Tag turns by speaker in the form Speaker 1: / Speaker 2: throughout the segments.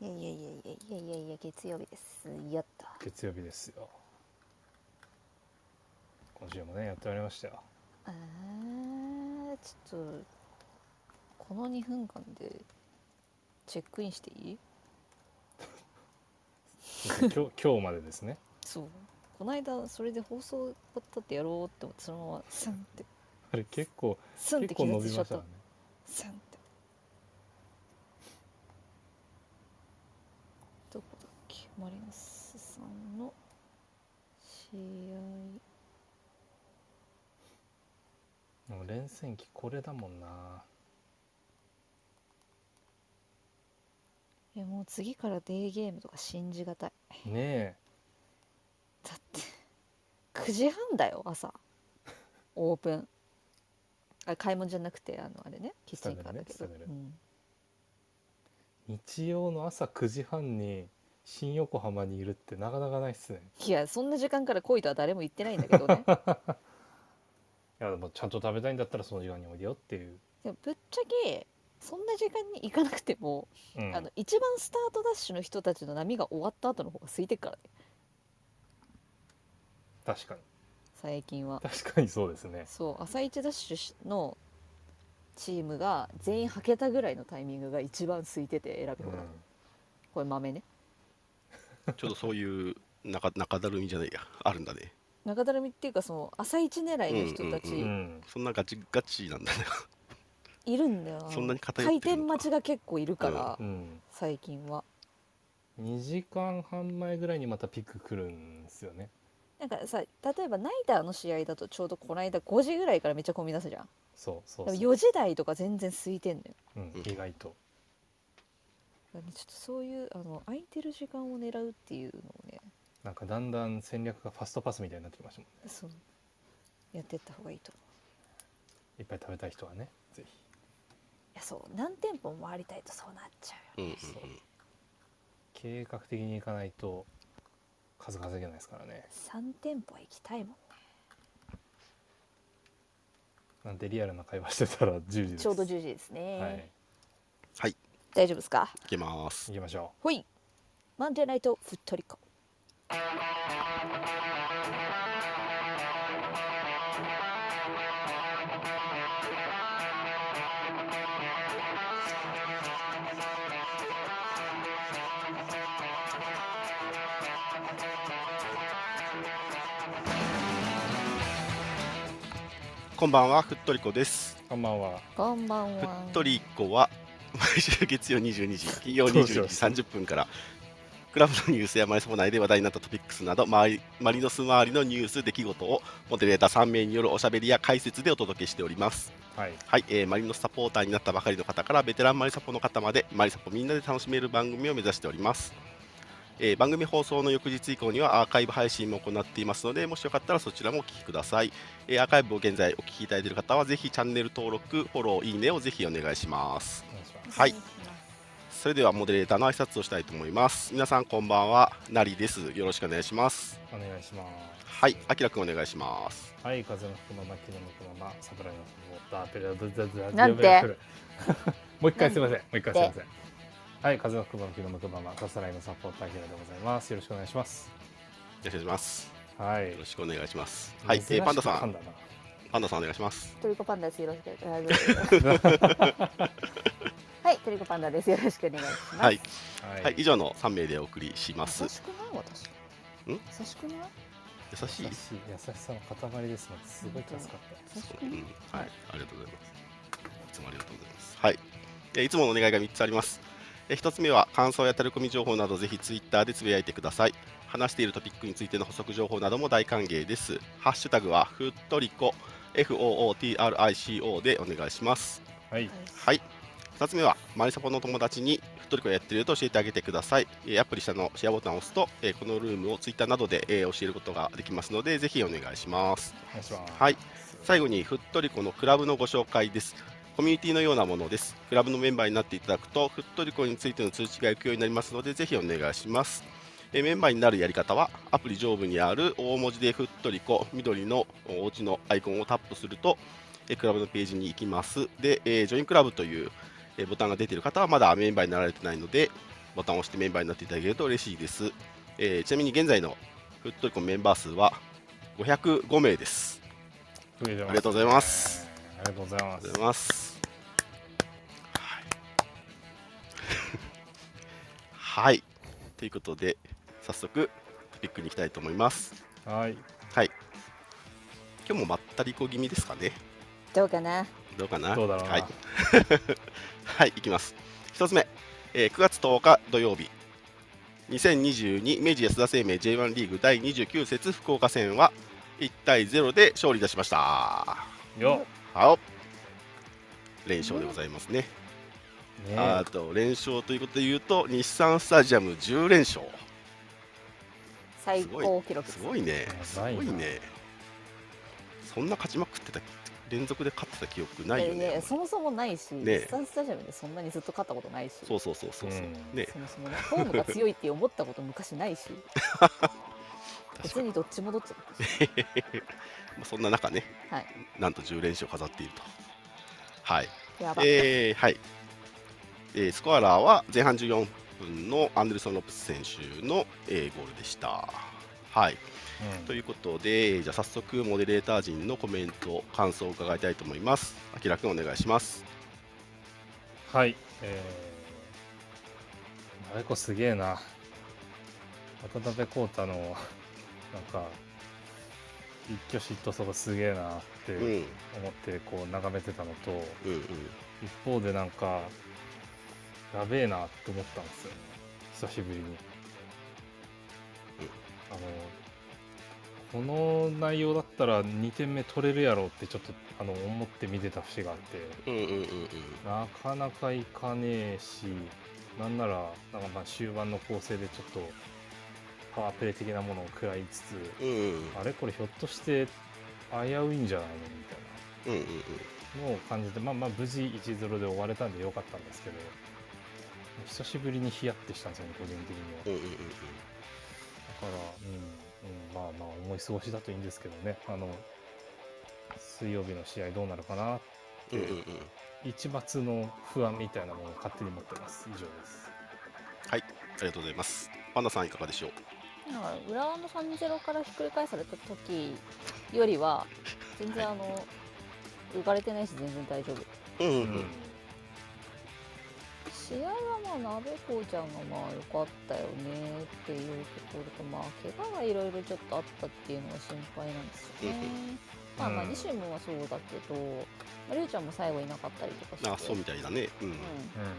Speaker 1: いやいやいやいやいやいやいや月曜日ですやった
Speaker 2: 月曜日ですよ今週もねやってまいりましたよ
Speaker 1: えー、ちょっとこの2分間でチェックインしていい
Speaker 2: 今日 今日までですね
Speaker 1: そうこの間それで放送終わったってやろうって思ってそのままスンって
Speaker 2: あれ結構
Speaker 1: スンって
Speaker 2: 結構
Speaker 1: 気
Speaker 2: 伸
Speaker 1: 絶
Speaker 2: び
Speaker 1: しちゃった
Speaker 2: ましたね
Speaker 1: スンってどこだっけマリノスさんの試合
Speaker 2: でも連戦期これだもんない
Speaker 1: やもう次からデーゲームとか信じがたい
Speaker 2: ね
Speaker 1: だって9時半だよ朝オープンあ買い物じゃなくてあのあれねキッチンカーだけ
Speaker 2: スタ
Speaker 1: ど、
Speaker 2: メンねスタメン
Speaker 1: うん、
Speaker 2: え日曜の朝9時半に新横浜にいるってなかなかないっすね
Speaker 1: いやそんな時間から来いとは誰も言ってないんだけど ね
Speaker 2: いやでもちゃんと食べたいんだったらその時間においでよっていう、
Speaker 1: でもぶっちゃけそんな時間に行かなくても、
Speaker 2: うん
Speaker 1: あの一番スタートダッシュの人たちの波が終わった後の方が空いてっからね
Speaker 2: 確かに
Speaker 1: 最近は
Speaker 2: 確かにそうですね
Speaker 1: そう朝一ダッシュのチームが全員はけたぐらいのタイミングが一番空いてて選び
Speaker 2: う
Speaker 1: 放題、
Speaker 2: ん
Speaker 1: これ豆ね
Speaker 3: ちょっとそういう中中だるみじゃないやあるんだね
Speaker 1: 中だるみっていうかその朝一狙いの人た
Speaker 3: う
Speaker 2: う
Speaker 1: ち
Speaker 2: ん
Speaker 3: そんなガチガチなんだね
Speaker 1: いるんだよな、
Speaker 3: そんなに偏
Speaker 1: 回
Speaker 3: って
Speaker 1: 転
Speaker 3: るの
Speaker 1: 待
Speaker 3: か
Speaker 1: ちが結構いるから、
Speaker 2: うん
Speaker 1: 最近は
Speaker 2: 2時間半前ぐらいにまたピック来るんですよね
Speaker 1: なんかさ例えばナイターの試合だとちょうどこの間5時ぐらいからめっちゃ混み出すじゃん
Speaker 2: そうそう
Speaker 1: でも
Speaker 2: そう、
Speaker 1: 4時台とか全然空いてんのよ
Speaker 2: うん、意外と
Speaker 1: だからねちょっとそういうあの空いてる時間を狙うっていうのをね
Speaker 2: なんかだんだん戦略がファストパスみたいになってきましたもんね
Speaker 1: そうやってった方がいいと思う
Speaker 2: いっぱい食べたい人はねぜひ
Speaker 1: いやそう何店舗も回りたいとそうなっちゃう
Speaker 3: うんうん
Speaker 2: そう計画的に行かないと数稼げないですからね
Speaker 1: よ3店舗行きたいもんね
Speaker 2: なんてリアルな会話してたら10時です
Speaker 1: ちょうど10時ですね、
Speaker 2: はい
Speaker 3: はい
Speaker 1: 大丈夫ですか
Speaker 3: いけます
Speaker 2: 行きましょ
Speaker 1: ほいマンデーナイトフットリコ
Speaker 3: こんばんはふっとりこです
Speaker 2: うこんばんは
Speaker 1: こんばん
Speaker 3: ふっ
Speaker 1: は
Speaker 3: とりこは毎週月曜22時金曜22時
Speaker 2: どうしま
Speaker 3: 30分からクラブのニュースやマリソポ内で話題になったトピックスなど周りマリノス周りのニュース出来事をモデレーター3名によるおしゃべりや解説でお届けしております
Speaker 2: はい
Speaker 3: はい、えーマリノスサポーターになったばかりの方からベテランマリサポの方までマリサポみんなで楽しめる番組を目指しております、えー番組放送の翌日以降にはアーカイブ配信も行っていますのでもしよかったらそちらもお聞きください、えーアーカイブを現在お聞きいただいている方はぜひチャンネル登録フォローいいねをぜひお願いします
Speaker 2: お願いします
Speaker 3: はいそれではモデレーターの挨拶をしたいと思います皆さんこんばんはなりですよろしくお願いします
Speaker 2: お願いします
Speaker 3: はいあきらくんお願いします
Speaker 2: はい風の吹くまま霧の吹くままサプライのサポーターペラドザザザ
Speaker 1: なんて
Speaker 2: ペラペラ もう一回すいませんもう一回すいませんはい風の吹くまま霧の吹くままサスライのサポーター平でございますよろしくお願いします
Speaker 3: よろしくお願いします
Speaker 2: はい
Speaker 3: よろしくお願いしますはい、
Speaker 2: 珍
Speaker 3: え
Speaker 2: し
Speaker 3: ー
Speaker 2: く
Speaker 3: パンダさ
Speaker 2: 噛
Speaker 3: ん
Speaker 2: だな
Speaker 3: パンダさんお願いします
Speaker 1: トリコパンダです。よろしくお願いします。はい、トリコパンダです。よろしくお願いします。
Speaker 3: はい
Speaker 2: はい、
Speaker 3: はい、以上の3名でお送りします
Speaker 1: 優。しくない私。
Speaker 3: ん
Speaker 1: 優しくない？
Speaker 3: 優しい
Speaker 2: 優。しい優しさの塊ですのですごい助かった
Speaker 1: 優しく
Speaker 3: う
Speaker 1: ない
Speaker 3: ん、はい、ありがとうございます。いつもありがとうございます。はい、えーいつものお願いが3つあります。えー1つ目は感想やタレコミ情報などぜひツイッターでつぶやいてください。話しているトピックについての補足情報なども大歓迎です。ハッシュタグはふっとりこ FOOTRICO でお願いします。
Speaker 2: はい
Speaker 3: はい。2つ目は、マリサポの友達にふっとりこやってるよと教えてあげてください。えーアプリ下のシェアボタンを押すと、えーこのルームをツイッターなどで、えー教えることができますので、ぜひお願いします。
Speaker 2: お願いします
Speaker 3: はい最後に、ふっとりこのクラブのご紹介です。コミュニティのようなものです。クラブのメンバーになっていただくと、ふっとりこについての通知が行くようになりますので、ぜひお願いします。えーメンバーになるやり方は、アプリ上部にある大文字でふっとりこ、緑のお家のアイコンをタップすると、えークラブのページに行きます。で、えージョインクラブというえーボタンが出ている方はまだメンバーになられてないので、ボタンを押してメンバーになっていただけると嬉しいです。えーちなみに現在のフットリコメンバー数は505名です。
Speaker 2: あり
Speaker 3: ありがとうございます。
Speaker 2: ありがとうござい
Speaker 3: あ
Speaker 2: ま
Speaker 3: り
Speaker 2: す
Speaker 3: がとう。ございます。はい。はいということで、早速トピックに行きたいと思います。
Speaker 2: はい。
Speaker 3: 今日もまったりこ気味ですかね。
Speaker 1: どうかな
Speaker 3: どうかな
Speaker 2: どうだろうな
Speaker 3: はい、はい、いきます。一つ目、えー9月10日土曜日、2022明治安田生命 J1 リーグ第29節福岡戦は1対0で勝利いたしました。は
Speaker 2: よ
Speaker 3: お連勝でございますね。
Speaker 2: っ。ね
Speaker 3: あと連勝ということで言うと、日産スタジアム10連勝。
Speaker 1: 最高記録
Speaker 3: すごいね。す
Speaker 2: やば
Speaker 3: ご
Speaker 2: いない
Speaker 3: ね。そんな勝ちまくってた、連続で勝ってた記憶ないよ
Speaker 1: いやいや
Speaker 3: ね。
Speaker 1: そもそもないし、
Speaker 3: ねえ
Speaker 1: 日産スタジアムでそんなにずっと勝ったことないし
Speaker 3: そうそうそうそうそう。
Speaker 2: うん
Speaker 3: ね、
Speaker 1: そもそもねホームが強いって思ったこと昔ないし
Speaker 3: 確か
Speaker 1: 別
Speaker 3: に。
Speaker 1: にどっちもどっちも
Speaker 3: まあそんな中ね、
Speaker 1: はい
Speaker 3: なんと10連勝を飾っていると。はい。
Speaker 1: やば、
Speaker 3: えーはい。えースコアラーは前半14分のアンデルソン・ロプス選手の、えーゴールでした。はい。
Speaker 2: うん
Speaker 3: ということで、えーじゃあ早速モデレーター陣のコメント、感想を伺いたいと思います。あきらくんお願いします。
Speaker 2: はい。えー、ナベコすげえな。渡辺康太の、なんか、一挙手一投足がすげえなっ
Speaker 3: う
Speaker 2: て
Speaker 3: ん、うん、
Speaker 2: 思って、こう眺めてたのと、
Speaker 3: うん。
Speaker 2: 一方でなんか、やべえなって思ったんですよね。久しぶりに。あの、この内容だったら2点目取れるやろってちょっとあの思って見てた節があって。
Speaker 3: うんうんうんうん
Speaker 2: なかなかいかねえし、なんなら、なんかまあ終盤の構成でちょっとパワープレイ的なものを食らいつつ、
Speaker 3: うんうん
Speaker 2: あれこれひょっとして危ういんじゃないのみたい
Speaker 3: うんうん
Speaker 2: なのを感じて、まあまあ無事1-0で終われたんでよかったんですけど、久しぶりにヒヤッてしたんですよね、個人的には。だ
Speaker 3: うんうんうん
Speaker 2: から、うん、うん、まあまあ思い過ごしだといいんですけどね、あの、水曜日の試合どうなるかな、
Speaker 3: うんうんうんうん
Speaker 2: 一抹の不安みたいなものを勝手に持ってます。以上です。
Speaker 3: ありがとうございます。パンダさんいかがでしょう。
Speaker 1: なんか浦和の3ゼロからひっくり返された時よりは全然あの、浮かれてないし全然大丈夫
Speaker 3: うんうん
Speaker 2: う
Speaker 3: うん
Speaker 2: ん
Speaker 1: 試合はまあ鍋子ちゃんがまあ良かったよねっていうところとまあ怪我がいろいろちょっとあったっていうのが心配なんですよね。まあまあ
Speaker 2: うん
Speaker 1: 西野もそうだけど、まあ、りゅうちゃんも最後いなかったりとかして、
Speaker 3: あ、そうみたいだね。うんうん
Speaker 1: うん、
Speaker 2: うん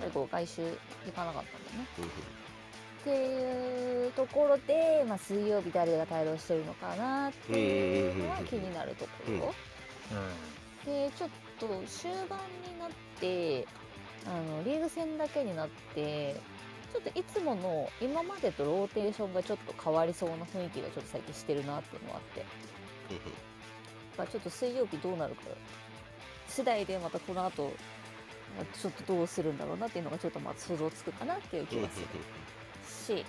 Speaker 1: 最後外周行かなかったんだよね。
Speaker 3: うん
Speaker 1: っていうところで、まあ、水曜日誰が帯同してるのかなっていうのは気になるところ。
Speaker 2: う
Speaker 1: でちょっと終盤になってあのリーグ戦だけになってちょっといつもの今までとローテーションがちょっと変わりそうな雰囲気がちょっと最近してるなっていうのがあって、
Speaker 3: うん
Speaker 1: まあ、ちょっと水曜日どうなるか次第でまたこの後まあちょっとどうするんだろうなっていうのがちょっとまあ想像つくかなっていう気
Speaker 3: うんうんうん
Speaker 1: がするし。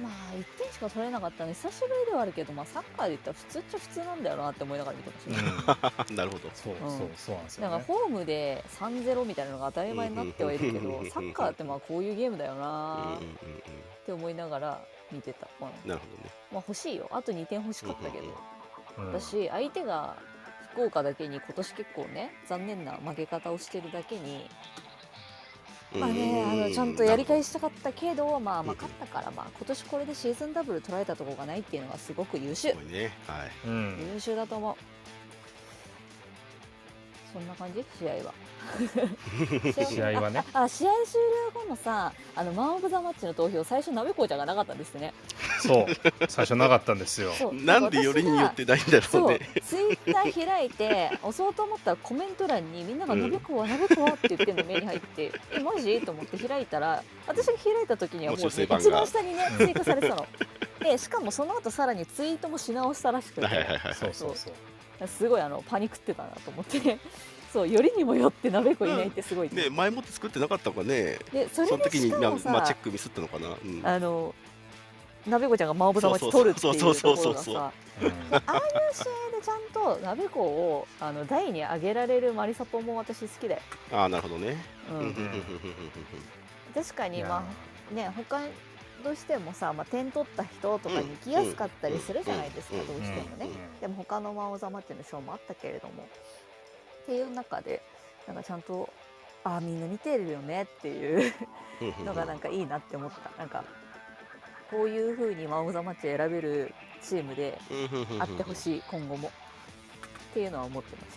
Speaker 1: まあ1点しか取れなかったので久しぶりではあるけど、まあ、サッカーで言ったら普通っちゃ普通なんだよなって思いながら見てました、
Speaker 2: ん
Speaker 1: ね。
Speaker 3: うんなるほど。
Speaker 2: そう
Speaker 1: うん
Speaker 2: そうそうなんです
Speaker 1: なん
Speaker 2: よ
Speaker 1: か
Speaker 2: ね。
Speaker 1: ホームで3-0みたいなのが当たり前になってはいるけ
Speaker 3: うんうんうん
Speaker 1: ど
Speaker 3: うん
Speaker 1: サッカーってまあこういうゲームだよな
Speaker 3: うんうんうん
Speaker 1: ーって思いながら見てた、まあ
Speaker 3: うんなるほどね。
Speaker 1: まあ欲しいよあと2点欲しかったけど
Speaker 3: うんうん
Speaker 2: うん
Speaker 1: 私相手が福岡だけに今年結構ね残念な負け方をしてるだけにまあねあのちゃんとやり返
Speaker 3: し。
Speaker 1: したかったけどまあまあ勝ったからまあ今年これでシーズンダブル取られたとこがないっていうのがすごく優秀
Speaker 3: すごいね。はい。
Speaker 2: うん。
Speaker 1: 優秀だと思うそんな感じ試合は
Speaker 2: 試合はね。
Speaker 1: あ試合終了後のさあのマン・オブ・ザ・マッチの投票最初鍋子ちゃんがなかったんですね
Speaker 2: そう。最初なかったんですよ。
Speaker 1: そう
Speaker 3: なんでよりによってないんだろう
Speaker 1: そう
Speaker 3: ね。
Speaker 1: ツイッター開いて押そうと思ったらコメント欄にみんなが「鍋子は鍋子は」って言ってんの目に入って 「えマジ?」と思って開いたら私が開いた時にはもう
Speaker 3: もう
Speaker 1: ね
Speaker 3: 修正版が
Speaker 1: 一番下 にね追加されてたの。でしかもその後さらにツイートもし直したらしくて、
Speaker 3: はいはいはいはい。
Speaker 2: そうそうそう。
Speaker 1: すごいあのパニックってたなと思ってそうよりにもよって鍋子いないってすごい、
Speaker 3: ね、前もって作ってなかったのかね。
Speaker 1: でそれ
Speaker 3: その
Speaker 1: で
Speaker 3: 時に
Speaker 1: しか
Speaker 3: まあ
Speaker 1: もさ、
Speaker 3: まあチェックミスったのかな。うん
Speaker 1: あの鍋子ちゃんがマオブザマチ
Speaker 3: そう
Speaker 1: 取る
Speaker 3: そう
Speaker 1: っていう
Speaker 3: そう
Speaker 1: と
Speaker 3: そう
Speaker 1: こ
Speaker 3: そ
Speaker 1: ろ
Speaker 3: う
Speaker 1: が
Speaker 3: そう
Speaker 1: さ
Speaker 2: うん
Speaker 1: ああいう試合でちゃんと鍋子をあの台に上げられるマリサポも私好きだよ、
Speaker 3: ああ、なるほどね。
Speaker 1: うん
Speaker 3: うんうんうんうんうん
Speaker 1: 確か
Speaker 2: い
Speaker 1: に
Speaker 2: や
Speaker 1: まね他としてもさ、まあ、点取った人とかに行きやすかったりするじゃないですか、
Speaker 3: うんうん
Speaker 1: どう
Speaker 2: うん
Speaker 1: してもね、
Speaker 2: うん
Speaker 1: でも他の魔王様っていうのショーもあったけれどもっていう中でなんかちゃんとああみんな見てるよねっていうのがなんかいいなって思ったなんかこういう風に魔王様って選べるチームであってほしい今後もっていうのは思ってまし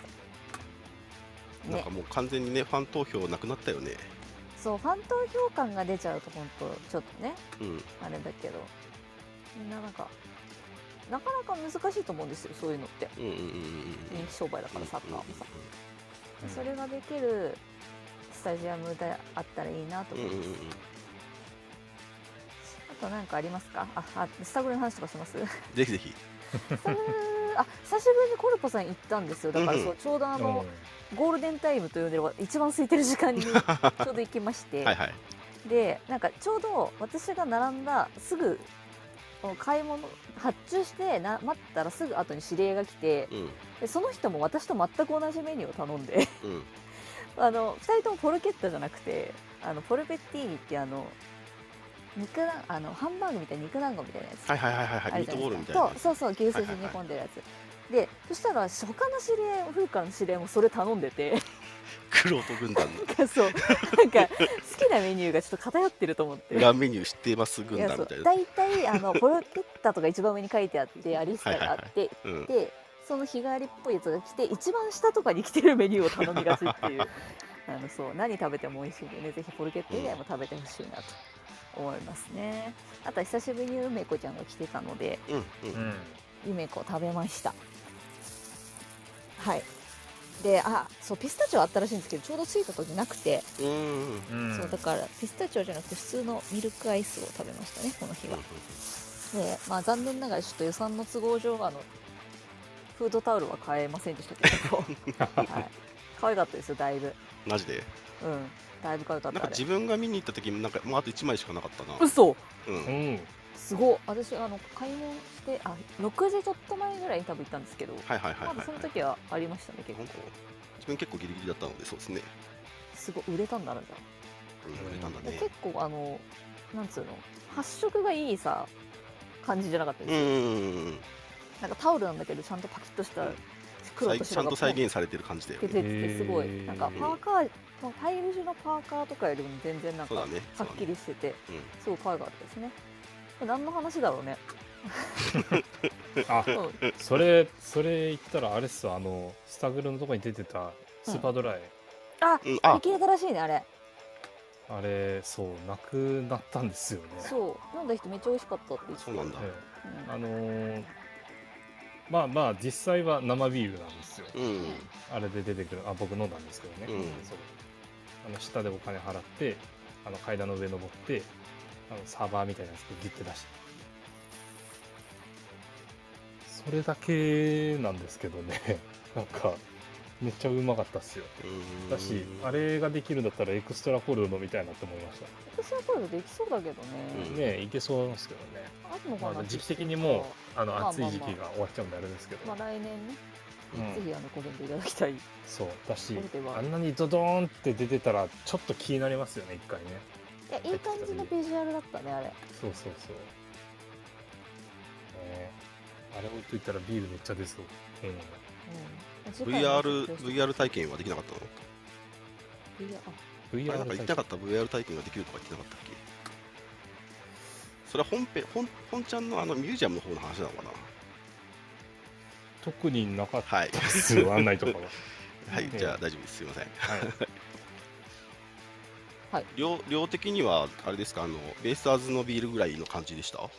Speaker 1: た
Speaker 3: なん
Speaker 1: ね
Speaker 3: かもう完全にねファン投票なくなったよね。
Speaker 1: そうファン投票感が出ちゃうと本当ちょっとね
Speaker 3: うん、
Speaker 1: あれだけどみんななんかなかなか難しいと思うんですよそういうのって
Speaker 3: うんうんうんうん
Speaker 1: 人気商売だからサッカーもさそれができるスタジアムであったらいいなと
Speaker 3: うんう
Speaker 1: 思い
Speaker 3: んうん
Speaker 1: ます、あと何かありますかああスタグルの話とかしますス
Speaker 3: ぜひぜひ。
Speaker 1: タグルあ久しぶりにコルポさん行ったんですよだからそううちょうどあの、
Speaker 2: う
Speaker 1: ゴールデンタイムと呼んでる一番空いてる時間にちょうど行きまして、
Speaker 3: はいはい。
Speaker 1: でなんかちょうど私が並んだすぐ買い物発注してな待ったらすぐ後に指令が来て
Speaker 3: うん
Speaker 1: でその人も私と全く同じメニューを頼んで
Speaker 3: うん
Speaker 1: あの2人ともポルケッタじゃなくてあのポルペッティーニってあの肉だあのハンバーグみたいな肉団子みたいなやつ、
Speaker 3: はいはいはいはいはい。
Speaker 1: ある
Speaker 3: ミー
Speaker 1: じゃ
Speaker 3: ト
Speaker 1: な
Speaker 3: ボール
Speaker 1: で
Speaker 3: み
Speaker 1: す
Speaker 3: た
Speaker 1: か
Speaker 3: いなやつ。
Speaker 1: そうそうそう牛すじ煮込んでるやつ、でそしたら他の知り合い古川の知り合いもそれ頼んでて
Speaker 3: クロート軍団の
Speaker 1: なんか そうなんか好きなメニューがちょっと偏ってると思って
Speaker 3: 裏メニュー知ってます軍団みたいな。
Speaker 1: 大体あのポロケッタとか一番上に書いてあってアリスタがあって
Speaker 3: うん。
Speaker 1: でその日替わりっぽいやつが来て一番下とかに来てるメニューを頼みがちっていう あのそう何食べても美味しいんでねぜひポルケッタ以外も食べてほしいなと思いますねあとは久しぶりに梅子ちゃんが来てたので
Speaker 3: うんうんん。
Speaker 1: 梅子を食べましたはいであそうピスタチオあったらしいんですけどちょうど着いた時なくて、
Speaker 3: うんうん。
Speaker 2: うんうん
Speaker 1: そうだからピスタチオじゃなくて普通のミルクアイスを食べましたねこの日は。で、まあ、残念ながらちょっと予算の都合上あのフードタオルは買えませんでしたけ ど、はい、可愛かったですよだいぶ
Speaker 3: マジで。
Speaker 1: うんだいぶ可愛かっ
Speaker 3: な
Speaker 1: た
Speaker 3: んか
Speaker 1: あれ
Speaker 3: 自分が見に行った時もなんかもうあと一枚しかなかったな。
Speaker 1: 嘘
Speaker 3: うん
Speaker 2: う。ん
Speaker 1: すごい私あの買い物してあ6時ちょっと前ぐらいに多分行ったんですけど、
Speaker 3: はいはいはい
Speaker 1: ま
Speaker 3: はい
Speaker 1: だその
Speaker 3: はい。
Speaker 1: 時はありましたね結構
Speaker 3: 本当自分結構ギリギリだったのでそうですね。
Speaker 1: すごい売れたんだなじゃ
Speaker 3: うん売れたんだ
Speaker 1: あ、で
Speaker 3: ね。
Speaker 1: 結構あのなんつうの発色がいいさ感じじゃなかったです、
Speaker 3: うんうんうんうん。
Speaker 1: なんかタオルなんだけどちゃんとパキッとした黒
Speaker 3: 再
Speaker 1: と
Speaker 3: ちゃ
Speaker 1: 白
Speaker 3: ん
Speaker 1: が
Speaker 3: と再現されてる感じだよ
Speaker 1: 出
Speaker 3: ね。
Speaker 1: ててすごい
Speaker 2: へー
Speaker 1: なんかパーカーまあタイル地のパーカーとかよりも全然なんか
Speaker 3: そうだ
Speaker 1: は
Speaker 3: ね。
Speaker 1: っきりしてて
Speaker 3: そうだね。
Speaker 1: すごい可愛かったですねこれ何の話だろうね
Speaker 2: あ
Speaker 1: うん
Speaker 2: それそれ言ったらあれっすわあのスタグルのとこに出てたスーパードライ、
Speaker 1: あ
Speaker 3: うん。うんあ
Speaker 1: 消えたらしいねあれ
Speaker 2: あれそうなくなったんですよね
Speaker 1: そう飲んだ人めっちゃ美味しかったって言ってた
Speaker 3: そうなんだ。
Speaker 2: ええ
Speaker 1: う
Speaker 2: あ
Speaker 1: ん
Speaker 2: のーまあまあ実際は生ビールなんですよ
Speaker 3: うんうん
Speaker 2: あれで出てくるあ僕飲んだんですけどね、
Speaker 3: うん
Speaker 2: そうあの下でお金払ってあの階段の上登ってあのサーバーみたいなやつでギュッて出してそれだけなんですけどね なんかめっちゃうまかったっすよだしあれができるんだったらエクストラコールドみたいなと思いました
Speaker 1: 私はこれできそうだけどね
Speaker 3: うん
Speaker 2: ねいけそうなんですけどね、
Speaker 1: あるの
Speaker 2: ま
Speaker 1: か
Speaker 2: あ、
Speaker 1: な
Speaker 2: 時期的にもうあ
Speaker 1: まあま
Speaker 2: の
Speaker 1: あ
Speaker 2: 暑い時期が終わっちゃうんであれですけど、
Speaker 1: まあ来年ね
Speaker 2: うん
Speaker 1: ぜひあのご検討いただきたい
Speaker 2: そうだし
Speaker 1: そうでは
Speaker 2: あんなにドドーンって出てたらちょっと気になりますよね一回ね
Speaker 1: いやいい感じのビジュアルだったねあれ
Speaker 2: そうそうそうねあれ置いといたらビールめっちゃ出そう、うん
Speaker 1: うん次回の
Speaker 3: VR
Speaker 1: 説明
Speaker 3: VR 体験はできなかったの？
Speaker 1: VR あ
Speaker 2: VR
Speaker 3: あれなんか言ってなかった VR 体験ができるとか言ってなかったっけ？それは本編本本ちゃんのあのミュージアムの方の話なのかな？
Speaker 2: 特になかっ た
Speaker 3: はい。
Speaker 2: ですよ案内 とかは
Speaker 3: はい
Speaker 2: うん
Speaker 3: じゃあ大丈夫ですすいません。
Speaker 2: はい
Speaker 3: 量量的にはあれですかあのベイスターズのビールぐらいの感じでした？
Speaker 2: い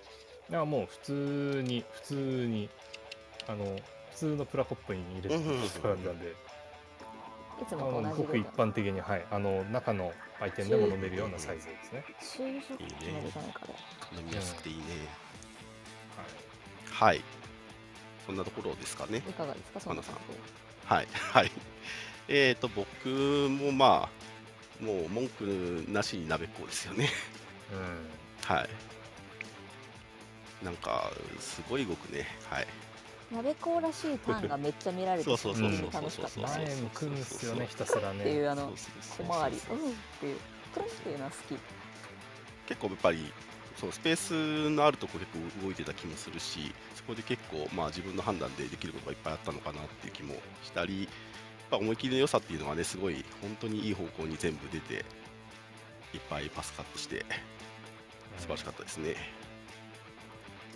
Speaker 2: やもう普通に普通にあの普通のプラコップに入れてたんで、
Speaker 1: いつ
Speaker 2: あ
Speaker 1: もと
Speaker 2: の
Speaker 1: 同
Speaker 2: ご
Speaker 1: じ
Speaker 2: く
Speaker 1: ぐ
Speaker 2: 一
Speaker 1: らい
Speaker 2: 般的にはいあの中の売店でも飲めるようなサイズですね、
Speaker 1: 収束決めるじゃないかで
Speaker 3: 飲みやすくていいね。
Speaker 2: はい
Speaker 3: はい。そんなところですかね。
Speaker 1: いかがですかそんな感じ
Speaker 3: はい はい。えっ、と僕もまあもう文句なしに鍋っこですよね。 はい。なんかすごい動くね。はい。
Speaker 1: 鍋子らしいターンがめっちゃ見られて
Speaker 3: そう
Speaker 2: そうそう
Speaker 1: 非常に楽しかっ
Speaker 2: うん、
Speaker 1: た
Speaker 2: 前に来るんですよねひたすら
Speaker 1: ってい
Speaker 2: ね
Speaker 1: うあの
Speaker 3: そうそうそう
Speaker 1: 小回り
Speaker 3: そううん
Speaker 1: っていうクルンっていうのは好き
Speaker 3: 結構やっぱりそうスペースのあるとこ結構動いてた気もするしそこで結構まあ自分の判断でできることがいっぱいあったのかなっていう気もしたりやっぱ思い切りの良さっていうのがねすごい本当にいい方向に全部出ていっぱいパスカットして素晴らしかったですね。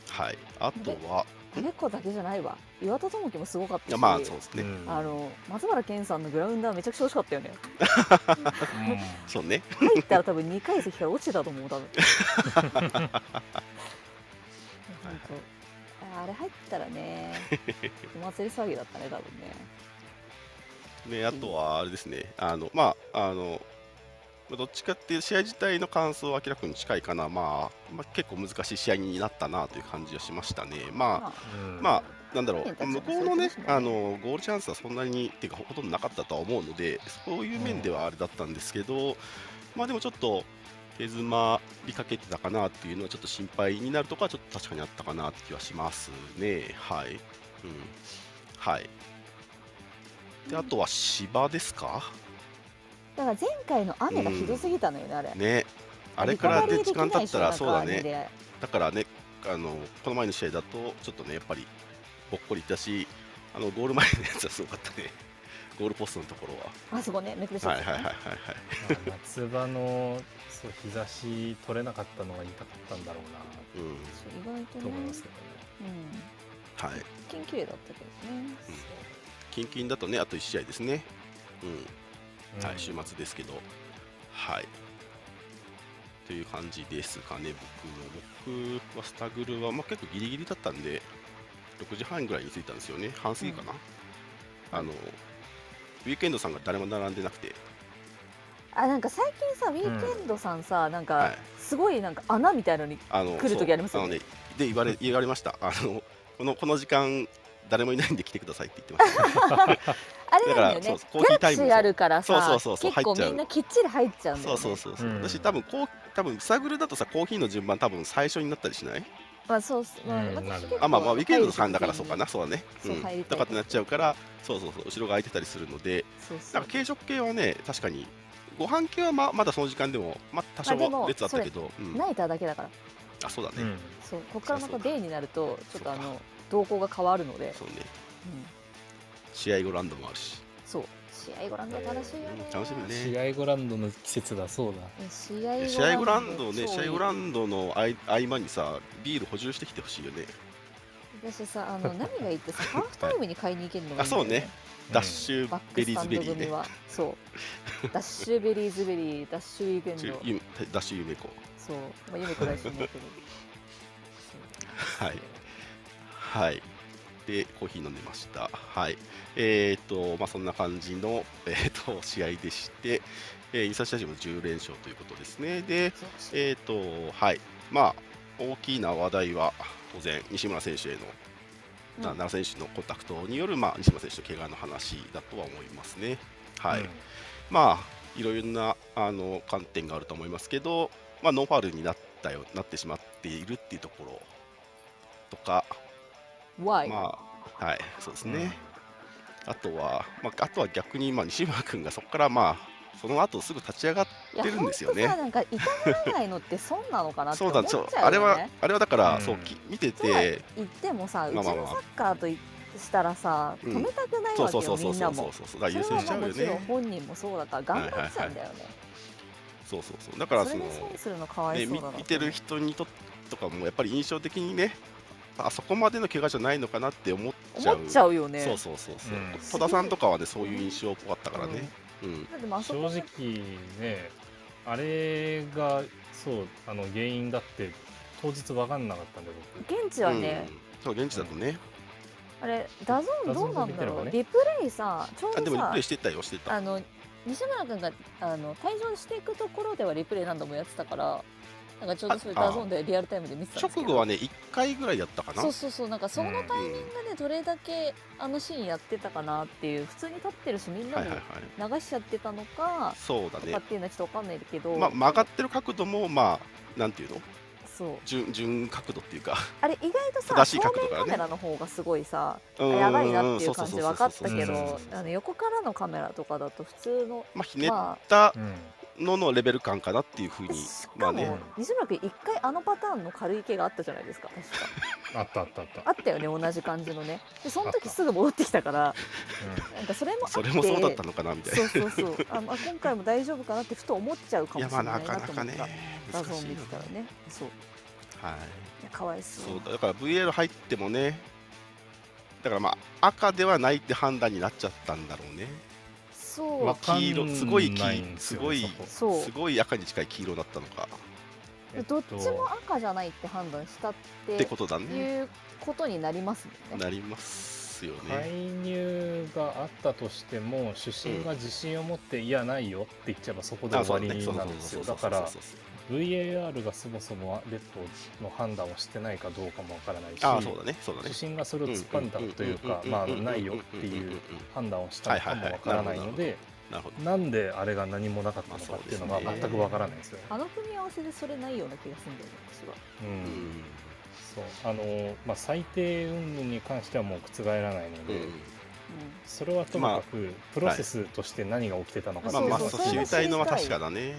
Speaker 3: はい、あとは、
Speaker 1: 金子だけじゃないわ岩田智樹もすごかった
Speaker 3: いや
Speaker 1: し
Speaker 3: まあそうですね、
Speaker 2: うん
Speaker 1: あの松原健さんのグラウンダーめちゃくちゃ惜しかったよね
Speaker 2: うん
Speaker 3: そうね、
Speaker 1: 入ったら多分2階席から落ちてたと思う多分本当ああれ入ったらねお祭り騒ぎだったね多分ね
Speaker 3: であとはあれですね、あのまああのまあどっちかっていう試合自体の感想は明らかに近いかな、まあ、まあ結構難しい試合になったなという感じがしましたね。まあ
Speaker 1: ま
Speaker 2: うん
Speaker 3: まあなんだろ
Speaker 1: 本人
Speaker 3: う
Speaker 1: たち
Speaker 3: 向
Speaker 1: も
Speaker 3: こうのね
Speaker 1: そういうことですね
Speaker 3: あのゴールチャンスはそんなにっていうかほとんどなかったとは思うのでそういう面ではあれだったんですけど、まあでもちょっと手詰まりかけてたかなっていうのはちょっと心配になるところはちょっと確かにあったかなって気はしますねはい、うん、はいであとは芝ですか
Speaker 1: あだから前回の雨がひどすぎたのよね、あれ
Speaker 3: ねあれからで時間経ったらそうだねだからね、あのこの前の試合だと、ちょっとね、やっぱりぼっこりいたし、あのゴール前のやつはすごかったね、ゴールポストのところ
Speaker 1: あそこねめくれち
Speaker 3: は。
Speaker 1: ゃ
Speaker 3: は
Speaker 1: っ
Speaker 3: い
Speaker 1: た
Speaker 3: はいはいはい、はい
Speaker 2: まあ夏場のそう日差し取れなかったのが痛かったんだろう
Speaker 3: うん
Speaker 1: そう意外と
Speaker 2: な
Speaker 1: ね
Speaker 2: と思いますけど
Speaker 1: うん
Speaker 3: はい、
Speaker 1: 一見綺麗だったけどね
Speaker 2: ね。
Speaker 3: 近々だとね、あと1試合ですね、うん
Speaker 2: うん
Speaker 3: はい、週末ですけど、はい。という感じですかね、僕も。僕はスタグルは、まあ、結構ギリギリだったんで、6時半ぐらいに着いたんですよね、半過ぎかな。あのウィークエンドさんが誰も並んでなくて、
Speaker 1: あなんか最近さウィークエンドさんさ、なん
Speaker 3: は
Speaker 1: か
Speaker 3: い
Speaker 1: すごいなんか穴みたいのに
Speaker 3: あの
Speaker 1: 来る時ありますよね
Speaker 3: そうあので言われ言われました。あのこのこの時間誰もいないんで来てくださいって言ってました。
Speaker 1: あれなんだよね
Speaker 3: だからそう
Speaker 1: ギ
Speaker 3: コーヒー
Speaker 1: ャ
Speaker 3: タ
Speaker 1: ラ
Speaker 3: イ
Speaker 1: ク
Speaker 3: ム
Speaker 1: シ
Speaker 3: も
Speaker 1: ーあるからさ
Speaker 3: そうそうそうそう
Speaker 1: 結構
Speaker 3: 入っちゃう
Speaker 1: みんなきっちり入っちゃうんだ
Speaker 3: そ
Speaker 1: よ
Speaker 3: う
Speaker 1: ね
Speaker 3: そうそうそう。
Speaker 2: うん
Speaker 3: 私多分こう多分サーグルだとさコーヒーの順番多分最初になったりしない？
Speaker 1: まあそうっす、まあ
Speaker 2: うん
Speaker 1: 私
Speaker 2: なる
Speaker 1: 結構
Speaker 3: あまあまあウィークエンドさんだからそうかなそうだね。
Speaker 1: そう
Speaker 3: うん。
Speaker 1: 入りたい
Speaker 3: とかってなっちゃうからそうそうそう後ろが空いてたりするので
Speaker 1: そうそう
Speaker 3: なんか軽食系はね確かにご飯系はままだその時間でもまあ
Speaker 1: まあ
Speaker 3: 多
Speaker 1: で
Speaker 3: 少
Speaker 1: も
Speaker 3: 列あったけど、うん
Speaker 1: ナイターだけだから
Speaker 3: あそうだね、
Speaker 2: うん
Speaker 1: そうこっからま
Speaker 3: そ
Speaker 1: た
Speaker 3: うそう
Speaker 1: デイになるとちょっとあ
Speaker 3: そう
Speaker 1: の動向が変わるので
Speaker 3: そうね
Speaker 1: うん
Speaker 3: 試合後ランドもあるし、
Speaker 1: そう試合ご覧の楽しいよね
Speaker 3: うん楽しみね
Speaker 2: 試合後ラウンドの季節だそうだ
Speaker 1: え試合
Speaker 3: 試合後ランドね
Speaker 1: そう
Speaker 3: 試合後ランドの合い合間にさビール補充してきてほしいよね。
Speaker 1: 私さ あの何がいいってさハーフタイムに買いに行けるのがいいんだよ
Speaker 3: あそうねダッシ
Speaker 1: バッ
Speaker 3: ュ
Speaker 1: ク
Speaker 3: ベリ
Speaker 1: ス
Speaker 3: ー
Speaker 1: タ
Speaker 3: ズ
Speaker 1: ン
Speaker 3: ベ
Speaker 1: ド
Speaker 3: リー
Speaker 1: 組
Speaker 3: ね。
Speaker 1: はそうダッシュベリーズベリーダッシュウィークエンド
Speaker 3: ゆダッシュ夢子。
Speaker 1: そうまあ夢子大好きになってる
Speaker 3: はい。はい。で、コーヒー飲んでました。はい。えっ、と、まあ、そんな感じの、 えー、と試合でして、えー、インサスタジアム10連勝ということですね。で、えっ、と、はい。まあ、大きな話題は、当然、西村選手への、
Speaker 1: うん
Speaker 3: な奈良選手のコンタクトによる、まあ、西村選手の怪我の話だとは思いますね。はい。
Speaker 2: うん
Speaker 3: まあいろいろなあの観点があると思いますけど、まあ、ノーファウルになったよなってしまっているっていうところとか、
Speaker 1: Why?
Speaker 3: まあはいそうですね、あとは、まあ、あとは逆に、まあ、西村君がそこからまあその後すぐ立ち上がっ
Speaker 1: いや
Speaker 3: 出るんですよね
Speaker 1: ほとさなんか痛がらないのって損なのかなって
Speaker 3: そう
Speaker 1: 思
Speaker 3: な
Speaker 1: っ
Speaker 3: んで
Speaker 1: ち
Speaker 3: す
Speaker 1: ゃうよ
Speaker 3: よ
Speaker 1: ね。
Speaker 3: あれはあれはだから、
Speaker 2: うん
Speaker 3: そうき見て
Speaker 1: そうだ
Speaker 3: て
Speaker 1: 言ってもさうち
Speaker 3: まあ
Speaker 1: のサ
Speaker 3: まあまあ
Speaker 1: ッカーといしたらさ
Speaker 3: うん
Speaker 1: 止めたくない
Speaker 3: そう
Speaker 1: わ
Speaker 3: そう
Speaker 1: け
Speaker 3: そう
Speaker 1: よ
Speaker 3: そ
Speaker 1: みな
Speaker 3: うんそうそ
Speaker 1: も
Speaker 3: う。そうだから優
Speaker 1: それは
Speaker 3: 先しちゃう
Speaker 1: まあ
Speaker 3: よ
Speaker 1: もちろん
Speaker 3: ね
Speaker 1: 本人もそうだから頑張っちゃうんだよね。
Speaker 3: そうそうそうだから
Speaker 1: そ
Speaker 3: そ
Speaker 1: れ
Speaker 3: の
Speaker 1: で損するのかわい
Speaker 3: ね
Speaker 1: そう
Speaker 3: み
Speaker 1: だなと思う。
Speaker 3: 見てる人にとっとかもやっぱり印象的にねあそこまでの怪我じゃないのかなって思っちゃう
Speaker 1: 思っちゃうよね。
Speaker 3: そうそうそうそう、
Speaker 2: うん
Speaker 3: 戸田さんとかはねそういう印象っぽかったからね、うん
Speaker 1: だってまあそ
Speaker 2: 正
Speaker 1: こ
Speaker 2: 直ねあれがそうあの原因だって当日分かんなかったんで僕
Speaker 1: 現地はね、
Speaker 3: うんそう現地だとね、
Speaker 1: あれダゾーンどうなんだ
Speaker 2: ダゾーンで見てれ
Speaker 1: ろ
Speaker 2: ば
Speaker 1: う、
Speaker 2: ね
Speaker 1: リプレイさちょ
Speaker 3: あ
Speaker 1: う
Speaker 3: で
Speaker 1: ど
Speaker 3: もリ
Speaker 1: さ
Speaker 3: プレイしてたよしてた
Speaker 4: あの
Speaker 1: 西村君があの退場していくところではリプレイ何度もやってたからなんかちょうどそれ
Speaker 3: ああ
Speaker 1: ダゾーンでリアルタイムで見てたんですけ
Speaker 3: 直
Speaker 1: ど
Speaker 3: 後はね1回ぐらいやったかな
Speaker 1: そうそうそうなんかそのタイミング
Speaker 3: うん
Speaker 1: がねどれだけあのシーンやってたかなっていう普通に立ってるしみんな
Speaker 3: はい
Speaker 1: で
Speaker 3: はいはい
Speaker 1: 流しちゃってたのか
Speaker 3: そう
Speaker 1: と
Speaker 3: だ
Speaker 1: か
Speaker 3: ね
Speaker 1: っ、ていうのはちょっとわかんないけど、
Speaker 3: ま、曲がってる角度もまあなんていうの
Speaker 1: そう
Speaker 3: 順順角度っていうか
Speaker 1: あれ意外と
Speaker 3: 正
Speaker 1: さ
Speaker 3: しい
Speaker 1: 正
Speaker 3: 角
Speaker 1: 面
Speaker 3: 度からね
Speaker 1: カメラの方がすごいさ、
Speaker 3: うん
Speaker 1: あやばいなっていう感じ
Speaker 3: そ
Speaker 1: で
Speaker 3: そ
Speaker 1: 分
Speaker 3: そ
Speaker 1: かった
Speaker 3: そう
Speaker 1: け
Speaker 3: そうそう
Speaker 1: ど
Speaker 3: そう
Speaker 1: あの横からのカメラとかだと普通の
Speaker 3: まあひねっ
Speaker 1: まあ
Speaker 3: た
Speaker 2: うん
Speaker 3: ののレベル感かなっていうふうに
Speaker 1: し
Speaker 3: まあ
Speaker 1: かも、
Speaker 3: ね
Speaker 1: 西村君一回あのパターンの軽い系があったじゃないですか確か
Speaker 2: あったあったあった。
Speaker 1: あったよね同じ感じのねでその
Speaker 2: あっ
Speaker 1: 時
Speaker 2: た
Speaker 1: すぐ戻ってきたから
Speaker 2: うん
Speaker 1: なんかそれもあって
Speaker 3: それもそうだったのかなみたいな。
Speaker 1: そうそうそうあまあ今回も大丈夫かなってふと思っちゃうかも
Speaker 3: いや
Speaker 1: し
Speaker 3: ま
Speaker 1: れ
Speaker 3: あ
Speaker 1: な
Speaker 3: ないか
Speaker 1: な
Speaker 3: な
Speaker 1: と
Speaker 3: か
Speaker 1: 思っ
Speaker 3: ね
Speaker 1: た画
Speaker 3: 難し
Speaker 1: 像を
Speaker 3: い
Speaker 1: 見
Speaker 3: よ
Speaker 1: てたらねそうい
Speaker 3: はい
Speaker 1: やかわいそ
Speaker 3: そううだだから VL 入ってもねだからまあ赤ではないって判断になっちゃったんだろうね
Speaker 1: そう
Speaker 2: わかん
Speaker 3: 黄色すごい黄
Speaker 2: ないんですよね
Speaker 3: すごい
Speaker 2: そこ
Speaker 1: そう
Speaker 3: すごい赤に近い黄色だったのか
Speaker 2: え
Speaker 1: どっ
Speaker 2: と
Speaker 1: ちも赤じゃないって判断したっ
Speaker 3: って
Speaker 1: て
Speaker 3: ことだね
Speaker 1: いうことになりますもんね
Speaker 3: なりますよ
Speaker 2: 介
Speaker 3: ね
Speaker 2: 入があったとしても主審が自信を持って「いやないよ」って言っちゃえばそこで
Speaker 3: あ
Speaker 2: 終
Speaker 3: そ
Speaker 2: わ
Speaker 3: う
Speaker 2: り
Speaker 3: ねそう
Speaker 2: なんです
Speaker 3: そ
Speaker 2: よ
Speaker 3: うそ
Speaker 2: だ
Speaker 3: う
Speaker 2: か
Speaker 3: そうそう
Speaker 2: ら
Speaker 3: そうそう
Speaker 2: VAR がそもそもレッドの判断をしてないかどうかもわからないし
Speaker 3: ああそうだねそうだね
Speaker 2: 自信がそれを突っ張んだというか
Speaker 3: うんうん
Speaker 2: まあ
Speaker 3: うんうん
Speaker 2: ないよって
Speaker 3: んんん
Speaker 2: いうん
Speaker 3: ん
Speaker 2: 判断をしたのかもわからないので
Speaker 3: なるほど
Speaker 2: なんであれが何もなかったのかっていうのが全くわからないんですよね。
Speaker 1: あの組み合わせでそれないような気がするんだよね私は
Speaker 2: う
Speaker 3: うんん
Speaker 2: そうあのまあ最低云々に関してはもう覆らないの
Speaker 3: う
Speaker 2: で、
Speaker 3: ん
Speaker 2: それはともかく、プロセスとして何が起きてたのかって
Speaker 3: まあ
Speaker 2: いうの
Speaker 3: ま
Speaker 2: は
Speaker 3: あ
Speaker 1: そう
Speaker 3: そ
Speaker 1: そうう
Speaker 3: 知りたいのは
Speaker 1: それは知
Speaker 3: 確
Speaker 1: りた
Speaker 3: か
Speaker 1: い
Speaker 3: だね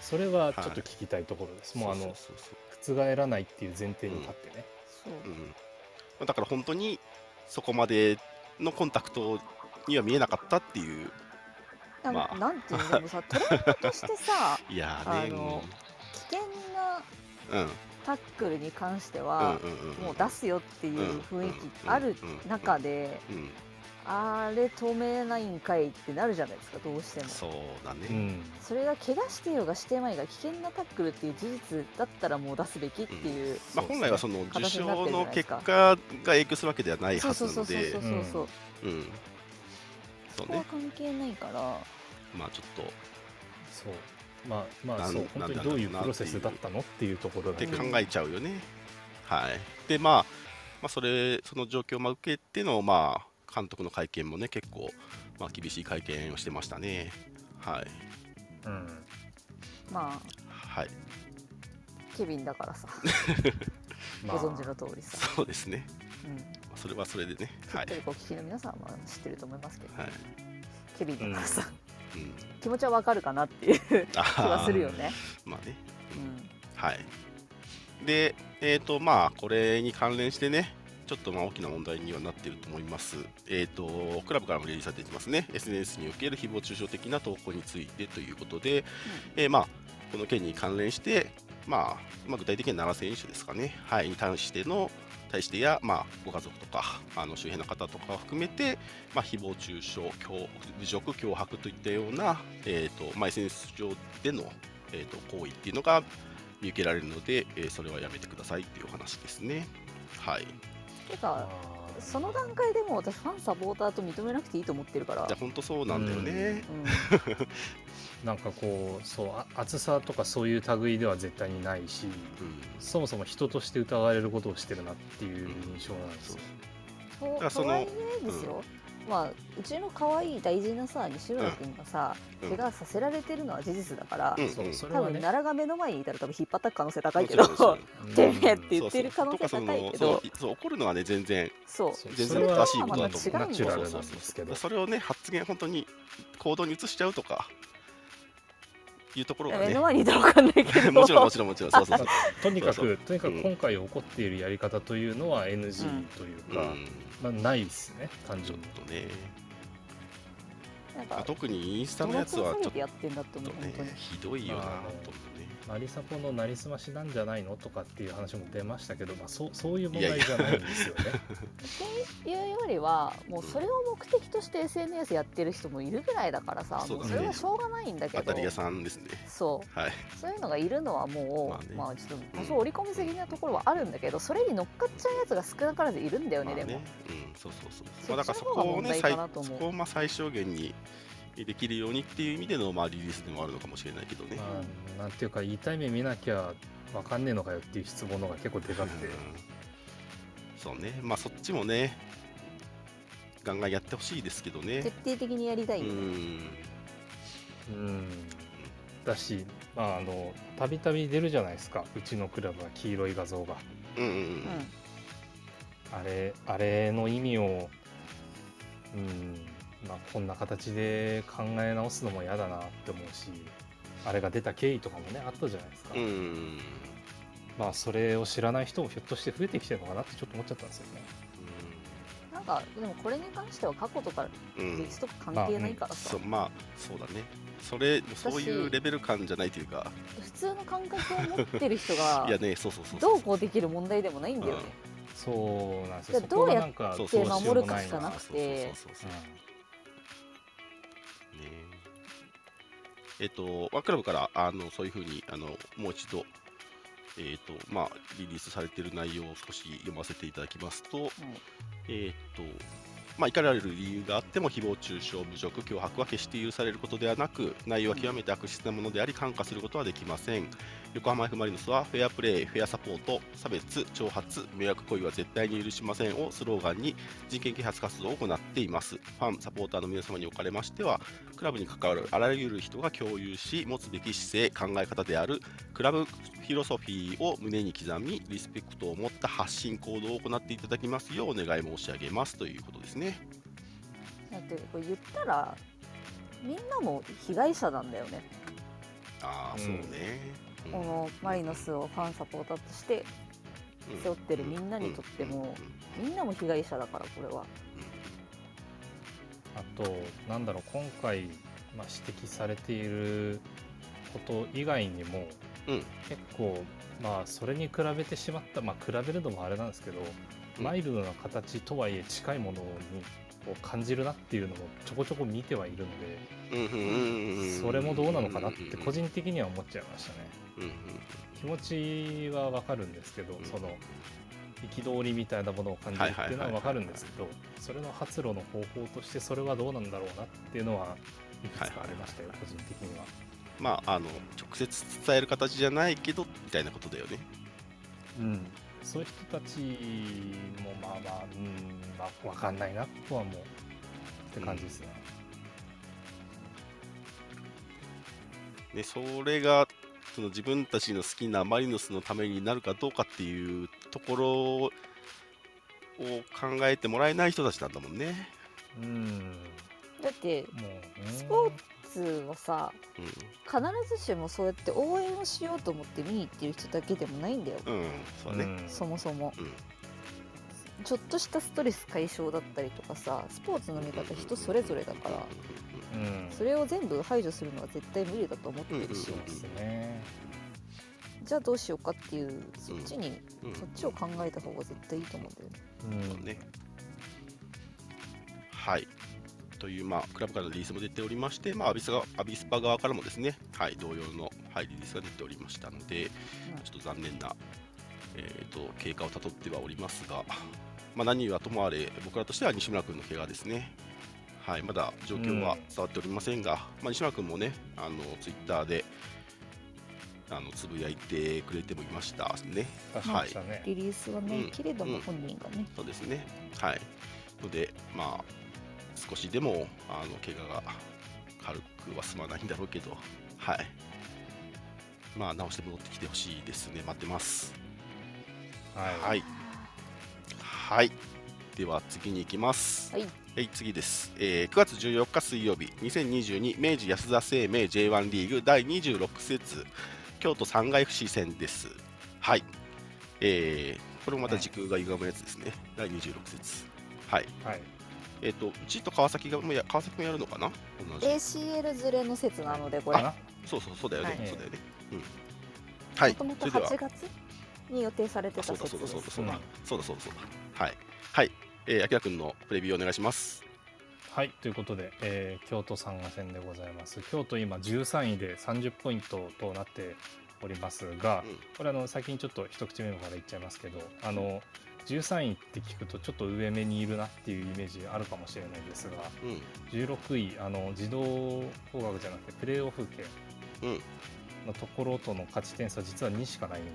Speaker 2: それはちょっと聞きたいところです、もうあの
Speaker 3: そうそうそう
Speaker 2: 覆らないっていう前提に立ってね、
Speaker 1: そう
Speaker 3: うんまあだから本当にそこまでのコンタクトには見えなかったっていう
Speaker 1: なん
Speaker 3: まあ
Speaker 1: なんていうのでもさトレンドとしてさ
Speaker 3: いやーね
Speaker 1: あの危険な
Speaker 3: うんうん
Speaker 1: タックルに関して
Speaker 3: うん
Speaker 1: は、
Speaker 3: うんうん
Speaker 1: もう出すよっていう雰囲気ある中で、
Speaker 3: うん
Speaker 1: あれ止めないんかいってなるじゃないですかどうしても
Speaker 3: そうだね、
Speaker 2: うん
Speaker 1: それが怪我してようがしてまいが危険なタックルっていう事実だったらもう出すべきっていう、
Speaker 3: まあ、本来はその
Speaker 1: そう
Speaker 3: 受
Speaker 1: ですね
Speaker 3: 賞の結果が影響するわけではない
Speaker 1: そう
Speaker 3: は
Speaker 1: そ
Speaker 3: ず
Speaker 1: う
Speaker 3: な
Speaker 1: そう
Speaker 3: の
Speaker 1: そうそ
Speaker 3: で
Speaker 1: うそうそう、
Speaker 2: うん
Speaker 3: うんそ
Speaker 1: そうこは
Speaker 3: ね
Speaker 1: 関係ないから
Speaker 3: まあちょっと
Speaker 2: そうまあまあ
Speaker 3: なん
Speaker 2: そう本当にどういう
Speaker 3: なんだろうなっていう
Speaker 2: プロセスだったのっていうところ
Speaker 3: っ
Speaker 2: だ
Speaker 3: て
Speaker 2: け
Speaker 3: 考
Speaker 2: ど、
Speaker 1: うん
Speaker 3: えちゃうよね。はい、で、まあ、まあ、それその状況も受けての、まあ、監督の会見もね、結構、まあ、厳しい会見をしてましたね。はい、
Speaker 2: うん
Speaker 1: ま
Speaker 3: はい、
Speaker 1: あケビンだからさ、
Speaker 2: まあ
Speaker 1: ご存知の通りさ、
Speaker 3: そうですね、
Speaker 1: うん、
Speaker 3: それはそれでね、
Speaker 1: フ
Speaker 3: は
Speaker 1: ッ
Speaker 3: い
Speaker 1: ト、リコお聞きの皆さんは知ってると思いますけど、
Speaker 3: はい
Speaker 1: ケビンだからさ、
Speaker 3: うん、
Speaker 1: 気持ちはわかるかなっていう気
Speaker 3: あ
Speaker 1: はす
Speaker 3: ー
Speaker 1: るよね、
Speaker 3: まあね、
Speaker 1: うん、
Speaker 3: はい。で、えっ、と、まあ、これに関連してね、ちょっとまあ大きな問題にはなっていると思います。えっ、と、クラブからもリリースされていますね、SNS における誹謗中傷的な投稿についてということで、えーまあ、この件に関連して、まあまあ、具体的には奈良選手ですかね、はい、に対しての対してや、まあ、ご家族とかあの周辺の方とかを含めて、まあ、誹謗中傷、脅侮辱、脅迫といったような、えーとまあ、SNS 上での、えー、と行為っていうのが見受けられるので、えーそれはやめてくださいっていうお話ですね。はい、
Speaker 1: てかその段階でもう私ファンサポーターと認めなくていいと思ってるから
Speaker 3: じゃあ、本当そうなんだよね。
Speaker 1: う
Speaker 2: なんかこうそうあ厚さとかそういう類では絶対にないし
Speaker 3: うん
Speaker 2: そもそも人として疑われることをしてるなっていう印象なんですよ、
Speaker 1: ん、
Speaker 3: か
Speaker 1: と
Speaker 3: らそ
Speaker 1: と
Speaker 3: の
Speaker 1: はいえですよ、まあうちの可愛い大事なさ西村君がさ、
Speaker 3: うん
Speaker 1: 怪我させられてるのは事実だから、
Speaker 3: うん
Speaker 2: そうそれ
Speaker 1: 多
Speaker 2: は
Speaker 1: 分
Speaker 2: ね
Speaker 1: 奈良が目の前にいたら多分引っ張った可能性高いけ
Speaker 3: もちろ
Speaker 1: ど
Speaker 3: んもちろん
Speaker 1: てめえっ
Speaker 2: うん
Speaker 1: て言ってる可能性高いけど
Speaker 3: そうそうそうそう怒るのはね全然
Speaker 1: そう
Speaker 2: そう
Speaker 3: 全
Speaker 2: そ
Speaker 3: 然
Speaker 2: れ
Speaker 3: 正
Speaker 2: は
Speaker 3: しいことだと
Speaker 1: それはま
Speaker 3: 思う
Speaker 1: た違うんだよ
Speaker 2: ナチュラルなんですけど
Speaker 3: それをね発言本当に行動に移しちゃうとかいうところが
Speaker 1: 目
Speaker 3: ね
Speaker 1: の前にいたら分かんないけど
Speaker 3: もちろんもちろんもちろんそうそうそう、
Speaker 2: とにか
Speaker 3: そう
Speaker 2: くとにか
Speaker 3: う
Speaker 2: く
Speaker 3: ん
Speaker 2: 今回起こっているやり方というのは
Speaker 1: う
Speaker 2: NG
Speaker 1: ん
Speaker 2: という
Speaker 3: う
Speaker 2: か、
Speaker 3: ん、
Speaker 2: まあ、ないですね単
Speaker 3: ちょ
Speaker 2: 純
Speaker 3: っ
Speaker 2: に
Speaker 3: とね、
Speaker 1: なん
Speaker 3: まあ
Speaker 1: か
Speaker 3: 特にインスタ
Speaker 1: ど
Speaker 3: の
Speaker 1: の
Speaker 3: やつ
Speaker 1: つも
Speaker 3: は
Speaker 1: り
Speaker 3: ちょ
Speaker 1: で
Speaker 3: っと
Speaker 1: やってんだって思う本当に
Speaker 3: ねひどいよなと思うね
Speaker 2: マリサポのなりすましなんじゃないのとかっていう話も出ましたけど、まあ、そうそういう問題じゃないんですよね。
Speaker 1: っていうよりはもうそれを目的として SNS やってる人もいるぐらいだからさ
Speaker 3: そう
Speaker 1: もう
Speaker 3: だね
Speaker 1: それはしょうがないんだけ
Speaker 3: 当た
Speaker 1: ど
Speaker 3: り屋さんですね
Speaker 1: そう
Speaker 3: はい
Speaker 1: そういうのがいるのはも
Speaker 3: まあね
Speaker 1: う、まあ、ちょっと多少織り込みすぎなところはあるんだけど、それに乗っかっちゃうやつが少なからずいるんだよね、
Speaker 3: ま
Speaker 1: で
Speaker 3: あ
Speaker 1: も。
Speaker 3: うん、そうそうそう
Speaker 1: そっち
Speaker 3: まあだからそこを
Speaker 1: の方が問題
Speaker 3: ね最
Speaker 1: かなと
Speaker 3: そ
Speaker 1: 思う
Speaker 3: こをまあ最小限にできるようにっていう意味でのまあリリースでもあるのかもしれないけどね、
Speaker 2: まあ、なんていうか痛い目見なきゃわかんねえのかよっていう質問の方が結構でかくて
Speaker 3: うん、そうねまあそっちもねガンガンやってほしいですけどね
Speaker 1: 徹底的にやりた
Speaker 3: う
Speaker 1: いよね、
Speaker 3: ん
Speaker 2: うん、だしまああのたびたび出るじゃないですかうちのクラブは黄色い画像が
Speaker 3: うんうん
Speaker 1: うん
Speaker 2: あれあれの意味をうんまあこんな形で考え直すのも嫌だなって思うしあれが出た経緯とかもねあったじゃないですか、
Speaker 3: うん
Speaker 2: まあそれを知らない人もひょっとして増えてきてるのかなってちょっと思っちゃったんですよね
Speaker 1: なんかでもこれに関しては過去とか
Speaker 3: うん、うん
Speaker 1: 歴史とか関係ないからさ、
Speaker 3: そまあそうだねそれそういうレベル感じゃないというか
Speaker 1: 普通の感覚を持ってる人が
Speaker 3: いやねそうそうそうそ
Speaker 1: どうこうできる問題でもないんだよね。
Speaker 2: そうなんです
Speaker 1: じ
Speaker 2: よ
Speaker 1: ゃあ
Speaker 2: そこがなんか
Speaker 3: そう
Speaker 1: どう
Speaker 3: う
Speaker 1: やって守るかしかな
Speaker 3: そ
Speaker 1: く
Speaker 3: うそうそう
Speaker 1: て
Speaker 3: そうそううんねえっと、ワンクラブからあのそういうふうにあのもう一度、えっとまあ、リリースされている内容を少し読ませていただきますと、えっとまあ、怒られる理由があっても誹謗中傷、侮辱、脅迫は決して許されることではなく、内容は極めて悪質なものであり、感化することはできません。横浜 F ・マリノスは、フェアプレー、フェアサポート、差別、挑発、迷惑行為は絶対に許しませんをスローガンに人権啓発活動を行っています。ファン、サポーターの皆様におかれましては、クラブに関わるあらゆる人が共有し、持つべき姿勢、考え方である、クラブフィロソフィーを胸に刻み、リスペクトを持った発信行動を行っていただきますようお願い申し上げますということですね。
Speaker 1: だってこれ言ったらみんなも被害者なんだよね、
Speaker 3: あ
Speaker 2: う
Speaker 3: あ、
Speaker 2: ん
Speaker 3: そうね。うん
Speaker 1: このマリノスをファンサポーターとして背負ってるみんなにとってもみんなも被害者だからこれは
Speaker 2: あとなんだろう今回、まあ、指摘されていること以外にも、
Speaker 3: うん
Speaker 2: 結構まあそれに比べてしまったまあ比べるのもあれなんですけど、
Speaker 3: うん
Speaker 2: マイルドな形とはいえ近いものにを感じるなっていうのもちょこちょこ見てはいるので、
Speaker 3: うんうんうんうん
Speaker 2: それもどうなのかなって個人的には思っちゃいましたね。
Speaker 3: うんうん
Speaker 2: 気持ちはわかるんですけど、
Speaker 3: うん
Speaker 2: その憤りみたいなものを感じるっていうのはわかるんですけどそれの発露の方法としてそれはどうなんだろうなっていうのはいくつかありましたよ、
Speaker 3: はい
Speaker 2: 個人的には。
Speaker 3: まああの直接伝える形じゃないけどみたいなことだよね。
Speaker 2: うん、そういう人たちもまあまあ、うん、まあ、わかんないなとはもうって感じですね。
Speaker 3: ね、それがその自分たちの好きなマリノスのためになるかどうかっていうところを考えてもらえない人たちなんだもんね。
Speaker 2: うん、
Speaker 1: だって
Speaker 2: もうね、
Speaker 1: スポーツはさ
Speaker 3: う
Speaker 1: 必ずしもそうやって応援をしようと思って見に行ってる人だけでもないんだよ、
Speaker 3: ん、うん、そうだね。
Speaker 2: うん
Speaker 1: そもそも
Speaker 3: うん、
Speaker 1: ちょっとしたストレス解消だったりとかさスポーツの見方人それぞれだから
Speaker 2: うん、
Speaker 1: それを全部排除するのは絶対無理だと思ってるし、
Speaker 3: うんうん
Speaker 2: ですね。
Speaker 1: じゃあどうしようかっていうそっちに、
Speaker 3: うん
Speaker 1: そっちを考えた方が絶対いいと思うんだよね
Speaker 2: うん
Speaker 3: ね。はい。という、まあ、クラブからのリリースも出ておりまして、まあ、アビスがアビスパ側からもですね、はい、同様の、はい、リリースが出ておりましたので、ちょっと残念な、えー、と経過をたどってはおりますが、まあ、何はともあれ、僕らとしては西村君の怪我ですね。はい、まだ状況は
Speaker 2: うん
Speaker 3: 伝わっておりませんが、まあ、西村君もね、あのツイッターであのつぶやいてくれてもいましたね。
Speaker 2: 出しましたね。
Speaker 1: リリースはな
Speaker 3: う
Speaker 1: い
Speaker 3: ん
Speaker 1: けれど
Speaker 3: う
Speaker 1: も
Speaker 3: ん
Speaker 1: 本人がね、
Speaker 3: そうですね。はい。ので、まあ、少しでも、あの、怪我が軽くは済まないんだろうけど、はい。まあ、直して戻ってきてほしいですね。待ってます。
Speaker 2: は。
Speaker 3: はいい。はい。では、次に行きます。
Speaker 1: はい
Speaker 3: はい、次です、えー9月14日水曜日、2022明治安田生命 J1 リーグ第26節、京都三階 FC 戦です。はい、えーこれもまた時空が歪むやつですね、第26節。はい、
Speaker 2: はい。
Speaker 3: えっ、と、うちと川崎がもうや、川崎もやるのかな同じ。
Speaker 1: ACL ずれの説なのでこ
Speaker 2: か
Speaker 1: れ
Speaker 2: な
Speaker 1: も
Speaker 3: そうそう、そうだよね、
Speaker 2: はい
Speaker 3: そうだよね。うん。はい、
Speaker 1: ともと
Speaker 3: それでは
Speaker 1: 8月に予定されて
Speaker 3: あそ
Speaker 1: た
Speaker 3: うだ
Speaker 1: 説
Speaker 3: そう
Speaker 1: で
Speaker 3: だ
Speaker 1: す
Speaker 3: そうだそう
Speaker 2: う
Speaker 3: だ
Speaker 2: ん
Speaker 3: そうだそうだそうだはいはいえー、あきらくんのプレビューお願いします
Speaker 2: はい、ということで、えー京都三河戦でございます。京都今13位で30ポイントとなっておりますが、
Speaker 3: うん
Speaker 2: これあの先にちょっと一口目から言っちゃいますけど、あの13位って聞くとちょっと上目にいるなっていうイメージあるかもしれないですが、
Speaker 3: うん
Speaker 2: 16位あの自動工学じゃなくてプレーオフ圏
Speaker 3: うん
Speaker 2: のところとの勝ち点差実は2しかないんで、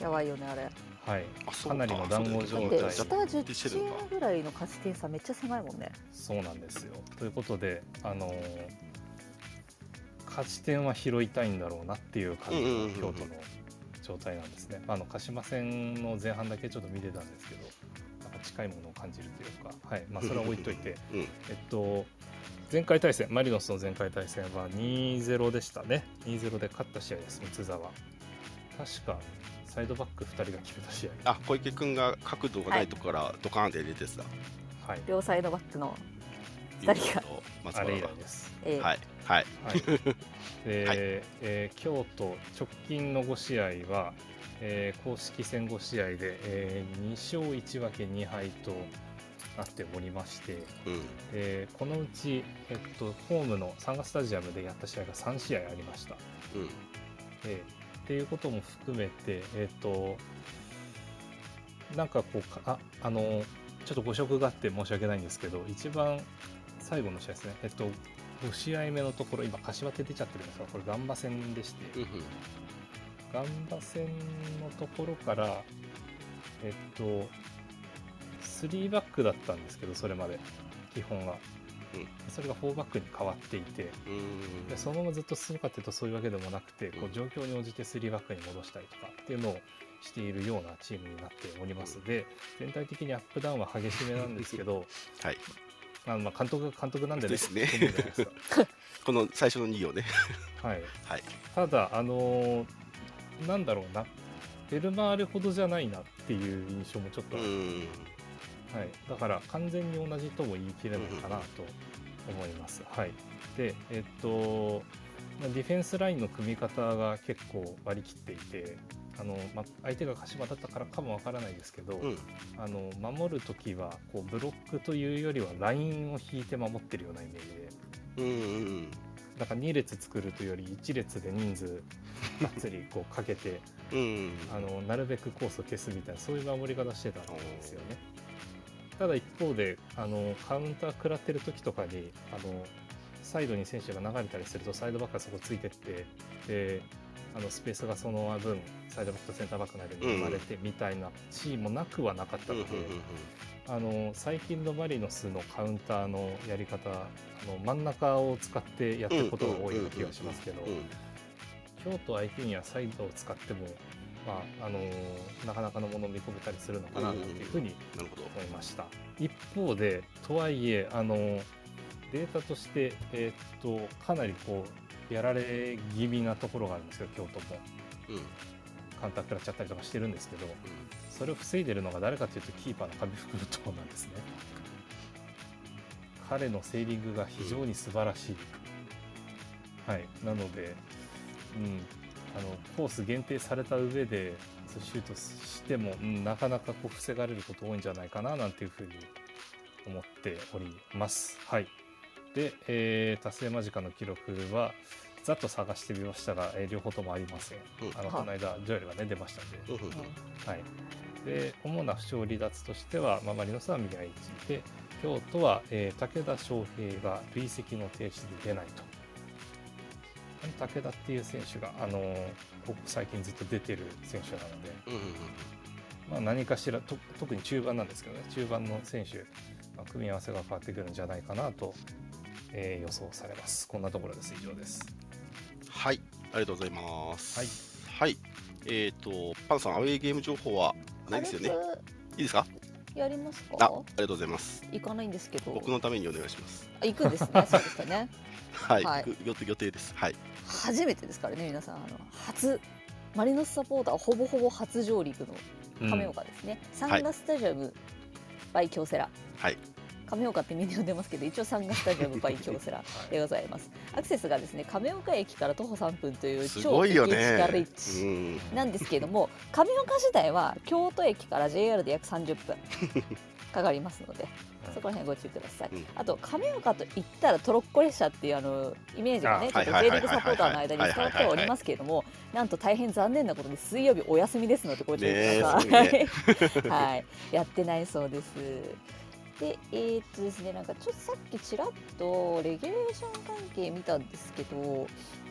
Speaker 1: やばいよねあれだ
Speaker 2: はい、
Speaker 3: あそう
Speaker 2: かなりの談合
Speaker 3: そう
Speaker 2: 状
Speaker 1: っ
Speaker 3: だ
Speaker 1: て
Speaker 3: よ
Speaker 2: 態
Speaker 3: ね
Speaker 1: 下10チームぐらいの勝ち点差めっちゃ狭いもんね
Speaker 2: そうなんですよ。ということで、あのー勝ち点は拾いたいんだろうなっていう感じ
Speaker 3: うんうんうんう
Speaker 2: の京
Speaker 3: ん
Speaker 2: 都の状態なんですね。あの鹿島戦の前半だけちょっと見てたんです けど、なんか近いものを感じるというか、はいまあ、それは置いといて、
Speaker 3: うん
Speaker 2: えっと、前回対戦マリノスの前回対戦は2-0でしたね2-0で勝った試合です三沢確かサイドバック2人が決めた試合
Speaker 3: あ小池君が角度がないとこからドカーンって出てた、
Speaker 2: はい
Speaker 5: 両サイドバックの、
Speaker 3: いう
Speaker 5: 二人が
Speaker 3: こと松
Speaker 2: あ
Speaker 3: 原
Speaker 2: れ以
Speaker 3: が
Speaker 2: 来です
Speaker 5: えー
Speaker 3: はいは
Speaker 2: はい、
Speaker 3: い
Speaker 2: でえー京都直近の5試合は、えー公式戦5試合で、え2勝1分け2敗となっておりまして、
Speaker 3: うん
Speaker 2: えーこのうち、えっと、ホームのサンガスタジアムでやった試合が3試合ありました。
Speaker 3: うん
Speaker 2: えーっていうことも含めて、えっとなんかこうかああのちょっと誤色があって申し訳ないんですけど一番最後の試合ですね、えっと、5試合目のところ今柏手出ちゃってるんですがこれガンバ戦でして、
Speaker 3: うん
Speaker 2: ガンバ戦のところからえっと3バックだったんですけどそれまで基本は、
Speaker 3: うん
Speaker 2: それが4バックに変わっていて、
Speaker 3: うんうん
Speaker 2: でそのままずっと進むかっていうとそういうわけでもなくて、こ
Speaker 3: うん
Speaker 2: う状況に応じて3バックに戻したりとかっていうのをしているようなチームになっておりますで全体的にアップダウンは激しめなんですけ ど
Speaker 3: はい
Speaker 2: あのまあ監督監督なんでね
Speaker 3: ですね
Speaker 2: そう思うじゃないです
Speaker 3: この最初の2をね
Speaker 2: かはい、
Speaker 3: はい
Speaker 2: ただあのーなんだろうなベルマーレほどじゃないなっていう印象もちょっと
Speaker 3: う
Speaker 2: ある、
Speaker 3: ん
Speaker 2: はい、だから完全に同じとも言い切れないかなと思います。はい、で、えっと、まあディフェンスラインの組み方が結構割り切っていて、あのまあ、相手が鹿島だったからかもわからないですけど、
Speaker 3: うん
Speaker 2: あの守る時はこうブロックというよりはラインを引いて守ってるようなイメージで。
Speaker 3: うんうん
Speaker 2: だから2列作るというより1列で人数がっつりこうかけて
Speaker 3: うん
Speaker 2: あのなるべくコースを消すみたいなそういう守り方してたんですよね。ただ一方であのカウンター食らってる時とかにあのサイドに選手が流れたりするとサイドバックがそこついてってであのスペースがその分サイドバックとセンターバックの間に生まれてみたいなシーンもなくはなかった
Speaker 3: うんう
Speaker 2: の
Speaker 3: ん
Speaker 2: で、あの最近のマリノスのカウンターのやり方あの真ん中を使ってやってることが多いような気がしますけど
Speaker 3: うんうん
Speaker 2: 京都相手にはサイドを使っても、まああのなかなかのものを見込めたりするのかなっていうふうに
Speaker 3: なるほど
Speaker 2: 思いました一方でとはいえあのデータとして、えーっとかなりこうやられ気味なところがあるんですけど京都も
Speaker 3: うんうん
Speaker 2: カウンター食らっちゃったりとかしてるんですけどそれを防いでるのが誰かというとキーパーの上福武藤なんですね彼のセーリングが非常に素晴らしい、はいなので、うん、あのコース限定された上でそうシュートしても、うんなかなかこう防がれること多いんじゃないかななんていうふうに思っておりますはいで、えー達成間近の記録はざっと探してみましたが、えー両方ともありません、
Speaker 3: うん
Speaker 2: あのこの間ジョエルがね出ましたんで、
Speaker 3: うんうん
Speaker 2: はい、で主な負傷離脱としては、まあ、マリノスは宮市で京都は、えー武田翔平が累積の停止で出ないと。武田っていう選手が、あのーここ最近ずっと出てる選手なので、
Speaker 3: うんうん
Speaker 2: まあ、何かしらと特に中盤なんですけどね中盤の選手、まあ組み合わせが変わってくるんじゃないかなと、えー予想されますこんなところです以上です
Speaker 3: はいありがとうございます
Speaker 2: はい
Speaker 3: はいえっとパンさんアウェイゲーム情報はないですよね
Speaker 1: 軽く
Speaker 3: いいですか
Speaker 1: やります
Speaker 3: ああ
Speaker 1: か
Speaker 3: りがとうございます
Speaker 1: 行かないんですけど
Speaker 3: 僕のためにお願いします
Speaker 1: あ行くんです ねそうでしたね
Speaker 3: はい、
Speaker 1: はい
Speaker 3: ぐ予定予定ですはい
Speaker 1: 初めてですからね皆さんあの初マリノスサポーターほぼほぼ初上陸の亀岡ですね、サンガスタジアム、バイ京セラ
Speaker 3: はい
Speaker 1: 亀岡ってみんな呼んでますけど一応サンガスタジアムバイ京セラでございますアクセスがですね亀岡駅から徒歩3分という
Speaker 3: す
Speaker 1: 超
Speaker 3: ごい
Speaker 1: 駅
Speaker 3: よ
Speaker 1: 近
Speaker 3: ね
Speaker 1: 立地、
Speaker 3: うん
Speaker 1: なんですけれども亀岡自体は京都駅から JR で約30分かかりますので
Speaker 2: うん
Speaker 1: そこら辺ご注意ください、
Speaker 3: うん
Speaker 1: あと亀岡といったらトロッコ列車っていうあのイメージがね
Speaker 3: あ
Speaker 1: ちょっと
Speaker 3: はい
Speaker 1: J
Speaker 3: は
Speaker 1: リーグ
Speaker 3: い
Speaker 1: サポーターの間に伝わってはおりますけれどもなんと大変残念なことに水曜日お休みですのでご注意ください、
Speaker 3: ね
Speaker 1: はいやってないそうですでえーっとですねなんかちょっとさっきちらっとレギュレーション関係見たんですけど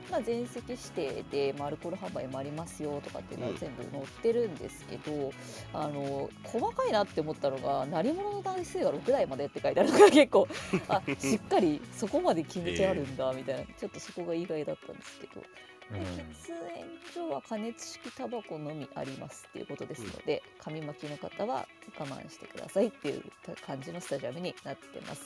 Speaker 1: まあ、全席指定で、まあ、アルコール販売もありますよとかっていうのは
Speaker 3: うん
Speaker 1: 全部載ってるんですけど、あの細かいなって思ったのが「鳴り物の台数が6台まで」って書いてあるのが結構あしっかりそこまで決めてあるんだみたいな、ちょっとそこが意外だったんですけど、
Speaker 2: うん
Speaker 1: で喫煙所は加熱式タバコのみありますっていうことですので、紙巻きの方は我慢してくださいっていう感じのスタジアムになってます。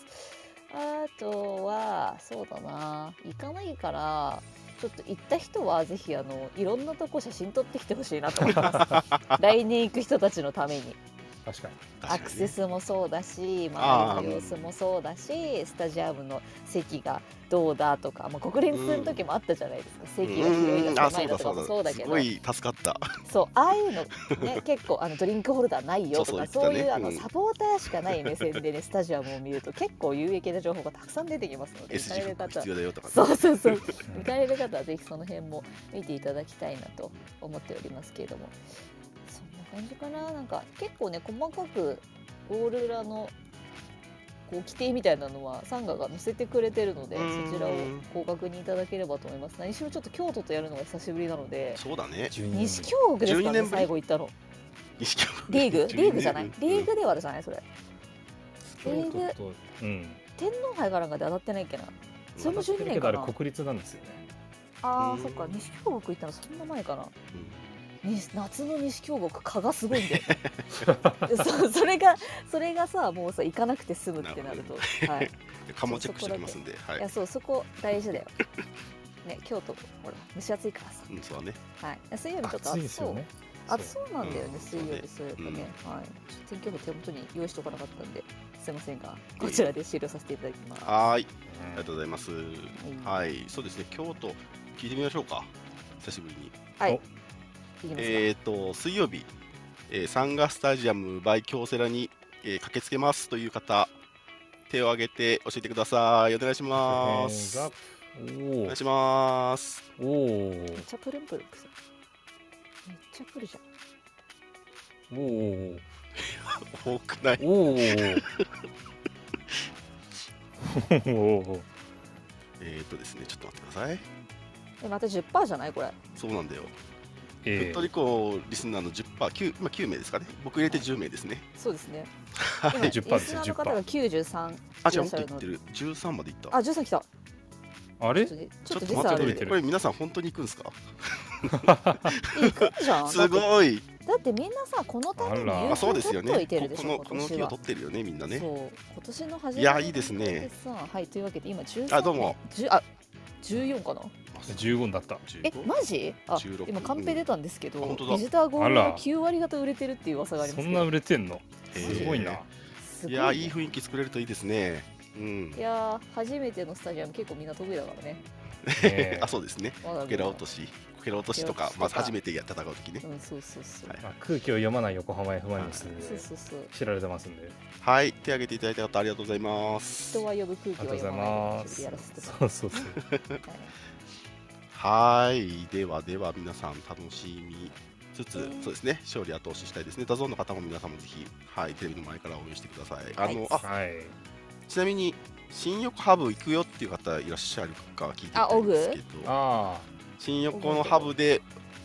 Speaker 1: あとはそうだな行かないからちょっと行った人はぜひあのいろんなとこ写真撮ってきてほしいなと思います来年行く人たちのために
Speaker 2: 確かに
Speaker 1: アクセ
Speaker 3: ス
Speaker 1: スもそうだし
Speaker 3: あー
Speaker 1: 周りの様子もそうだしスタジアムの席がどうだとか、まあ、国連する時もあったじゃないですか、席が広いだ狭いだとかもそうだけ
Speaker 3: す
Speaker 1: ど
Speaker 3: ごい助かった。
Speaker 1: そうああいうの、 ね、結構あのドリンクホルダーないよとか
Speaker 3: そうそ
Speaker 1: そうう
Speaker 3: 言
Speaker 1: い
Speaker 3: っ
Speaker 1: う
Speaker 3: てた
Speaker 1: あ
Speaker 3: ね
Speaker 1: の
Speaker 3: うん
Speaker 1: サポーターしかない目線でねスタジアムを見ると結構有益な情報がたくさん出てきますので行
Speaker 3: S
Speaker 1: か
Speaker 3: 字
Speaker 1: れる
Speaker 3: フック
Speaker 1: 方は
Speaker 3: 必要だよとかね。
Speaker 1: そうそうそう
Speaker 2: うん
Speaker 1: 行かれる方はぜひその辺も見ていただきたいなと思っておりますけれどもそんな感じかななんか結構ね細かくゴール裏のこう規定みたいなのはサンガが載せてくれてるので
Speaker 3: うん
Speaker 1: そちらをご確認いただければと思います何しろちょっと京都とやるのが久しぶりなので
Speaker 3: そうだ ね。
Speaker 2: 12
Speaker 1: 西京極です
Speaker 3: 12
Speaker 1: か
Speaker 3: 年
Speaker 1: ね
Speaker 3: ぶり
Speaker 1: 最後行ったの
Speaker 3: 意識を
Speaker 1: リーグ
Speaker 3: 12
Speaker 1: リーグじゃない
Speaker 3: 年ぶ
Speaker 1: リ
Speaker 3: り
Speaker 1: ーグではあるじゃないそれ
Speaker 2: 京都とうん
Speaker 1: 天皇杯かなんかで当たってないっけなそれも12年
Speaker 2: だ
Speaker 1: か
Speaker 2: から
Speaker 1: な
Speaker 2: 国立なんですよね
Speaker 1: あ
Speaker 3: う
Speaker 1: ー
Speaker 3: ん
Speaker 1: そっか西京極行ったのそんな前かな
Speaker 3: うん
Speaker 1: に夏の西京極蚊がすごいんだよ そそれがそれがさもうさ行かなくて済むってなるとはい、い
Speaker 3: でカモチェックしておきますんで、はい。
Speaker 1: やそうそこ大事だよね京都ほら蒸し暑いからさ、
Speaker 3: うん、そうだね。
Speaker 1: はい、水曜日ちょっと
Speaker 2: 暑いです
Speaker 1: そう
Speaker 2: よね
Speaker 1: 暑そうなんだよね、
Speaker 3: うん
Speaker 1: 水曜日そういえばね、はいちょっと天気予報手元に用意しておかなかったんですいませんがこちらで終了させていただきます、
Speaker 3: はーい、あり
Speaker 2: そ
Speaker 3: が
Speaker 2: う
Speaker 3: とうございます。
Speaker 1: い
Speaker 3: はい、そうですね。京都聞いてみましょうか。久しぶりに。
Speaker 1: いきますか、
Speaker 3: えっ、と水曜日、えーサンガスタジアムバイ京セラに、えー駆けつけますという方、手を挙げて教えてください。お願いします。お
Speaker 2: うんお
Speaker 3: 願い
Speaker 2: ー
Speaker 3: します。
Speaker 2: お
Speaker 1: めっ
Speaker 2: ー
Speaker 1: ちゃプルンプルンくさめっちゃプルじゃん
Speaker 2: おー
Speaker 3: 多くない。
Speaker 2: おーおー
Speaker 3: えっ、とですね、ちょっと待ってください。
Speaker 1: えまた10%じゃないこれ
Speaker 3: そうなんだよ。
Speaker 2: え
Speaker 3: プエルトリコリスナーの10%、9今9名ですかね。僕入れて10名ですね。
Speaker 1: そうですね
Speaker 3: はい
Speaker 1: 今
Speaker 2: 10%ですよ
Speaker 1: リスナーの方が93
Speaker 3: あ、じゃあ
Speaker 1: い
Speaker 3: も
Speaker 1: ら
Speaker 3: っ
Speaker 1: っしゃ
Speaker 3: といっ
Speaker 1: るの
Speaker 3: てる。13までいった。
Speaker 1: あ13来た
Speaker 2: あ
Speaker 1: ちょ
Speaker 2: れ
Speaker 1: っとねちょっと時
Speaker 3: ちょっ
Speaker 1: 差
Speaker 3: と
Speaker 1: あ
Speaker 3: 待
Speaker 1: る
Speaker 3: っ
Speaker 2: 出
Speaker 3: て
Speaker 2: て
Speaker 3: くれ。
Speaker 2: る
Speaker 3: これ皆さん本当に行くんですか
Speaker 1: 行くんじゃん
Speaker 3: す
Speaker 1: だっ
Speaker 3: ごい
Speaker 1: てだってみんなさこのために
Speaker 2: あら
Speaker 1: 有
Speaker 3: あ、そう
Speaker 1: 給
Speaker 3: です
Speaker 1: 取っ
Speaker 3: よね。
Speaker 1: といて
Speaker 3: こ
Speaker 1: るでし
Speaker 3: こ
Speaker 1: ょ、
Speaker 3: の、こ
Speaker 1: 今
Speaker 3: の
Speaker 1: 年
Speaker 3: 木を
Speaker 1: は
Speaker 3: 取ってるよね、みんなね
Speaker 1: そ。う今年の初め
Speaker 3: いやいいですね
Speaker 1: はいというわけで今13
Speaker 3: あどうも
Speaker 1: 10あ14かな
Speaker 2: 15になった
Speaker 1: え
Speaker 3: 15
Speaker 1: マジあ
Speaker 3: 16
Speaker 1: 今カンペ出たんですけ
Speaker 3: うんあ
Speaker 1: ど
Speaker 3: 本当だ
Speaker 1: ビジターゴール
Speaker 2: あ
Speaker 1: が
Speaker 2: ら
Speaker 1: 9割方売れてるっていう噂がありま
Speaker 2: そ
Speaker 1: す
Speaker 2: ん
Speaker 1: け
Speaker 2: な
Speaker 1: ど
Speaker 2: 売れてんの
Speaker 3: へー
Speaker 2: すごいな、
Speaker 1: すご
Speaker 3: い
Speaker 1: ね
Speaker 3: や、いい雰囲気作れるといいですね。う
Speaker 1: い
Speaker 3: ん。
Speaker 1: やー初めてのスタジアム結構みんな得意だからね
Speaker 2: ね
Speaker 3: あ、そうですね。
Speaker 1: まだ
Speaker 3: こけら落
Speaker 1: と
Speaker 3: とし、こけら落としと
Speaker 1: こけら
Speaker 3: か
Speaker 1: 落としと、か
Speaker 3: まず初めてや戦う時ね
Speaker 1: う。んそうそうそう、
Speaker 3: はい
Speaker 2: まあ空気を読まない横浜 F ・マニウス
Speaker 1: そう
Speaker 2: で
Speaker 1: そうそう
Speaker 2: 知られてますんで
Speaker 3: はい、手挙げていただいた方、ありがとうございます
Speaker 1: 人。は呼ぶ空
Speaker 2: あり
Speaker 1: 気は
Speaker 2: がとうござ
Speaker 1: 読ま
Speaker 2: い
Speaker 1: ない
Speaker 2: ま
Speaker 1: ですやらせても
Speaker 2: そうそうそう
Speaker 1: ら って、はい
Speaker 3: はい、ではでは皆さん楽しみつつ、
Speaker 1: うん
Speaker 3: そうですね、勝利後押ししたいですね。ダゾーンの方も皆さんもぜひ、はい、テレビの前から応援してください。あの、
Speaker 1: はい
Speaker 3: あ、
Speaker 2: はい
Speaker 3: ちなみに新横ハブ行くよっていう方いらっしゃるか聞いてみたいんですけど、
Speaker 2: あ
Speaker 3: 新横のハブで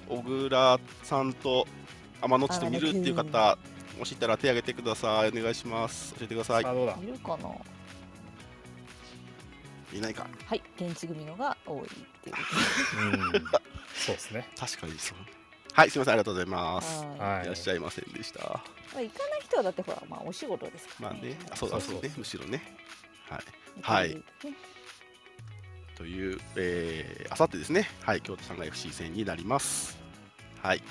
Speaker 3: 小倉さんと天野地と見るっていう方、もしいたら手挙げてください。お願いします。教えてくだ
Speaker 2: あ、
Speaker 3: さい
Speaker 2: さあ。どうだ
Speaker 1: いるかない
Speaker 3: ないか。
Speaker 1: はい現地組のが多いっていう
Speaker 2: うんそうですね
Speaker 3: 確かにそう。はい、すみません、ありがとうございます。
Speaker 1: はい
Speaker 2: はい
Speaker 3: いらっしゃいませんでした。
Speaker 1: まあ行かない人はだってほらまあお仕事ですか
Speaker 3: ま
Speaker 1: ら
Speaker 3: あ
Speaker 1: ね
Speaker 3: ね、あそうだ
Speaker 2: そ
Speaker 3: そうう
Speaker 2: そう
Speaker 3: ね、むしろね。はい。はい
Speaker 1: ね
Speaker 3: という、えー、あさってですね、はい、京都サンガ FC 戦になります。はい、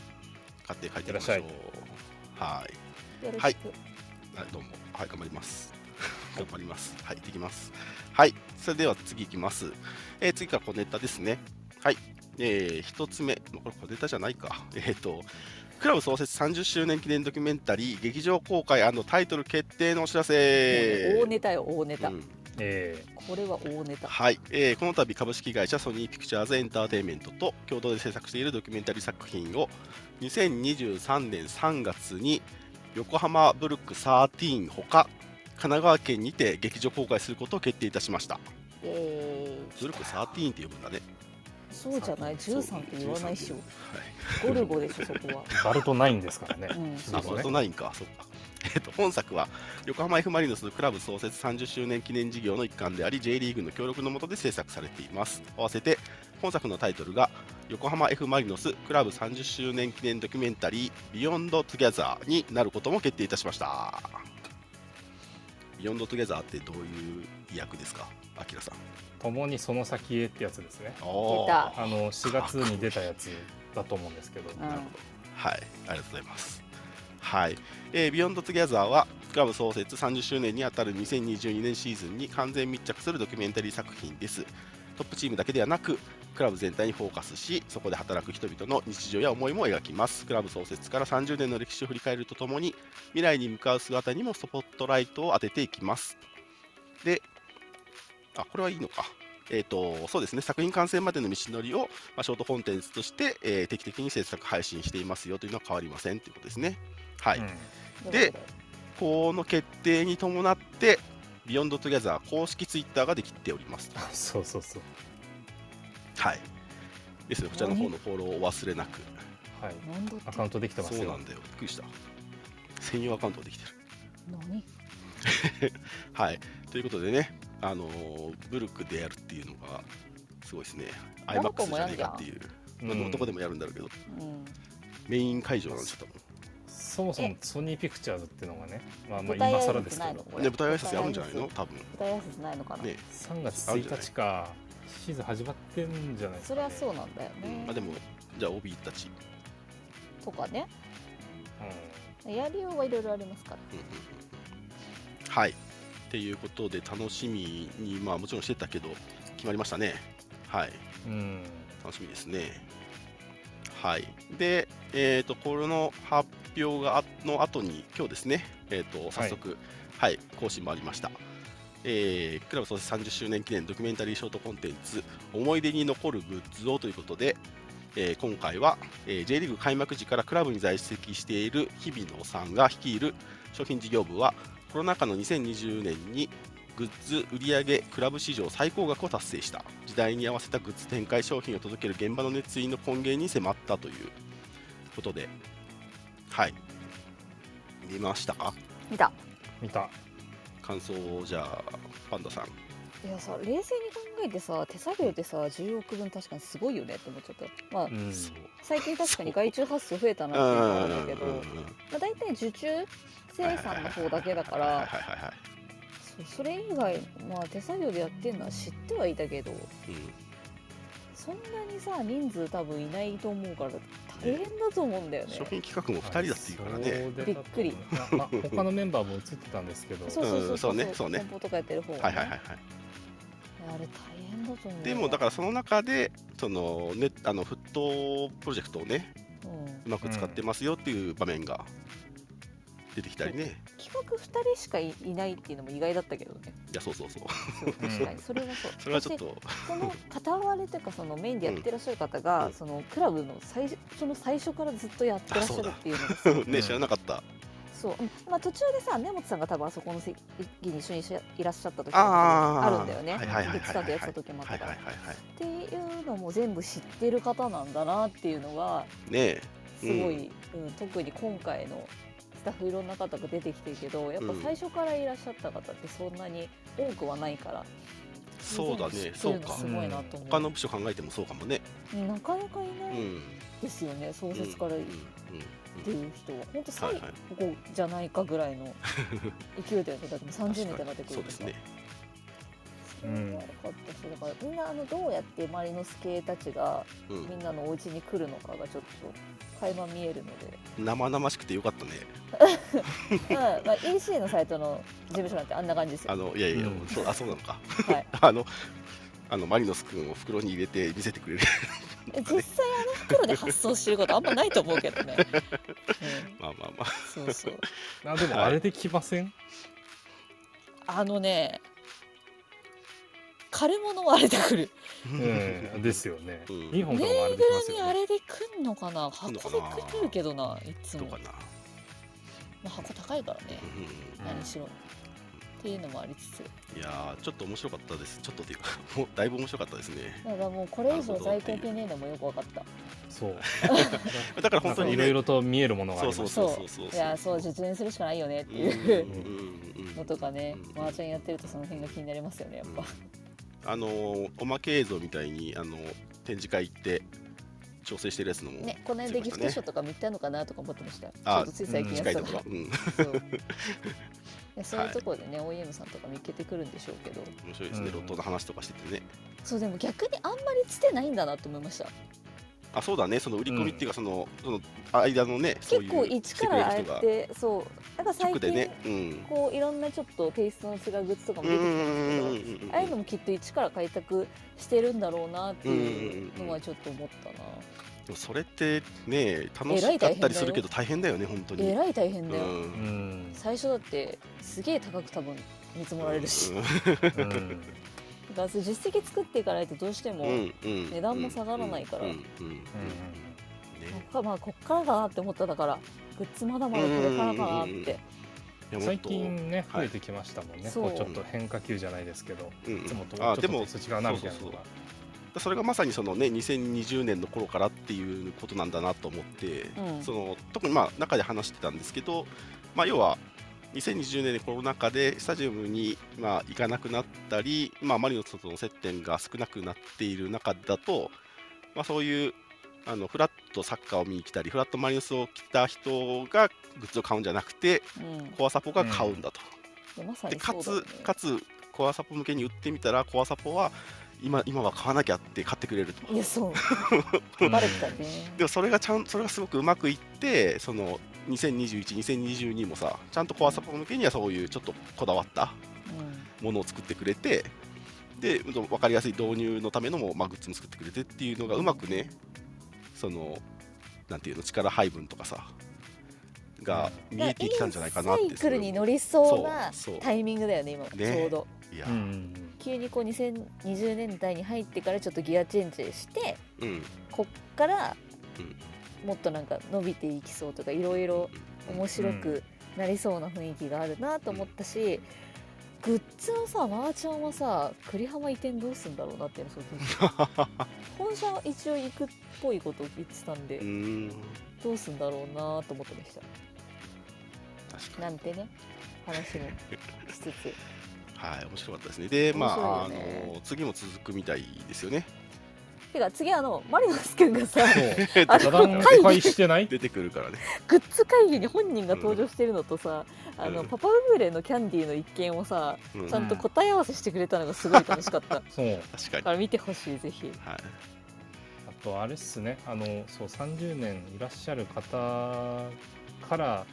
Speaker 3: 勝って帰ってきましょう
Speaker 2: いって。
Speaker 3: はい、
Speaker 1: よろ
Speaker 3: は
Speaker 1: し
Speaker 3: い
Speaker 1: く
Speaker 3: はいどうも、はい、頑張り ます。頑張ります。はい、できます。はい、それでは次いきます。えー、次から小ネタですね。はい、えー、一つ目、もうこれ小ネタじゃないか。 えっ、と、クラブ創設30周年記念ドキュメンタリー劇場公開タイトル決定のお知らせ。
Speaker 1: もうね大ネタよ大ネタ、
Speaker 3: うん
Speaker 2: え
Speaker 1: これは大ネタ
Speaker 3: はい、えーこの度株式会社ソニーピクチャーズエンターテインメントと共同で制作しているドキュメンタリー作品を2023年3月に横浜ブルック13ほか神奈川県にて劇場公開することを決定いたしました
Speaker 1: イエーイ
Speaker 3: ブルック13って呼ぶんだね
Speaker 1: そうじゃない13って言わないっしょ
Speaker 3: はい
Speaker 1: ゴルゴでしょそこは
Speaker 2: ー、バルトナインですからね
Speaker 1: うん
Speaker 3: あ、バルトナインか、そうか。 えっと、本作は横浜 F ・マリノスのクラブ創設30周年記念事業の一環であり J リーグの協力のもとで制作されています合わせて本作のタイトルが横浜 F ・マリノスクラブ30周年記念ドキュメンタリー「ビヨンド・トゥギャザー」になることも決定いたしましたビヨンドトゥゲザーってどういう役ですか、アキラさん。
Speaker 2: 共にその先へってやつですね
Speaker 3: おー
Speaker 1: た
Speaker 2: あの4月に出たやつだと思うんですけど、
Speaker 1: うん
Speaker 3: はい、ありがとうございます。はい、えー、ビヨンドトゥギャザーはクラブ創設30周年にあたる2022年シーズンに完全密着するドキュメンタリー作品です。トップチームだけではなく、クラブ全体にフォーカスし、そこで働く人々の日常や思いも描きます。クラブ創設から30年の歴史を振り返るとともに、未来に向かう姿にもスポットライトを当てていきます。で、あ、これはいいのか。えー、とそうですね作品完成までの道のりをまあ、ショートコンテンツとして、えー定期的に制作配信していますよというのは変わりませんということですね。はい、
Speaker 2: うん
Speaker 3: でこの決定に伴って、ビヨンドトゥギャザー公式ツイッターができております。
Speaker 2: そうそうそう
Speaker 3: はい。ですので、こちらの方のフォローを忘れなく。
Speaker 2: はい
Speaker 6: 何だっ
Speaker 2: ア
Speaker 6: て
Speaker 2: カウントできてます
Speaker 3: そうな
Speaker 2: よ
Speaker 3: んだよ、びっくりした。専用アカウントできてる。
Speaker 6: 何
Speaker 3: はい。ということでね、あのーブルックでやるっていうのが、すごいですね。
Speaker 1: 何
Speaker 3: iMAX
Speaker 1: 個
Speaker 3: じ
Speaker 1: も
Speaker 3: ゃ
Speaker 1: や
Speaker 3: ね
Speaker 1: ん
Speaker 3: え
Speaker 1: じゃ
Speaker 3: か
Speaker 1: ん
Speaker 3: っていう。
Speaker 2: うん
Speaker 3: どこどこでもやるんだろうけど、
Speaker 1: うん
Speaker 3: メイン会場なんですよ、多分
Speaker 2: そもそもソニーピクチャーズっていうのがね、まあ、まあ
Speaker 1: 舞台
Speaker 2: 今
Speaker 1: 挨
Speaker 2: 更
Speaker 1: 拶
Speaker 2: です
Speaker 1: な
Speaker 2: け
Speaker 1: いの
Speaker 2: ど
Speaker 1: これ
Speaker 3: ね、舞台挨拶やるんじゃないの多分。
Speaker 1: 舞台挨拶ないのかな、
Speaker 3: ね、
Speaker 2: 3月1日かシーズン始まってんじゃないです
Speaker 1: そ
Speaker 2: か、
Speaker 1: れ
Speaker 2: ね、
Speaker 1: はそうなんだよね、
Speaker 3: まあでもじゃあ OB たち、
Speaker 1: とかね
Speaker 2: うん、
Speaker 1: やりようはいろいろありますから
Speaker 3: うんうんうんはいっていうことで楽しみにまあもちろんしてたけど決まりましたねはい
Speaker 2: うん、
Speaker 3: 楽しみですねはいでえっ、とこれの発表があの後に今日ですねえっ、と早速はい、更新もありましたえークラブ創設30周年記念ドキュメンタリーショートコンテンツ「思い出に残るグッズを」ということで、えー今回は、えー J リーグ開幕時からクラブに在籍している日比野さんが率いる商品事業部はコロナ禍の2020年にグッズ売上クラブ史上最高額を達成した時代に合わせたグッズ展開商品を届ける現場の熱意の根源に迫ったということではい見ましたか
Speaker 1: 見た
Speaker 2: 見た
Speaker 3: 感想をじゃあパンダさん
Speaker 1: いやさ冷静に考えてさ手作業でさ10億分確かにすごいよねって思っちゃったまあ
Speaker 2: うん
Speaker 3: そう
Speaker 1: 最近確かに外注発送増えたなっていうのはあるんだけど、まあ、大体受注生産の方だけだか
Speaker 3: はい
Speaker 1: ら
Speaker 3: はいはいはいは
Speaker 1: そうそれ以外、まあ、手作業でやってるのは知ってはいたけど
Speaker 3: い、うん
Speaker 1: そんなにさ人数多分いないと思うから大変だと思うんだよね
Speaker 3: 商品企画も2人だっていうからね、
Speaker 2: そうで
Speaker 1: びっくり
Speaker 2: まあまあ他のメンバーも映ってたんですけど
Speaker 1: そうそうそう
Speaker 3: うんそうねそうね
Speaker 1: 梱包とかやってる方、ね、
Speaker 3: はいはいはいはい
Speaker 1: いやあれ大変だと思う
Speaker 3: でもだからその中でそのねあの沸騰プロジェクトをね
Speaker 1: ら、うん、
Speaker 3: うまく使ってますよっていう場面が出てきたりね、
Speaker 1: 企画2人しかいいないっていうのも意外だったけどね
Speaker 3: いやそうそうそう
Speaker 1: そう確かにそれはそう
Speaker 3: それはちょっ
Speaker 1: そし
Speaker 3: と
Speaker 1: てその片割れというかそのメインでやってらっしゃる方が、
Speaker 3: うん
Speaker 1: そのクラブの最初その最初からずっとやってらっしゃるっていうのが
Speaker 3: ね知らなかった、
Speaker 1: そう、うんまあ、途中でさ根本さんが多分あそこの席に一緒にしいらっしゃった時も
Speaker 3: あー
Speaker 1: あるんだよね
Speaker 3: はいはいはいはいはい
Speaker 1: 菊池さんとやってた時もあった
Speaker 3: はい
Speaker 1: か
Speaker 3: はい
Speaker 1: ら、
Speaker 3: はいはい
Speaker 1: っていうのも全部知ってる方なんだなっていうのが
Speaker 3: ね
Speaker 1: すごい、うん特に今回のスタッフいろんな方が出てきてるけどやっぱ
Speaker 3: うん
Speaker 1: 最初からいらっしゃった方ってそんなに多くはないから、
Speaker 3: そうだねそうか
Speaker 1: すごいなと思う。
Speaker 3: 他の部署考えてもそうかもね
Speaker 1: なかなかいな
Speaker 3: う
Speaker 1: い
Speaker 3: ん
Speaker 1: ですよね、創設から
Speaker 3: う
Speaker 1: っ
Speaker 3: ん
Speaker 1: ていう人は、本当
Speaker 3: は
Speaker 1: 最
Speaker 3: い
Speaker 1: 後
Speaker 3: はい
Speaker 1: じゃないかぐらいの勢いだよね、だってもう30年っ
Speaker 3: 確
Speaker 1: て
Speaker 3: かに
Speaker 1: なってく
Speaker 3: そ
Speaker 1: る
Speaker 3: う
Speaker 1: と
Speaker 3: です
Speaker 1: さ
Speaker 3: ね
Speaker 1: それはよかったし、だからみんなあのどうやって周りのスケーたちが
Speaker 3: う
Speaker 1: みん
Speaker 3: ん
Speaker 1: なのお家に来るのかがちょっと垣間見えるので、
Speaker 3: 生々しくてよかったね
Speaker 1: うんまあ、EC のサイトの事務所なんてあんな感じですよ
Speaker 3: あ。のいやいや、
Speaker 2: うん
Speaker 3: そうあそうなのか
Speaker 1: はい、
Speaker 3: あのあのマリノス君を袋に入れて見せてくれる
Speaker 1: 実際あの袋で発送してることあんまないと思うけ どね。うん
Speaker 3: まあまあまあ
Speaker 1: そうそう。
Speaker 2: あでもあれで来ません、
Speaker 1: あのね、枯れ物はあれてくる。
Speaker 2: うん、ですよね、
Speaker 3: うん
Speaker 2: 日本
Speaker 1: ぬ
Speaker 2: か
Speaker 1: い
Speaker 2: らもあれで
Speaker 1: ぐ
Speaker 2: きま
Speaker 1: る
Speaker 2: す
Speaker 1: み
Speaker 2: よ
Speaker 1: あ
Speaker 2: ね
Speaker 1: れでくんのかな
Speaker 3: 来ん
Speaker 1: 箱
Speaker 3: の
Speaker 1: で
Speaker 3: か
Speaker 1: く
Speaker 3: な
Speaker 1: れるけどないつ
Speaker 3: どう
Speaker 1: も
Speaker 3: か、な、
Speaker 1: まあ、箱高いからね
Speaker 3: う
Speaker 2: うん
Speaker 1: 何しろっていうのもありつつ
Speaker 3: ん、いやーちょっと面白かったですちょっとっていうか もうだいぶ面白かったですね
Speaker 1: だからもうこれ以上
Speaker 3: なる
Speaker 1: 在
Speaker 3: ほど
Speaker 1: 庫系ねえのもよく分かった
Speaker 2: そう
Speaker 3: だから本当に
Speaker 2: い
Speaker 3: ね
Speaker 2: ろいろと見えるものがあり
Speaker 3: そう
Speaker 2: まし
Speaker 3: そ
Speaker 2: た
Speaker 1: そ
Speaker 3: うそううそうそう
Speaker 1: いやそう実演するしかないよねっていう
Speaker 3: うんうんうん
Speaker 1: のとかね
Speaker 3: うん
Speaker 1: マーちゃんやってるとその辺が気になりますよねやっぱ
Speaker 3: あのーおまけ映像みたいにあの展示会行って調整してるやつのも、
Speaker 1: ねこの辺でギフトショーとか見たのかなとか思ってましたちょ
Speaker 3: あ
Speaker 1: っとつい最近やって
Speaker 3: 近い
Speaker 1: た
Speaker 3: と
Speaker 1: か
Speaker 3: こ
Speaker 1: ら
Speaker 3: ろ、うん、
Speaker 1: そう
Speaker 7: やそういうところでね、OEM さんとか見っけてくるんでしょうけど
Speaker 3: 面白いですね、
Speaker 2: うん
Speaker 3: ロットの話とかしててね
Speaker 7: そうでも逆にあんまりつてないんだなと思いました
Speaker 3: あそうだねその売り込みっていうか、そのその間のねそうい
Speaker 1: 結
Speaker 3: う
Speaker 1: 構一からああやってそうなんか最
Speaker 3: 直で
Speaker 1: 近、
Speaker 3: ねうん
Speaker 1: こういろんなちょっとテイストの違うグッズとかも
Speaker 3: う
Speaker 1: 出てきたんですけど、
Speaker 3: ん
Speaker 1: ああいうのもきっと一から開拓してるんだろうなっていう
Speaker 3: うんうんうんうん
Speaker 1: のはちょっと思ったな、
Speaker 3: でもそれってね楽しかったりするけど大変だよね本当に
Speaker 7: えらい大変
Speaker 3: う
Speaker 7: だよ、
Speaker 3: ん
Speaker 2: ん
Speaker 7: 最初だってすげえ高く多分見積もられるし、
Speaker 3: うん
Speaker 2: うん
Speaker 7: だからそう実績作っていかないとどうしても、
Speaker 3: うんうん
Speaker 7: 値段も下がらないから
Speaker 3: うんうんね
Speaker 7: こっかまあこっからだなって思っただからグッズまだまだこれからだなっ
Speaker 3: うんうんうんうん
Speaker 7: て
Speaker 3: いやもっと
Speaker 2: 最近ね
Speaker 3: は
Speaker 2: 増
Speaker 3: い
Speaker 2: えてきましたもんね、
Speaker 7: そう
Speaker 2: こうちょっと変化球じゃないですけど、
Speaker 3: うんう
Speaker 2: い
Speaker 3: ん
Speaker 2: つもとちょ
Speaker 3: あ
Speaker 2: っと
Speaker 3: でも
Speaker 2: 違うなみたいなのが
Speaker 3: それがまさにそのね2020年の頃からっていうことなんだなと思って、
Speaker 1: うん
Speaker 3: その特にまあ中で話してたんですけど、まあ、要は2020年にコロナ禍でスタジアムにまあ行かなくなったり、まあ、マリノスとの接点が少なくなっている中だと、まあ、そういうあのフラットサッカーを見に来たりフラットマリノスを着た人がグッズを買うんじゃなくて
Speaker 1: うん
Speaker 3: コアサポが買うんだと。
Speaker 1: でまさ
Speaker 3: で
Speaker 1: に
Speaker 3: か
Speaker 1: そうだよ
Speaker 3: つ
Speaker 1: ね
Speaker 3: かつコアサポ向けに売ってみたらコアサポは今今は買わなきゃって買ってくれると。
Speaker 1: いやそう
Speaker 2: うん
Speaker 1: バレてたね、
Speaker 3: でもそれがちゃんそれがすごくうまくいってその20212022もさちゃんとコアサポ向けにはそういうちょっとこだわったものを作ってくれてで分かりやすい導入のためのも、まあ、グッズも作ってくれてっていうのがうまくねそのなんていうの力配分とかさが見えてきたんじゃないかなって
Speaker 1: サイクルに乗
Speaker 3: り
Speaker 1: りそうな
Speaker 3: そうそう
Speaker 1: タイミングだよね今
Speaker 3: ね
Speaker 1: ちょうど
Speaker 3: いや
Speaker 2: う、ん
Speaker 1: 急にこう2020年代に入ってからちょっとギアチェンジして
Speaker 3: うんうん
Speaker 1: こっからもっとなんか伸びていきそうとかいろいろ面白くなりそうな雰囲気があるなと思ったし、グッズのさマーちゃんはさ栗浜移転どうすんだろうなっていうのすごく気になる 本社は一応行くっぽいことを言ってたんで、
Speaker 3: うーん
Speaker 1: どうすんだろうなと思ってまし
Speaker 3: 確
Speaker 1: た
Speaker 3: かに
Speaker 1: なんてね話もしつつ
Speaker 3: はい面白かったですねでまああ
Speaker 1: 面白いよね
Speaker 3: の次も続くみたいですよね
Speaker 1: てか次あのマリノス君が さ
Speaker 2: そう
Speaker 3: 出
Speaker 1: あ
Speaker 2: 座
Speaker 1: の
Speaker 2: 談
Speaker 1: 会
Speaker 2: 会
Speaker 1: 議
Speaker 2: してない
Speaker 3: てくるからね
Speaker 1: グッズ会議に本人が登場してるのとさ、あの
Speaker 3: うん
Speaker 1: パパブーレのキャンディーの一件をさ
Speaker 3: うん
Speaker 1: ちゃんと答え合わせしてくれたのがすごい楽しかった、だ
Speaker 2: そう
Speaker 3: 確かに
Speaker 1: か。ら見てほしいぜひ
Speaker 3: はい。
Speaker 2: あとあれっすねあのそう30年いらっしゃる方から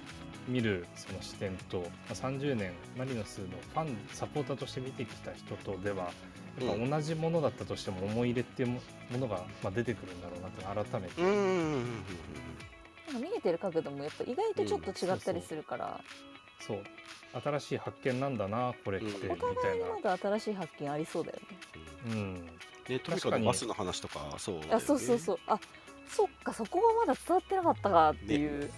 Speaker 2: 見るその視点とまあ30年マリノスのファンサポーターとして見てきた人とではやっ
Speaker 3: う
Speaker 2: ぱ同じものだったとしても思い入れっていうもものが、まあ、出てくるんだろうなって改めて、
Speaker 3: うーん。
Speaker 1: なんか見えてる角度もやっぱ意外とちょっと違ったりするから、
Speaker 2: そう新しい発見なんだなこれってみた
Speaker 3: うん
Speaker 2: いな
Speaker 3: お、
Speaker 1: まだ新しい発見ありそうだよね
Speaker 2: うん、
Speaker 3: ね、トミカ
Speaker 2: 確か
Speaker 3: の
Speaker 2: に
Speaker 3: バスの話とか、そう、。
Speaker 1: あそうそうそううあそっかそこはまだ伝わってなかったかっていう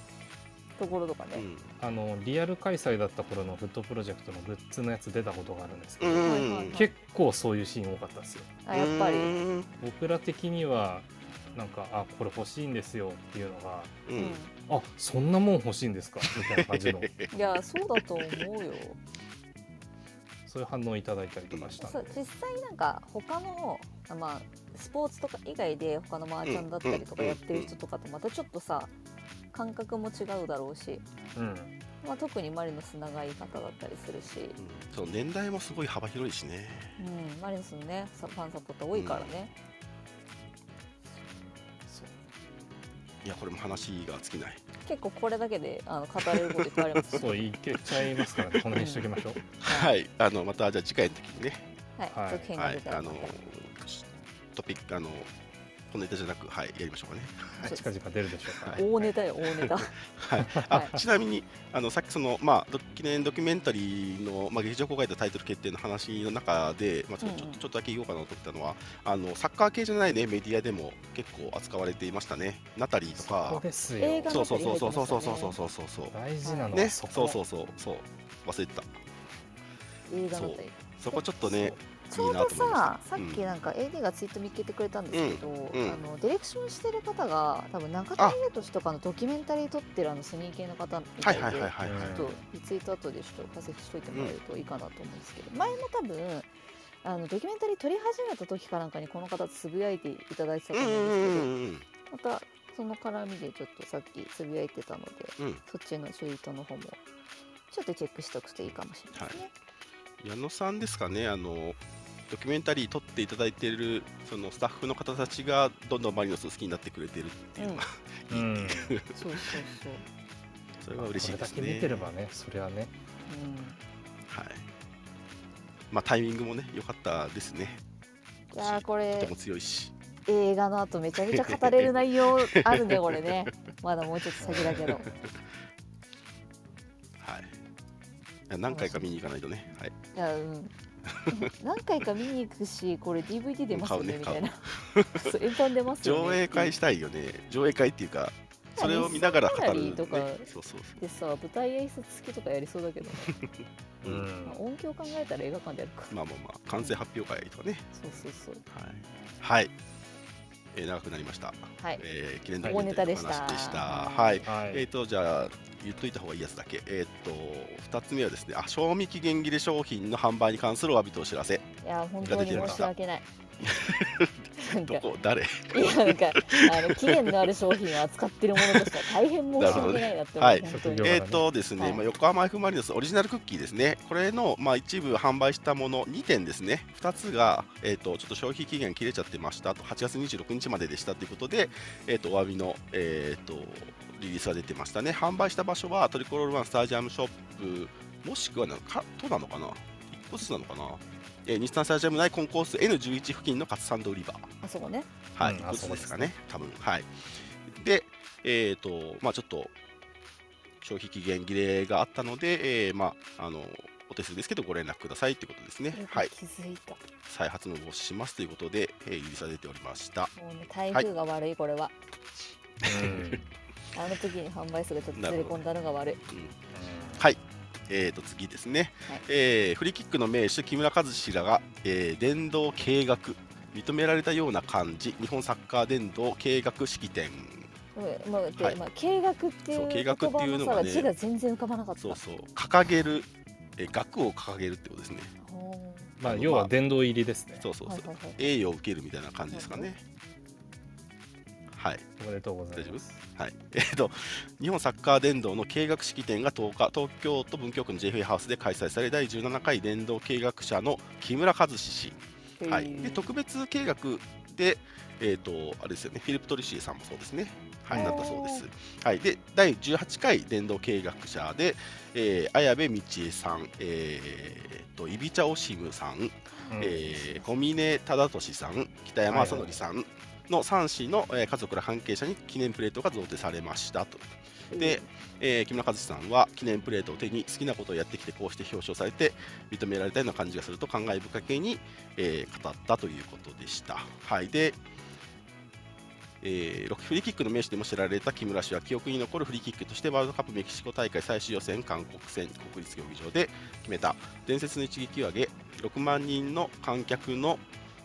Speaker 1: ところとかね
Speaker 3: うん。
Speaker 2: あのリアル開催だった頃のフットプロジェクトのグッズのやつ出たことがあるんですけ
Speaker 3: う
Speaker 2: ど、
Speaker 3: ん
Speaker 1: はいはいはい
Speaker 2: 結構そういうシーン多かったですよ
Speaker 1: あやっぱりうん
Speaker 3: うん。
Speaker 2: 僕ら的にはなんかあこれ欲しいんですよっていうのがあそんなもん欲しいんですかみたいな感 じの
Speaker 1: いやそうだと思うよ
Speaker 2: そういう反応をいただいたりとかしたん
Speaker 1: そう
Speaker 2: で
Speaker 1: 実際なんか他のあまあスポーツとか以外で他のマーチャンだったりとかやってる人とかとまたちょっとさ感覚も違うだろうし、
Speaker 2: うん
Speaker 1: まあ、特にマリノス長い方だったりするし、
Speaker 3: その年代もすごい幅広いしね。
Speaker 1: うん、マリノスのねさファンサポーター多いからね、
Speaker 2: そう
Speaker 3: いや、これも話が尽きない。
Speaker 1: 結構これだけであの語れることいっぱいあり ますし
Speaker 2: そういけちゃいますからねこの辺にしときましょう
Speaker 3: はい、あの、また、じゃ、あ次回の時にね。
Speaker 1: はい、
Speaker 2: はい
Speaker 1: 続編
Speaker 3: は
Speaker 1: が出
Speaker 3: い、
Speaker 1: たら
Speaker 3: あ
Speaker 1: ま
Speaker 3: の
Speaker 1: た、。
Speaker 3: トピック、あの。小ネタじゃなく、はい、やりましょうかね。
Speaker 2: 近々出るでしょうから、
Speaker 3: はい
Speaker 1: 大ネタよ大ネタ
Speaker 3: はい、
Speaker 1: は
Speaker 3: あちなみにあのさっきその、まあ、ドキュメンドキュメンタリーの、まあ、劇場公開とタイトル決定の話の中で、まあ、ちょ
Speaker 1: うんうん
Speaker 3: ちょっとちょっとだけ言おうかなと思ったのはあのサッカー系じゃない、ね、メディアでも結構扱われていましたねナタリーと
Speaker 2: そこ
Speaker 3: か
Speaker 2: です
Speaker 1: 映
Speaker 2: よ
Speaker 1: 画
Speaker 3: そ
Speaker 1: の
Speaker 3: うそうそうそうそうそう
Speaker 1: ナタリー入ってましたね
Speaker 3: そうそうそうそう
Speaker 2: 大事なの
Speaker 3: ね
Speaker 2: はそ
Speaker 3: そ
Speaker 2: こ、
Speaker 3: うそうそうそう忘れてた
Speaker 1: 映画のタイ
Speaker 3: そこちょっとね
Speaker 1: ちょうど
Speaker 3: いいなと思いま
Speaker 1: さ
Speaker 3: し
Speaker 1: さ
Speaker 3: た
Speaker 1: っきなんか AD がツイート見っけてくれたんですけど、
Speaker 3: うん
Speaker 1: あのディレクションしてる方が多分中谷秀俊とかのドキュメンタリー撮ってるあのスニー系の方みた
Speaker 3: はいい
Speaker 1: で、
Speaker 3: はいはいはいはい、
Speaker 1: ちょっとリツイート後でちょっと解説しといてもらえるといいかなと思うんですけど、前も多分あのドキュメンタリー撮り始めた時かなんかにこの方つぶやいていただいてた
Speaker 3: う
Speaker 1: と
Speaker 3: ん
Speaker 1: 思うんですけど、
Speaker 3: う
Speaker 1: ま
Speaker 3: ん
Speaker 1: たその絡みでちょっとさっきつぶやいてたので
Speaker 3: うんうん
Speaker 1: そっちのツイートの方もちょっとチェックしておくといいかもしれないですね。
Speaker 3: 矢野さんですかね、あのドキュメンタリー撮っていただいているそのスタッフの方たちがどんどんマリノスを好きになってくれてるって いうのは、
Speaker 2: うん
Speaker 1: そうそうそう。
Speaker 3: それは嬉しいです
Speaker 2: これだけ見て
Speaker 3: ね。
Speaker 2: ればねそれはね
Speaker 3: はいまあ、タイミングもね良かったですね。
Speaker 1: うん、いやーこ
Speaker 3: とて
Speaker 1: れ
Speaker 3: も強いし。
Speaker 1: 映画の後めちゃめちゃ語れる内容あるねこれ ね。まだもうちょっと先だけど。
Speaker 3: はい、いや何回か見に行かないとね。はい、
Speaker 1: いやうん。何回か見に行くしこれ DVD 出ますよね
Speaker 3: うん
Speaker 1: み
Speaker 3: 買
Speaker 1: た
Speaker 3: うね
Speaker 1: いな。そう円盤出ますよね。
Speaker 3: 上映会したいよね。上映会っていうか、それを見ながら語る、ね
Speaker 1: とか。
Speaker 3: そうそうそ
Speaker 1: でさ舞台挨拶付きとかやりそうだけど、ね、
Speaker 3: う。うん
Speaker 1: まあ音響考えたら映画館でやるか。
Speaker 3: まあまあまあ、完成発表会とかね。
Speaker 1: そうそうそう。
Speaker 3: はい。はい。えー長くなりました。
Speaker 1: はい。
Speaker 3: えー、記念大
Speaker 1: 大ネタ
Speaker 3: 会
Speaker 1: で
Speaker 3: の
Speaker 1: し
Speaker 3: 話
Speaker 1: た。
Speaker 3: でした。はい。
Speaker 2: はい、
Speaker 3: えーと、じゃあ、言っといた方がいいやつだけ。えー、と、2つ目はですね、あ、賞味期限切れ商品の販売に関するお詫びとお知らせ。
Speaker 1: いや本当に申し訳 ない。なんか
Speaker 3: どこ、誰
Speaker 1: いやなんかあの期限のある商品を扱ってるものとしては大変申し訳ないなって思
Speaker 3: な
Speaker 1: う、
Speaker 3: る
Speaker 2: ほ
Speaker 1: 本
Speaker 2: ど
Speaker 1: 当
Speaker 2: ね
Speaker 1: に、
Speaker 2: はい
Speaker 3: えーとですね、
Speaker 1: はい
Speaker 3: まあ、横浜 F ・マリノスオリジナルクッキーですね、これの、まあ、一部販売したもの2点ですね、2つが、えー、とちょっと消費期限切れちゃってましたと、8月26日まででしたということで、えー、とお詫びの、えー、とリリースが出てましたね、販売した場所はトリコロールワンスタジアムショップ、もしくはなんか、都なのかな、1個ずつなのかな、えー日産スタジアム内コンコース N11 付近のカツサンド売り場。
Speaker 1: あそこね
Speaker 3: はい、
Speaker 2: うん
Speaker 3: 一
Speaker 2: あ
Speaker 3: つ
Speaker 2: そう
Speaker 3: で
Speaker 2: ですす
Speaker 3: かね、多分はい。で、えっ、と、まあちょっと、消費期限切れがあったので、えーまああの、お手数ですけど、ご連絡くださいってことですね。はい、
Speaker 1: 気づいた
Speaker 3: 再発の防止しますということで、えー、許されておりました。
Speaker 1: もうね台風が悪いこれは、
Speaker 2: うん
Speaker 1: あの時に販売数がちょっとずれ込んだのが悪い、
Speaker 3: うんえー、と次ですね、
Speaker 1: はい
Speaker 3: えーフリーキックの名手、木村和志らが、えー伝道計画、認められたような感じ、日本サッカー伝道計画式典
Speaker 1: うんまあで
Speaker 3: はい
Speaker 1: まあ、計画ってい
Speaker 3: そう
Speaker 1: う
Speaker 3: 計
Speaker 1: 言
Speaker 3: 画っていうのが
Speaker 1: 葉
Speaker 3: ね
Speaker 1: のさが字が全然浮かばなかった
Speaker 3: そうそう、掲げる、えー額を掲げるってことですね。
Speaker 1: ほ
Speaker 2: まあ要は殿堂入りですね
Speaker 3: そうそう
Speaker 1: うは
Speaker 3: そ、
Speaker 1: いうはいはい
Speaker 3: 栄誉を受けるみたいな感じですかね。はい、
Speaker 2: おめでとうございます
Speaker 3: はい、 えっと、日本サッカー殿堂の計画式典が10日、東京都文京区の JFA ハウスで開催され、第17回殿堂計画者の木村和志氏、
Speaker 1: っていう
Speaker 3: はい、で特別計画で、えっと、あれですよね、フィリップ・トリシエさんもそうですね、はい、
Speaker 1: おー
Speaker 3: なったそうです。はい、で第18回殿堂計画者で、えー、綾部道恵さん、えー、とイビチャ・オシムさん、
Speaker 2: うん
Speaker 3: えー小峰忠敏さん、北山
Speaker 2: はいは
Speaker 3: 正
Speaker 2: い
Speaker 3: 則さんの3子の、えー家族ら関係者に記念プレートが贈呈されましたと。で、えー木村和志さんは記念プレートを手に好きなことをやってきてこうして表彰されて認められたような感じがすると感慨深げに、えー語ったということでした。はい、でえーロックフリーキックの名手でも知られた木村氏は記憶に残るフリーキックとしてワールドカップメキシコ大会最終予選韓国戦国立競技場で決めた伝説の一撃を挙げ6万人の観客の、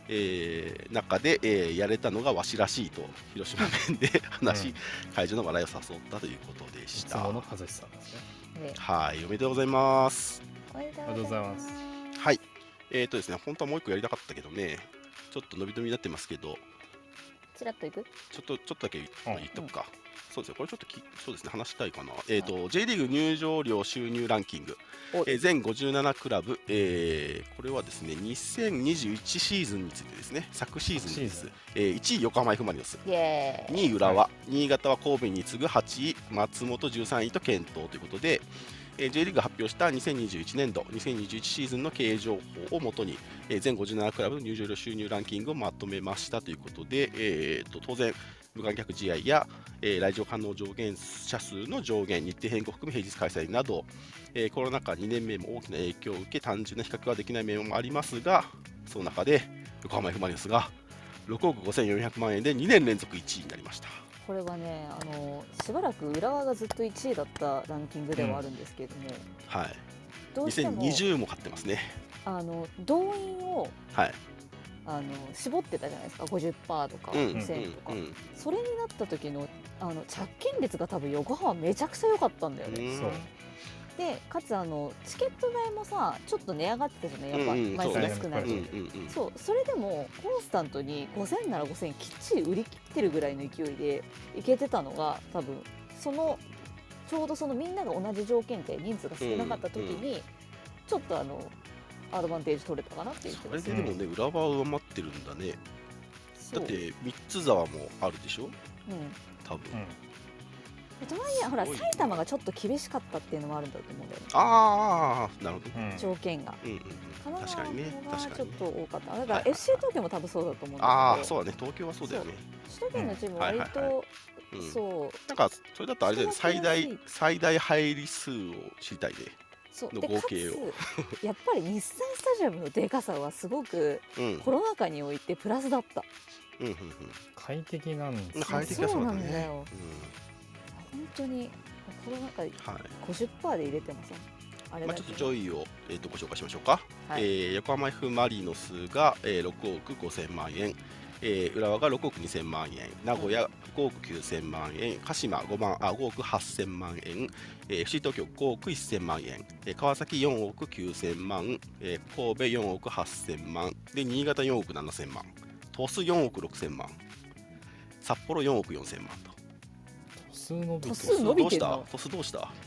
Speaker 3: えー中で、えーやれたのがわしらしいと広島 弁で話し、
Speaker 2: うん
Speaker 3: 会場の笑いを誘ったということで
Speaker 2: い
Speaker 3: し
Speaker 2: つ
Speaker 3: た。
Speaker 2: もの和志さんですね
Speaker 1: ね
Speaker 3: はい、おめでとうございます。
Speaker 1: おめでと
Speaker 2: ありがとうございます
Speaker 3: はい、えーとですね、本当はもう一個やりたかったけどね、ちょっと伸び伸びになってますけど、
Speaker 1: チラッといく
Speaker 3: ちょっとちょっとだけ言っとくか。そうですね、これちょっときそうですね話したいかな、えーと J リーグ入場料収入ランキング、
Speaker 1: お
Speaker 3: えー全57クラブ、えーこれはですね2021シーズンについてですね、昨シーズンです
Speaker 2: 昨シーズン、
Speaker 3: えー1位、横浜 F ・マリノス、
Speaker 1: イエーイ
Speaker 3: 2位、浦和、新潟は神戸に次ぐ8位、松本13位と健闘ということで、えー J リーグが発表した2021年度、2021シーズンの経営情報をもとに、えー全57クラブの入場料収入ランキングをまとめましたということで、えーと当然、無観客試合や、えー来場可能上限者数の上限、日程変更含め平日開催など、えーコロナ禍2年目も大きな影響を受け、単純な比較はできない面もありますが、その中で横浜 F ・マリノスが6億5400万円で2年連続1位になりました。
Speaker 1: これはねあのしばらく浦和がずっと1位だったランキングではあるんですけれども、
Speaker 3: はい、
Speaker 1: どうしても
Speaker 3: 2020も買ってますね。
Speaker 1: あの動員を
Speaker 3: はい、
Speaker 1: あの絞ってたじゃないですか50%とか
Speaker 3: うん、うん、
Speaker 1: 1000とか、
Speaker 3: うん
Speaker 1: それになった時のあの着金率が多分横浜めちゃくちゃ良かったんだよね、
Speaker 2: そう
Speaker 1: でかつあのチケット代もさちょっと値上がってたじゃないやっぱ
Speaker 3: うんうん
Speaker 1: 枚数
Speaker 3: そう
Speaker 1: が
Speaker 3: ね
Speaker 1: 少ない
Speaker 3: うん、
Speaker 1: と
Speaker 3: うん、
Speaker 1: そう,、
Speaker 3: うん、
Speaker 1: それでもコンスタントに5000なら5000きっちり売り切ってるぐらいの勢いでいけてたのが多分そのちょうどそのみんなが同じ条件で人数が少なかった時に、ちょっとあのアドバンテージ取れたかなっていう気
Speaker 3: そ
Speaker 1: が
Speaker 3: れ
Speaker 1: す
Speaker 3: で
Speaker 1: る
Speaker 3: でもね、裏場は上回ってるんだね。
Speaker 1: そ
Speaker 3: だ
Speaker 1: う
Speaker 3: って、三つ沢もあるでしょ、
Speaker 1: うん
Speaker 3: 多分。
Speaker 2: うん
Speaker 1: とはいえほら
Speaker 3: すごい
Speaker 1: 埼玉がちょっと厳しかったっていうのもあるんだと思うんだよね
Speaker 3: ああ、なるほど。
Speaker 2: うん
Speaker 1: 条件が
Speaker 3: うんうん
Speaker 1: 神
Speaker 3: うん、確
Speaker 1: 奈
Speaker 3: か
Speaker 1: 川
Speaker 3: にね、確
Speaker 1: が
Speaker 3: か
Speaker 1: ちょっ
Speaker 3: にね。
Speaker 1: と多かっただか
Speaker 3: はいは
Speaker 1: ら
Speaker 3: いはい
Speaker 1: FC 東京も多分そうだと思うん
Speaker 3: あ
Speaker 1: だ
Speaker 3: あ、
Speaker 1: け
Speaker 3: そ
Speaker 1: ど
Speaker 3: うだね、東京はそうだよね。
Speaker 1: 首都圏のチームは割と、
Speaker 3: うんはいはいはうん、
Speaker 1: そう、
Speaker 3: なんか、それだとあれだよね、
Speaker 1: 人が
Speaker 3: 最
Speaker 1: 少ない
Speaker 3: 大、最大入り数を知りたいね。
Speaker 1: そう
Speaker 3: の
Speaker 1: で
Speaker 3: 合
Speaker 1: か
Speaker 3: 計を
Speaker 1: つやっぱり日産スタジアムのでかさはすごく
Speaker 3: うん、うん、
Speaker 1: コロナ禍においてプラスだった
Speaker 3: うん、うん。
Speaker 2: 快適なんですよ
Speaker 3: 快適はそうだ
Speaker 1: そうなんだ
Speaker 3: ね。
Speaker 1: よ本当にコロナ禍で
Speaker 3: うん、はい。
Speaker 1: 50%で入れてもさあれ
Speaker 3: まあ、
Speaker 1: だ
Speaker 3: ち
Speaker 1: け
Speaker 3: ょっと上位を、えー、とご紹介しましょうか、
Speaker 1: はい
Speaker 3: えー横浜 F ・マリノスが、えー6億5000万円、えー浦和が6億2000万円名古屋5億9000万円鹿島 5, 万あ5億8000万円、えー、FC 東京5億1000万円、えー川崎4億9000万、えー神戸4億8000万で新潟4億7000万鳥栖4億6000万札幌4億4000万と
Speaker 2: 度数伸び
Speaker 1: 度数伸びて
Speaker 2: てる
Speaker 1: んの
Speaker 3: 鳥栖どうした鳥栖ど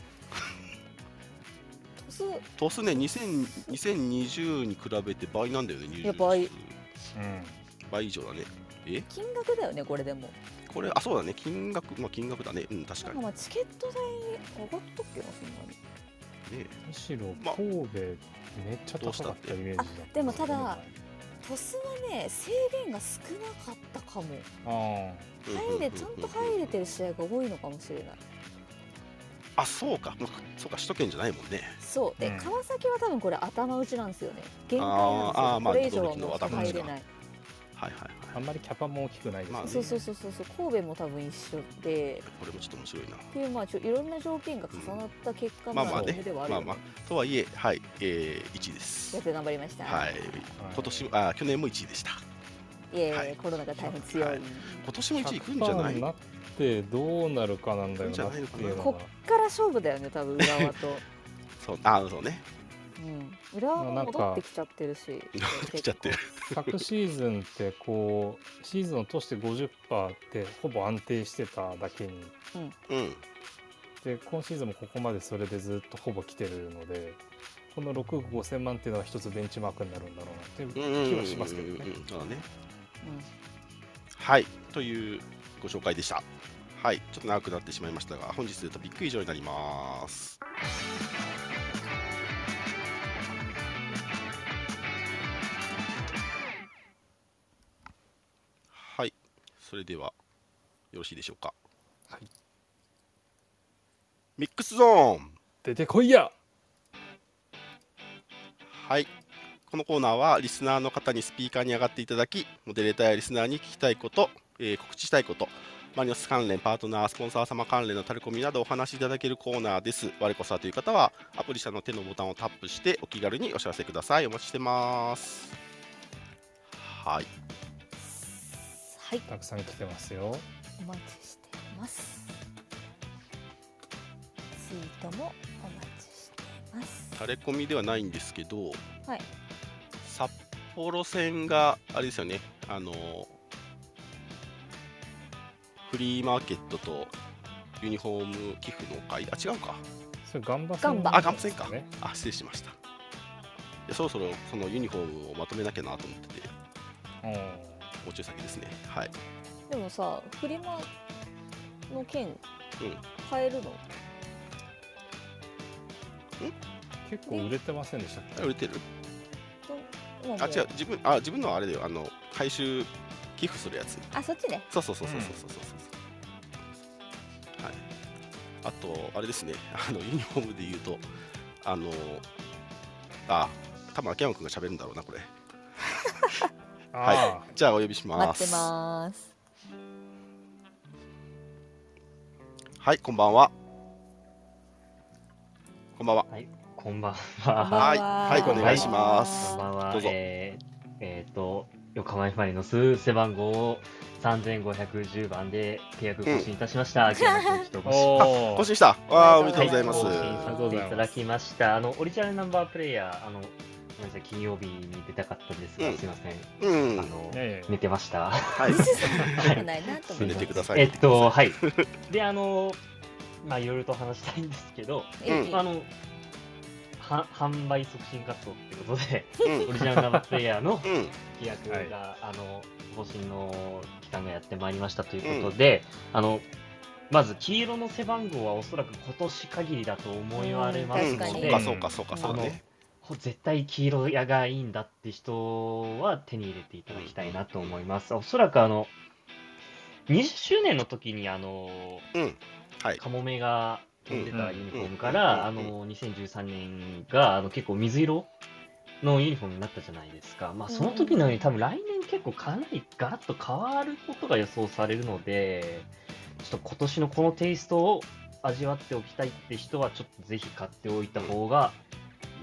Speaker 3: うした
Speaker 1: 鳥栖
Speaker 3: トスね2000 2020に比べて倍なんだよね、
Speaker 1: や倍
Speaker 3: 20倍以上だね。え
Speaker 1: 金額だよねこれでも
Speaker 3: これ、あ、そうだね、金額、まあ金額だね、うん、確
Speaker 1: な
Speaker 3: か
Speaker 1: んか。
Speaker 3: に
Speaker 1: まあチケット代上がっとっけなそんなに
Speaker 3: ね
Speaker 2: むしろ
Speaker 3: ま
Speaker 2: 神戸めっちゃ高かったイメージだった
Speaker 1: あでもただ鳥栖はね制限が少なかったかも
Speaker 2: あー
Speaker 1: 入れちゃんと入れて
Speaker 3: る。
Speaker 1: る試合が多いのかもしれない
Speaker 3: あ、そうか、もうそうか、首都圏じゃないもんね。
Speaker 1: そうで、
Speaker 2: うん
Speaker 1: 川崎は多分これ頭打ちなんですよね限界なんですよ
Speaker 3: あーあーまあ
Speaker 1: これ以上はもう
Speaker 3: 驚きの頭
Speaker 2: 打ち
Speaker 1: 入
Speaker 2: か
Speaker 1: れない
Speaker 3: はいはい
Speaker 2: あ
Speaker 3: はい。
Speaker 2: んまりキャパも大きくないですよね、
Speaker 3: まあね
Speaker 1: そうそうそうそうそう神戸も多分一緒で
Speaker 3: これもちょっと面白いな。
Speaker 1: っていうまあちょいろんな条件が重なった結果
Speaker 3: ま
Speaker 1: の
Speaker 3: あまあ
Speaker 1: ゲー
Speaker 3: ね
Speaker 1: ムではあ、る
Speaker 3: ま
Speaker 1: よ
Speaker 3: あ
Speaker 1: ね
Speaker 3: まあ。とはいえ、はい、えー、1位です
Speaker 1: よ。く頑張りました、
Speaker 3: はい。今年、あ、去年も1位でした。
Speaker 1: いえいえ、
Speaker 3: はい
Speaker 1: コロナが大変強い、
Speaker 3: はい今年も1位いくんじゃな
Speaker 2: 100%
Speaker 3: い
Speaker 2: になってどうなるかなんだよなっていうの
Speaker 1: こっから勝負だよね多分浦和と、
Speaker 3: そう、あ、そうね。
Speaker 1: うん、浦和も戻ってきちゃってるし
Speaker 3: 来ちゃってる。
Speaker 2: が昨シーズンってこうシーズンを通して50%ってほぼ安定してただけに
Speaker 3: うん。
Speaker 2: で今シーズンもここまでそれでずっとほぼ来てるのでこの6億5000万っていうのは一つベンチマークになるんだろうなってい
Speaker 3: うんうんう
Speaker 2: う
Speaker 3: んう
Speaker 2: 気
Speaker 3: んう
Speaker 2: は
Speaker 3: ん
Speaker 2: しますけどね。
Speaker 3: そうだね。 はい、というご紹介でした。はい、ちょっと長くなってしまいましたが、本日でトピック以上になります。はい、それではよろしいでしょうか。
Speaker 2: はい
Speaker 3: ミックスゾーン。
Speaker 2: 出てこいや
Speaker 3: はい。このコーナーはリスナーの方にスピーカーに上がっていただき、モデレーターやリスナーに聞きたいこと、えー告知したいこと、マリノス関連、パートナー、スポンサー様関連のタレコミなどお話しいただけるコーナーです。我こそはという方は、アプリ社の手のボタンをタップしてお気軽にお知らせください。お待ちしてます。はい。
Speaker 1: はい
Speaker 2: たくさん来てますよ
Speaker 1: お待ちしていますツイートもお待ちしています
Speaker 3: タレコミではないんですけど、
Speaker 1: はい
Speaker 3: 札幌線があれですよねあのーフリーマーケットとユニフォーム寄付の会あ違うか
Speaker 2: それガンバ
Speaker 1: ガンバ
Speaker 3: あガンプ線か、
Speaker 2: ね
Speaker 3: あ失礼しましたいやそろそろそのユニフォームをまとめなきゃなと思ってて
Speaker 2: うん
Speaker 3: お中先ですねはい
Speaker 1: でもさフリマの件
Speaker 3: うん
Speaker 1: 買えるの
Speaker 2: 結構売れてませんでしたっけ
Speaker 3: あ売れてる
Speaker 1: どもう
Speaker 3: あ違う自分あ自分のはあれだよあの回収寄付するやつ
Speaker 1: あそっちね
Speaker 3: そうそうそうそうそうそうそうそう、はいあとあれですねあのユニフォームで言うとあのあ多分秋山君が喋るんだろうなこれ
Speaker 2: あ
Speaker 3: じゃあお呼びしま
Speaker 1: 待
Speaker 3: す
Speaker 1: ってます
Speaker 3: はいこんばんはこんばんは
Speaker 8: はい、こんばん
Speaker 1: こんばん
Speaker 8: は。
Speaker 3: はいはい
Speaker 8: お願いし
Speaker 3: ま
Speaker 8: こ
Speaker 3: す
Speaker 8: んばんは。
Speaker 3: どうぞ
Speaker 8: えーえーと、横浜 F ・マリノス背番号3510番で契約更新いたしました。秋山選手と
Speaker 2: あ
Speaker 8: ご支援
Speaker 2: お
Speaker 3: 更
Speaker 2: ー
Speaker 3: 新したわあお
Speaker 1: お
Speaker 3: め
Speaker 1: め
Speaker 3: で
Speaker 1: で
Speaker 3: と
Speaker 1: と
Speaker 3: う
Speaker 1: う
Speaker 3: ご
Speaker 1: ご
Speaker 3: ざ
Speaker 1: ざ
Speaker 3: い
Speaker 1: い
Speaker 3: ま
Speaker 1: ますす
Speaker 8: はい更新させていただきました。あの、オリジナルナンバープレイヤー、あの、ごめんなさい、金曜日に出たかったんですが、
Speaker 3: うん
Speaker 8: すいません。
Speaker 3: うん
Speaker 8: あの
Speaker 2: い、やいやいや
Speaker 8: 寝てました。
Speaker 3: はい
Speaker 1: 良くないなと思
Speaker 3: 寝
Speaker 1: ってて
Speaker 3: ください
Speaker 8: えっと、はい。で、あの、まあ、いろいろと話したいんですけど、
Speaker 3: うん
Speaker 8: まあ、あの、は販売促進活動ってことで、
Speaker 3: うん
Speaker 8: オリジナルナンバープレイヤーの
Speaker 3: うんうん
Speaker 8: 規約
Speaker 2: はい
Speaker 8: が、あの、更新の期間がやってまいりましたということで、あの、まず黄色の背番号はおそらく今年限りだと思いわれます
Speaker 3: うん
Speaker 8: の
Speaker 3: そ
Speaker 8: で、
Speaker 3: うかそうかそうか
Speaker 1: うん
Speaker 3: そうだね
Speaker 8: ほ絶対黄色屋がいいんだって人は手に入れていただきたいなと思います。おそらくあの、20周年の時にあの、
Speaker 3: はい
Speaker 8: カモメが飛んでたユニフォームか
Speaker 3: うん
Speaker 8: ら、あ
Speaker 3: うん
Speaker 8: の、2013年があの結構水色のユニフォームになったじゃないですか。まあその時のように多分来年結構かなりガラッと変わることが予想されるので、ちょっと今年のこのテイストを味わっておきたいって人はちょっとぜひ買っておいた方が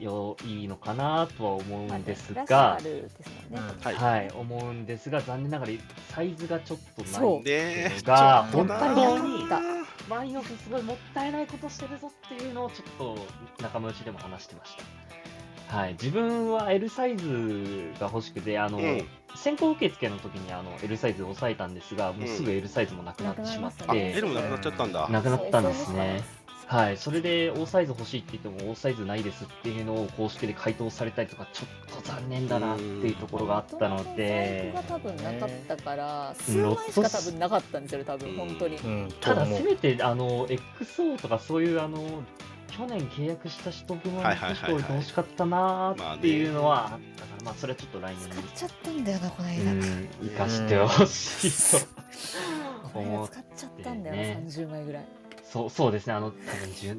Speaker 8: よいいのかなとは思うんです
Speaker 1: まあ
Speaker 8: が
Speaker 1: ラシュアルですもんね。
Speaker 3: はい
Speaker 8: はい思うんですが残念ながらサイズがちょっとない
Speaker 1: そう
Speaker 3: ねえ
Speaker 8: が
Speaker 3: ちょっと
Speaker 1: やっぱり
Speaker 3: な
Speaker 1: なかった
Speaker 8: マリノスすごいもったいないことしてるぞっていうのをちょっと仲間内でも話してましたはい自分は L サイズが欲しくてあの、
Speaker 3: うん
Speaker 8: 先行受付の時にあの L サイズを抑えたんですがもうすぐ L サイズもなくなってしまっ
Speaker 1: なくなりますね
Speaker 8: て、
Speaker 3: あでもなくなっちゃったんだ
Speaker 8: なくなったんです
Speaker 1: そう
Speaker 8: ね。はい、それで、大サイズ欲しいって言っても、大サイズないですっていうのを公式で回答されたりとか、ちょっと残念だなっていうところがあったので、
Speaker 1: 在庫が多分なかったから、数
Speaker 8: ロ
Speaker 1: 枚
Speaker 8: ット
Speaker 1: しか多分なかったんですよね、多
Speaker 3: うん
Speaker 1: 分本当に。
Speaker 2: うん
Speaker 8: ただ
Speaker 2: と思
Speaker 8: せ
Speaker 2: う
Speaker 8: めて、あの、XO とかそういう、あの、去年契約した人分
Speaker 3: は
Speaker 8: はい
Speaker 3: はいはい
Speaker 8: 残し
Speaker 3: はい
Speaker 8: ておいてほしかったなーっていうのはあったから、まあ、それはちょっと来
Speaker 1: 使っちゃったんだよな、この
Speaker 8: 年
Speaker 1: 間。
Speaker 8: に、うん、生かしてほしいと。
Speaker 1: この間使っちゃったんだよ
Speaker 8: ね
Speaker 1: な、30枚ぐらい。
Speaker 8: そう、そうですね、あの、多分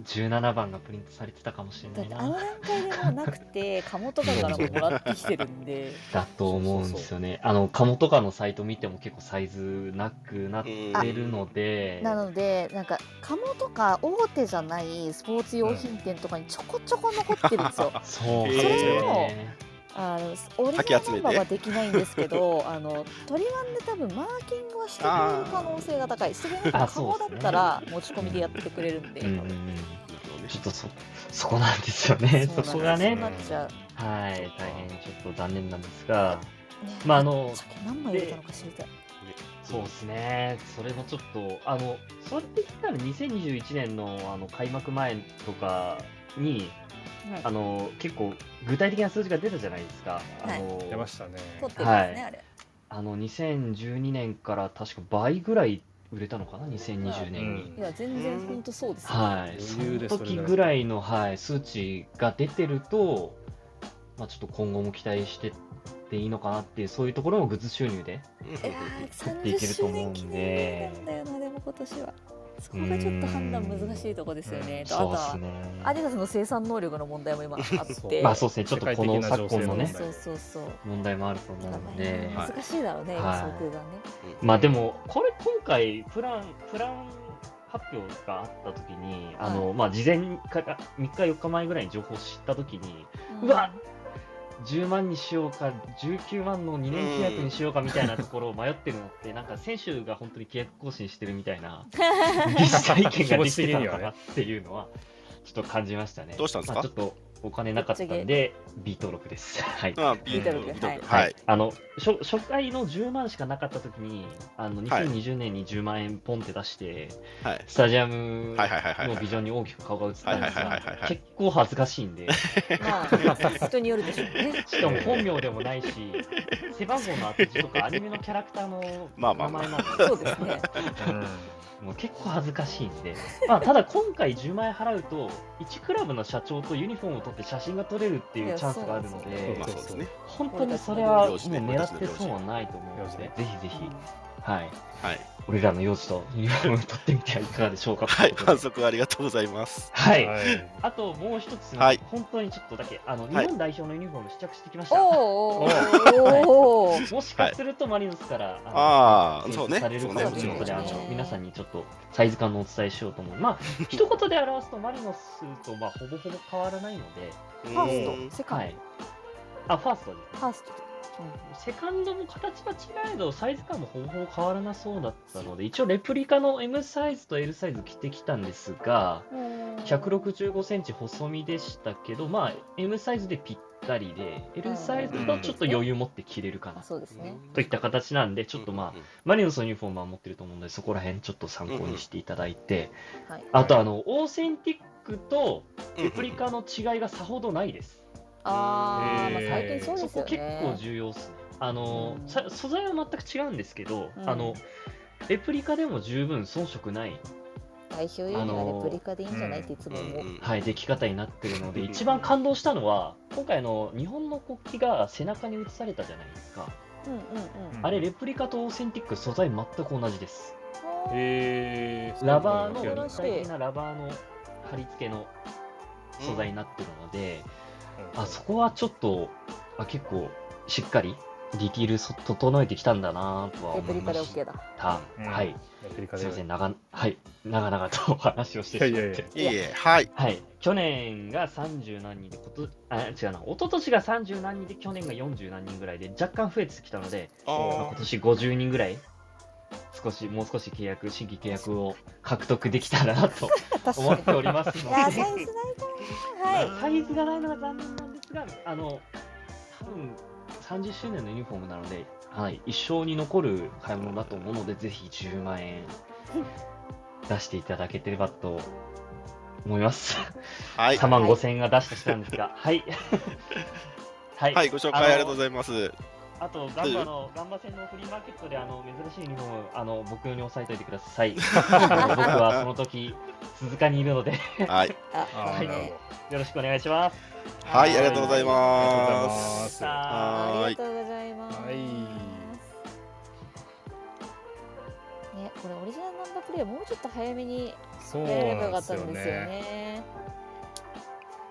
Speaker 8: 10 17番がプリントされてたかもしれ
Speaker 1: だ
Speaker 8: な
Speaker 1: っ
Speaker 8: い
Speaker 1: てあの段階でも
Speaker 8: な。
Speaker 1: うなく て、鴨とかからももらってきてるんで、
Speaker 8: だと思うんですよね。あの、カモとかのサイト見ても結構サイズなくなっ
Speaker 3: うん
Speaker 8: てるので、
Speaker 1: なので、なんか、鴨とか大手じゃないスポーツ用品店とかにちょこちょこ残ってるんです よ。
Speaker 8: そう、
Speaker 3: へー
Speaker 8: そうですよ
Speaker 1: あのオリジナルナンバーはできないんですけ どあのトリワンで多分マーキングはしてくれる可能性が高いしてくれないから
Speaker 8: あそう
Speaker 1: 顔
Speaker 8: で
Speaker 1: だ
Speaker 8: すね
Speaker 1: ったら持ち込みでやってくれるんで、
Speaker 8: うんうんう
Speaker 1: 多分
Speaker 8: ん
Speaker 3: なるほどね
Speaker 8: ちょっとそ、そこなんですよね。
Speaker 1: うな
Speaker 8: そ
Speaker 1: んです
Speaker 8: こが
Speaker 1: そう
Speaker 8: ね、
Speaker 1: なっちゃ
Speaker 8: はい、大変ちょっと残念なんですが、
Speaker 1: う、ね
Speaker 8: まああの
Speaker 1: さっき何枚入れたのか知りたい
Speaker 8: そうですね、それもちょっと、あの、それで言ったら2021年のあの開幕前とかに、
Speaker 1: はい
Speaker 8: あの、結構具体的な数字が出たじゃないですか。あの、
Speaker 2: 出ましたね
Speaker 1: 撮ってるんですね、
Speaker 8: は
Speaker 1: あれ
Speaker 8: あの2012年から確か倍ぐらい売れたのかな2020年に、
Speaker 2: うん
Speaker 1: いや全然本当そうですよ、
Speaker 8: はいそ
Speaker 2: 余裕
Speaker 8: の
Speaker 2: でそれだ
Speaker 8: 時ぐらいの、はい、数値が出てると、まあ、ちょっと今後も期待してっていいのかなっていうそういうところもグッズ収入で
Speaker 1: いや
Speaker 8: 撮っ
Speaker 1: ー
Speaker 8: ていけ
Speaker 1: 30
Speaker 8: ると
Speaker 1: 周
Speaker 8: 思う
Speaker 1: 年
Speaker 8: んで
Speaker 1: 記念なんだよなでも今年はそこがちょっと判断難しいとこですよ
Speaker 2: う
Speaker 1: ね
Speaker 2: ん
Speaker 1: とあと
Speaker 8: そうです
Speaker 1: は、
Speaker 8: ね
Speaker 1: アディダスの生産能力の問題も今あって
Speaker 8: まあそうですねちょっとこの
Speaker 2: 世界的な
Speaker 8: 昨
Speaker 2: 情勢
Speaker 8: 今のね
Speaker 2: 問題
Speaker 1: そうそうそう
Speaker 8: 問題もあると思う
Speaker 1: だ
Speaker 8: の
Speaker 1: からね
Speaker 8: で、
Speaker 3: はい
Speaker 1: 難しいだろうね、今
Speaker 8: はい
Speaker 1: 走行がね。
Speaker 8: まあでもこれ今回プランプラン発表があった時にあの、まあ事前から3日4日前ぐらいに情報を知った時にうわ10万にしようか19万の2年契約にしようかみたいなところを迷ってるのって、 なんか選手が本当に契約更新してるみたい な実際意見ができてたのかなっていうのはちょっと感じましたね。
Speaker 3: どうしたんですか
Speaker 8: まあちょっとお金なかったんで B 登録です。はい。
Speaker 3: あビートル
Speaker 1: ビ
Speaker 3: ビ
Speaker 1: ー
Speaker 3: ー
Speaker 1: ト
Speaker 3: ト
Speaker 1: ル
Speaker 3: ル
Speaker 1: ク
Speaker 3: はい
Speaker 8: あの初初回の10万しかなかった時にあの
Speaker 3: はい
Speaker 8: 2020年に10万円ポンって出して、
Speaker 3: はい
Speaker 8: スタジアム
Speaker 3: はいはいはいはいは
Speaker 8: の
Speaker 3: い
Speaker 8: ビジョンに大きく顔が映ったんです
Speaker 3: はいはいは
Speaker 8: が
Speaker 3: いはいはい
Speaker 8: 結構恥ずかしい んで
Speaker 1: まあ、人によるでしょうね。
Speaker 8: しかも本名で もないし、背番号の当て字とかアニメのキャラクターの
Speaker 3: まあ
Speaker 8: 名
Speaker 3: まあ
Speaker 8: 前
Speaker 3: まあ
Speaker 8: なんで、
Speaker 1: そうですね。
Speaker 8: もう結構恥ずかしいんで、まあ、ただ今回10万円払うと、1クラブの社長とユニフォームを取って写真が撮れるっていうチャンスがあるの
Speaker 1: いや
Speaker 8: で
Speaker 3: まあ、そうですね
Speaker 8: 本当にそれはもう
Speaker 3: そうですね
Speaker 8: 狙って損はないと思うので、ぜひぜひ、は
Speaker 3: は
Speaker 8: い、
Speaker 3: い
Speaker 8: 俺らの用 地とユニフォームを取ってみてはいかがでしょうか
Speaker 3: はい
Speaker 8: ということ
Speaker 3: 反
Speaker 8: で
Speaker 3: 則ありがとうございます
Speaker 8: はい
Speaker 2: はい
Speaker 8: あともう一つ、
Speaker 3: はい
Speaker 8: 本当にちょっとだけ、あの日
Speaker 3: はい
Speaker 8: 本代表のユニフォーム試着してきました。
Speaker 1: おーおーおー
Speaker 8: もしかするとマリノスから、
Speaker 3: ああ
Speaker 8: の
Speaker 3: そうね
Speaker 8: 提出される
Speaker 3: そう
Speaker 8: か
Speaker 3: ね
Speaker 8: も
Speaker 3: も
Speaker 8: と
Speaker 3: ち
Speaker 8: いう
Speaker 3: ろ
Speaker 8: こ
Speaker 3: ん
Speaker 8: とで、あ
Speaker 1: もちろん
Speaker 8: の皆さんにちょっとサイズ感のお伝えしようと思 う。まあ、一言で表すとマリノスとまあほぼほぼ変わらないので、
Speaker 1: ファ
Speaker 3: う
Speaker 1: ー
Speaker 3: ん
Speaker 1: スト、セカン
Speaker 8: はい。あ、ファーストで
Speaker 1: ド、
Speaker 8: す
Speaker 1: ファ
Speaker 8: ね。
Speaker 1: ースト。
Speaker 8: セカンドも形は違えど、サイズ感もほぼほぼ変わらなそうだったので、一応レプリカの M サイズと L サイズ着てきたんですが、
Speaker 1: うん
Speaker 8: 165センチ細身でしたけど、まあ、M サイズでぴったりで、L サイズだとちょっと余裕持って着れるかな
Speaker 1: そうですね。
Speaker 8: といった形なんで、ちょっとまあ、マリノスのユニフォームは持ってると思うので、そこら辺ちょっと参考にしていただいて、
Speaker 1: はい。
Speaker 8: あと、あの、オーセンティックと
Speaker 3: うん
Speaker 8: レプリカの違いがさほどないです。
Speaker 1: ああ、まあ最
Speaker 2: えー
Speaker 1: 近そう
Speaker 8: そ
Speaker 1: です
Speaker 8: こ
Speaker 1: よ
Speaker 8: 結構
Speaker 1: ね。
Speaker 8: 重要ですね。あのさ素材は全く違うんですけど、
Speaker 1: うん
Speaker 8: あのレプリカでも十分遜色ない、
Speaker 1: 代表より
Speaker 8: あ
Speaker 1: は
Speaker 8: のー
Speaker 1: レプリカでいいんじゃないっていつも思う。
Speaker 8: はい、出来方になってるので、
Speaker 3: うん
Speaker 8: 一番感動したのは、今回あの日本の国旗が背中に写されたじゃないですか。
Speaker 1: うんうん
Speaker 2: う
Speaker 1: うん
Speaker 8: あれ、レプリカとオーセンティック素材全く同じです。
Speaker 1: ん。
Speaker 2: えー、
Speaker 8: ラバー
Speaker 2: そうなんだ
Speaker 8: の、
Speaker 1: 素晴らしい
Speaker 8: 大きなラバーの貼り付けの素材になってるので、あそこはちょっとあ結構しっかりディティールそ整えてきたんだなとは
Speaker 1: レプ
Speaker 8: 思
Speaker 1: リ
Speaker 8: い
Speaker 1: カ
Speaker 8: ま
Speaker 1: で
Speaker 8: し
Speaker 1: OK だ。
Speaker 8: た。
Speaker 2: うん
Speaker 8: はい、
Speaker 2: レプリカ
Speaker 8: す
Speaker 2: で
Speaker 8: みません長はい長々とお話をしてしまって
Speaker 2: いやいやいや
Speaker 3: いえいえ、はい。
Speaker 8: はい去年が30何人でことあ違うな一昨年が30何人で去年が40何人ぐらいで若干増えてきたので
Speaker 3: あ
Speaker 8: 今年50人ぐらい少しもう少し契約新規契約を獲得できたらなと
Speaker 1: 確
Speaker 8: 思
Speaker 1: か
Speaker 8: っ
Speaker 1: に。い
Speaker 8: ておりますの
Speaker 1: やー、サイズ
Speaker 8: で
Speaker 1: ないからな。はい。
Speaker 8: サイズがないのが残念なんですがあの多分30周年のユニフォームなので、はい、一生に残る買い物だと思うのでぜひ10万円 出していただければと思います。
Speaker 3: あ、はい。
Speaker 8: 3万5千円が出してきたんで すが、はい。はい
Speaker 3: はい、ご紹介ありがとうご
Speaker 8: い
Speaker 3: ざいます。
Speaker 8: ます。あと、ガンバの、ガンバ戦のフリーマーケットで、あの、珍しいユニフォーム、あの、僕用に押さえておいてくだ さい。あの僕はその時、鈴鹿にいるので、
Speaker 3: はい。
Speaker 1: あ、
Speaker 2: あ
Speaker 1: そ
Speaker 2: ー
Speaker 1: う
Speaker 2: なるほ
Speaker 1: ね。
Speaker 2: ど
Speaker 8: よろしくお願いします。
Speaker 3: はい、ありがとうござい
Speaker 2: ありがとうござい
Speaker 3: ま
Speaker 2: ます
Speaker 3: す。
Speaker 8: さあ
Speaker 1: あ
Speaker 3: は
Speaker 1: り
Speaker 3: い
Speaker 1: が。とうございます。
Speaker 2: はい
Speaker 1: ね、これオリジナルナンバープレイヤーもうちょっと早めに
Speaker 2: そう
Speaker 1: やれればよ
Speaker 2: な
Speaker 1: か
Speaker 2: ん
Speaker 1: っ
Speaker 2: です
Speaker 1: たん
Speaker 2: よ
Speaker 1: ですよ
Speaker 2: ね。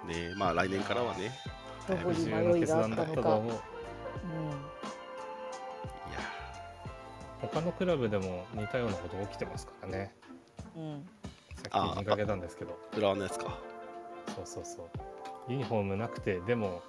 Speaker 1: ね。
Speaker 3: ね、まあ、来年からはね。
Speaker 1: どこに
Speaker 2: 自由の
Speaker 1: 迷い
Speaker 2: 決
Speaker 1: があっ
Speaker 2: 断だ
Speaker 1: た
Speaker 2: った
Speaker 1: の
Speaker 2: と
Speaker 1: か。
Speaker 2: 思
Speaker 1: う
Speaker 2: う。
Speaker 1: ん
Speaker 3: いや
Speaker 2: 他のクラブでも似たようなこと起きてますからね。
Speaker 1: うん、
Speaker 2: さっき見かけたんですけど。
Speaker 3: ー、浦和のやつか。
Speaker 2: そうそうそう。ユニフォームなくて、でも、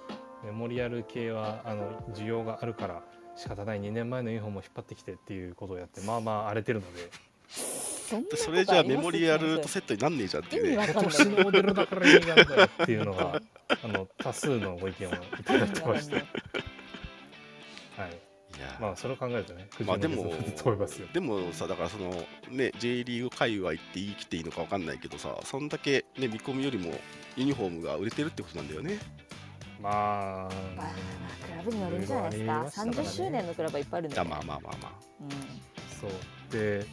Speaker 2: メモリアル系は、あの、需要があるから、仕方ない2年前のユニフォームを引っ張ってきてっていうことをやって、まあまあ荒れてるの で、
Speaker 1: そんな
Speaker 3: で
Speaker 1: こと
Speaker 3: それじゃあ、
Speaker 1: あり
Speaker 3: メ
Speaker 1: ます
Speaker 3: モリアルとセットになんねえじゃんって
Speaker 1: 意
Speaker 3: い
Speaker 1: 味
Speaker 3: う
Speaker 1: わ
Speaker 3: ね。
Speaker 1: かんな
Speaker 2: 今
Speaker 1: い。
Speaker 2: 年のモデルだからいいなんだよっていうのが、あの、多数のご意見をいただいて ました。はい。
Speaker 3: いや
Speaker 2: まあ、それを考えるとね、苦
Speaker 3: まあで
Speaker 2: 情も
Speaker 3: も
Speaker 2: 出てと思いますよ。
Speaker 3: でもさだからそのね J リーグ界隈って言い切っていいのかわかんないけどさそんだけね見込みよりもユニフォームが売れてるってことなんだよね
Speaker 2: まあ、
Speaker 1: まあ、クラブによるんじゃないです
Speaker 2: いろい
Speaker 1: か
Speaker 2: ろありま。したから
Speaker 1: 三十
Speaker 2: ね
Speaker 1: 周年のクラブはいっぱいあるん
Speaker 3: い
Speaker 1: だ
Speaker 3: や
Speaker 1: よね。
Speaker 3: まあまあまあま
Speaker 1: う
Speaker 2: そうで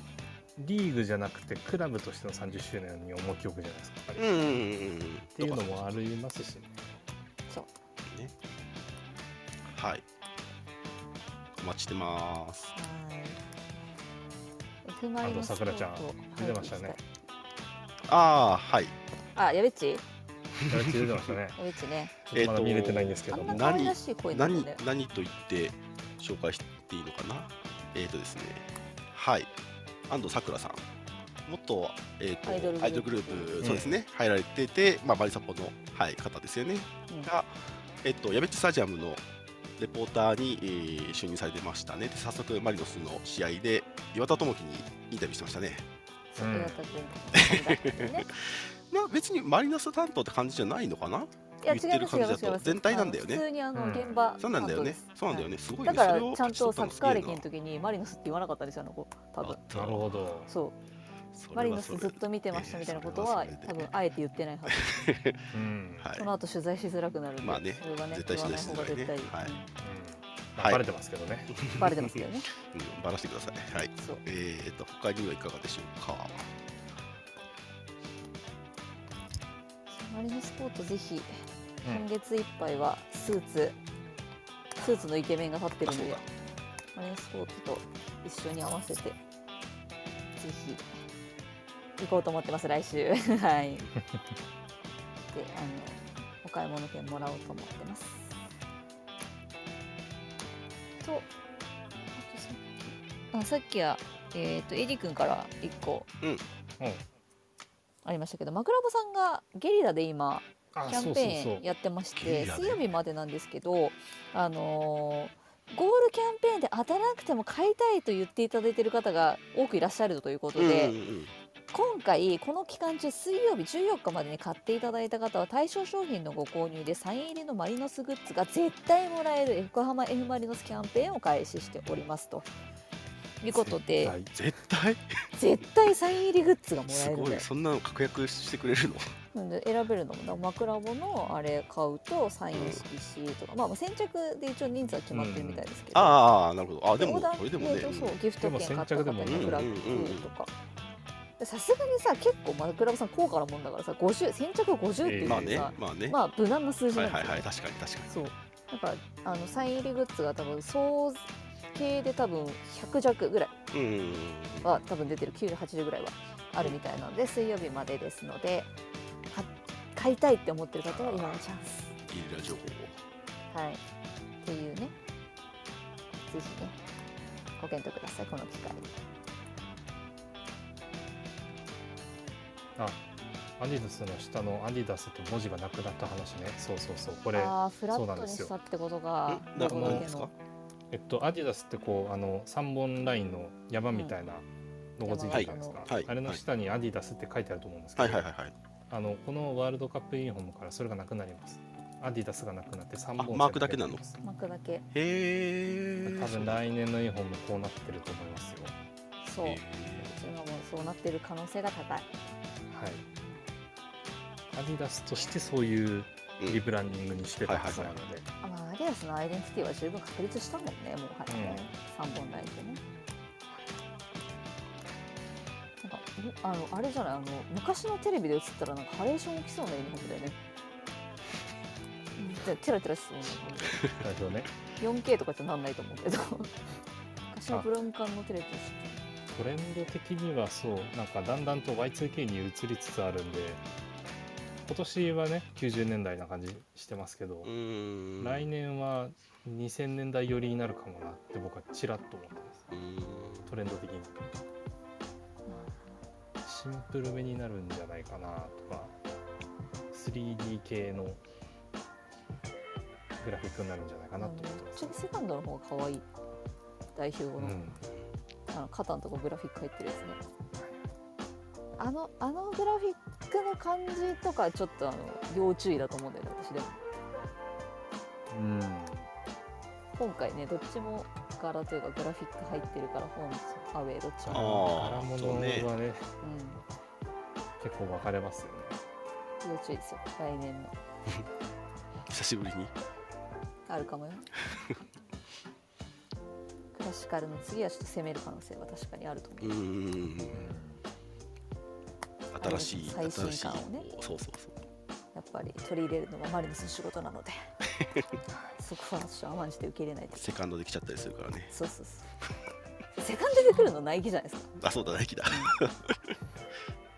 Speaker 2: リーグじゃなくてクラブとしての30周年に重きを置くじゃないですか、やっ
Speaker 3: あ
Speaker 2: ぱり
Speaker 3: うんう
Speaker 2: っ
Speaker 3: んうんうん
Speaker 2: ていうのもあります しね、
Speaker 3: はいお待ちしてます
Speaker 1: ん。はい。F マイナス
Speaker 2: あとさくらちゃん
Speaker 1: とはい
Speaker 2: 出てましたね
Speaker 3: ああはい
Speaker 1: あ、やべっち、や
Speaker 2: やる気出てましたね
Speaker 1: べっちね。
Speaker 2: ちょっとまだ見れてないんですけ
Speaker 1: あ
Speaker 2: ど
Speaker 1: ん
Speaker 2: も、
Speaker 1: な可愛らしい声なんだ
Speaker 3: 何
Speaker 1: よね。
Speaker 3: 何と言って紹介していいのかなえっ、とですねはい安藤さくらさん元、え
Speaker 1: アイドルグループ
Speaker 3: ー、とアイドルグループそうですね、入られてて、まあ、マリサポの、はい、方ですよね、
Speaker 1: うん
Speaker 3: が、えっと、やべっちスタジアムのレポーターに、えー就任されてましたねで早速マリノスの試合で岩田智樹にインタビューしてましたね
Speaker 1: そう
Speaker 2: うん
Speaker 1: 岩田君だね。
Speaker 3: な別にマリノス担当って感じじゃないのかない
Speaker 1: や違
Speaker 3: 言
Speaker 1: い
Speaker 3: ってる
Speaker 1: ます
Speaker 3: 感
Speaker 1: 違いま
Speaker 3: じだ
Speaker 1: す
Speaker 3: と
Speaker 1: 違います。
Speaker 3: 全体なんだよね
Speaker 1: あの普通にあ
Speaker 2: う
Speaker 1: の
Speaker 2: ん
Speaker 1: 現場、
Speaker 3: そうなんだよね
Speaker 1: 担当です
Speaker 3: そうなんだよ
Speaker 1: は
Speaker 3: ねすご
Speaker 1: い
Speaker 3: いね
Speaker 1: だから
Speaker 3: それを
Speaker 1: ちゃんとサ
Speaker 3: 勝ち
Speaker 1: ッカー
Speaker 3: 取ったのす
Speaker 1: 歴の時にマリノスって言わなかったですよねこう多分。
Speaker 2: なるほど
Speaker 1: そう
Speaker 3: ごいな
Speaker 1: マリノスずっと見てまし
Speaker 3: え
Speaker 1: た
Speaker 3: え
Speaker 1: みたいなこと
Speaker 3: そ
Speaker 1: は
Speaker 3: れはそれで
Speaker 1: 多分あえて言ってないはず。
Speaker 2: うん、
Speaker 3: はい
Speaker 1: その後取材しづらくなるんで、
Speaker 3: まあね
Speaker 1: それはね、
Speaker 3: 絶対
Speaker 1: 言わない
Speaker 3: 取
Speaker 1: 方が絶
Speaker 3: 材しづらい
Speaker 1: 対、
Speaker 3: ねはい
Speaker 2: まあ
Speaker 3: はい
Speaker 2: バレてますけどね、
Speaker 1: うんバレてますけどね。
Speaker 3: うん、バラしてください。はい。
Speaker 1: そう。
Speaker 3: えー、と、他にはいかがでしょうか。
Speaker 1: マリノスポートぜひ、
Speaker 2: うん
Speaker 1: 今月いっぱいはスーツ、スーツのイケメンが立って
Speaker 3: あ、
Speaker 1: るん
Speaker 3: そう
Speaker 1: で
Speaker 3: だ。、
Speaker 1: マリノスポートと一緒に合わせて、ぜひ、行こうと思ってます、来週。 はい。で、あの、お買い物券もらおうと思ってます。と、あとさっき、あさっきは、えっ、と、エリ君から一個
Speaker 2: うん、
Speaker 1: ありましたけど、マクラボさんがゲリラで今、
Speaker 2: あ
Speaker 1: キャンペーンやってまし
Speaker 3: ゲリ
Speaker 1: て
Speaker 3: ラね
Speaker 1: 水曜日までなんですけど、あのーゴールキャンペーンで当たらなくても買いたいと言っていただいている方が多くいらっしゃるということ
Speaker 3: うんうん
Speaker 1: で、
Speaker 3: うん
Speaker 1: 今回この期間中水曜日14日までに買っていただいた方は対象商品のご購入でサイン入りのマリノスグッズが絶対もらえる横浜 F ・マリノスキャンペーンを開始しておりますということで
Speaker 2: はい
Speaker 3: 絶対
Speaker 1: 絶対サイン入りグッズがもらえ
Speaker 3: す
Speaker 1: るん
Speaker 3: ご
Speaker 1: だ
Speaker 3: い
Speaker 1: よ
Speaker 3: そんなの確約してく れるの
Speaker 1: なんで選べるのもだ枕棒のあれ買うとサイン色紙とか、まあ、先着で一応人数は決まってるみたいですけど、
Speaker 3: ああなるほどあで
Speaker 1: オ
Speaker 3: も
Speaker 1: ーダー
Speaker 3: これでもね
Speaker 1: えーと
Speaker 3: う
Speaker 1: そうギフト券買った方に
Speaker 3: でも先着でもね
Speaker 1: クラブとか。でさすがにさ結構まあクラブさん高価なもんだからさ50先着50ってい
Speaker 2: え
Speaker 1: う
Speaker 2: ー
Speaker 3: ん
Speaker 1: の
Speaker 3: ま
Speaker 1: はさ、
Speaker 3: あねまあね
Speaker 1: まあ無難な数字
Speaker 3: は
Speaker 1: ないんで
Speaker 3: はい
Speaker 1: すよ、
Speaker 3: はい確かに確かに
Speaker 2: そう
Speaker 1: なんかあのサイン入りグッズが多分総計で多分100弱ぐらい
Speaker 3: うんうんうん
Speaker 1: は多分出てる980ぐらいはあるみたいなので水曜日までですのでか買いたいって思ってる方は今のチャンス
Speaker 3: ゲリラ情報
Speaker 1: はいっていうねぜひねご検討くださいこの機会
Speaker 2: あアディダスの下のアディダスと文字がなくなった話ねそうそうそうこれ
Speaker 1: ああフラ
Speaker 2: そう
Speaker 1: ッ
Speaker 2: なん
Speaker 1: ト
Speaker 2: で
Speaker 1: に
Speaker 2: すよ
Speaker 1: したってことが
Speaker 3: んな
Speaker 1: こ
Speaker 2: なん
Speaker 1: の
Speaker 2: です
Speaker 3: か
Speaker 2: えっとアディダスってこうあの3本ラインの山みたいなロゴついてるじゃないですか、
Speaker 3: はいはい
Speaker 2: あれの下にアディダスって書いてあると思うんですけど、
Speaker 3: はいはいはいはい
Speaker 2: あのこのワールドカップユニフォームからそれがなくなりますアディダスがなくなって3本線
Speaker 3: マークだけなの
Speaker 2: にります
Speaker 1: 幕だけ
Speaker 3: へえ
Speaker 2: 多分来年のユニフォームこうなってると思いますよ
Speaker 1: そう今もそうなってる可能性が高い
Speaker 2: はいアディダスとしてそういうリブランディングにしてたはずなので、
Speaker 1: あまあアディダスのアイデンティティは十分確立したもんねもうはいね、三本ラインでねなんかんあのあれじゃないあの昔のテレビで映ったらなんかハレーション起きそうなユニフォームだよねじゃあテラテラしそうな
Speaker 2: 代表ね
Speaker 1: 4K とかじゃなんないと思うけど昔のブラウン管のテレビです
Speaker 2: トレンド的にはそうなんかだんだんと Y2K に移りつつあるんで今年はね90年代な感じしてますけど
Speaker 3: う、ん
Speaker 2: 来年は2000年代寄りになるかもなって僕はちらっと思ってます
Speaker 3: うん
Speaker 2: トレンド的にシンプルめになるんじゃないかなとか 3D 系のグラフィックになるんじゃないかなと思ってま
Speaker 1: ち
Speaker 2: す
Speaker 1: ょっとセカンドの方が可愛い代表の,、
Speaker 2: うん
Speaker 1: あの肩のとこグラフィック入ってるやつねあのあのグラフィックの感じとかちょっとあの要注意だと思うんだよね私でも
Speaker 2: うん
Speaker 1: 今回ねどっちも柄というかグラフィック入ってるからホームアウェイどっちも、
Speaker 3: あ
Speaker 2: 柄
Speaker 3: あ
Speaker 2: 物
Speaker 3: そう
Speaker 2: は
Speaker 3: ね
Speaker 2: ね結構分かれますよね
Speaker 1: うん、要注意ですよ来年の
Speaker 3: 久しぶりに
Speaker 1: あるかもよ クラシカルの次はちょっと攻める可能性は確かにあると思う、
Speaker 3: うんうんうんうん新しい
Speaker 1: 最新
Speaker 3: 新しい
Speaker 1: 感をね
Speaker 3: そうそうそう
Speaker 1: やっぱり取り入れるのはマリノスの仕事なの でそこは私は甘んじて受け入れないと
Speaker 3: セカンドできちゃったりするからね
Speaker 1: そうそうそうセカンドで来るのナイキじゃないですか
Speaker 3: あそうだナイキだ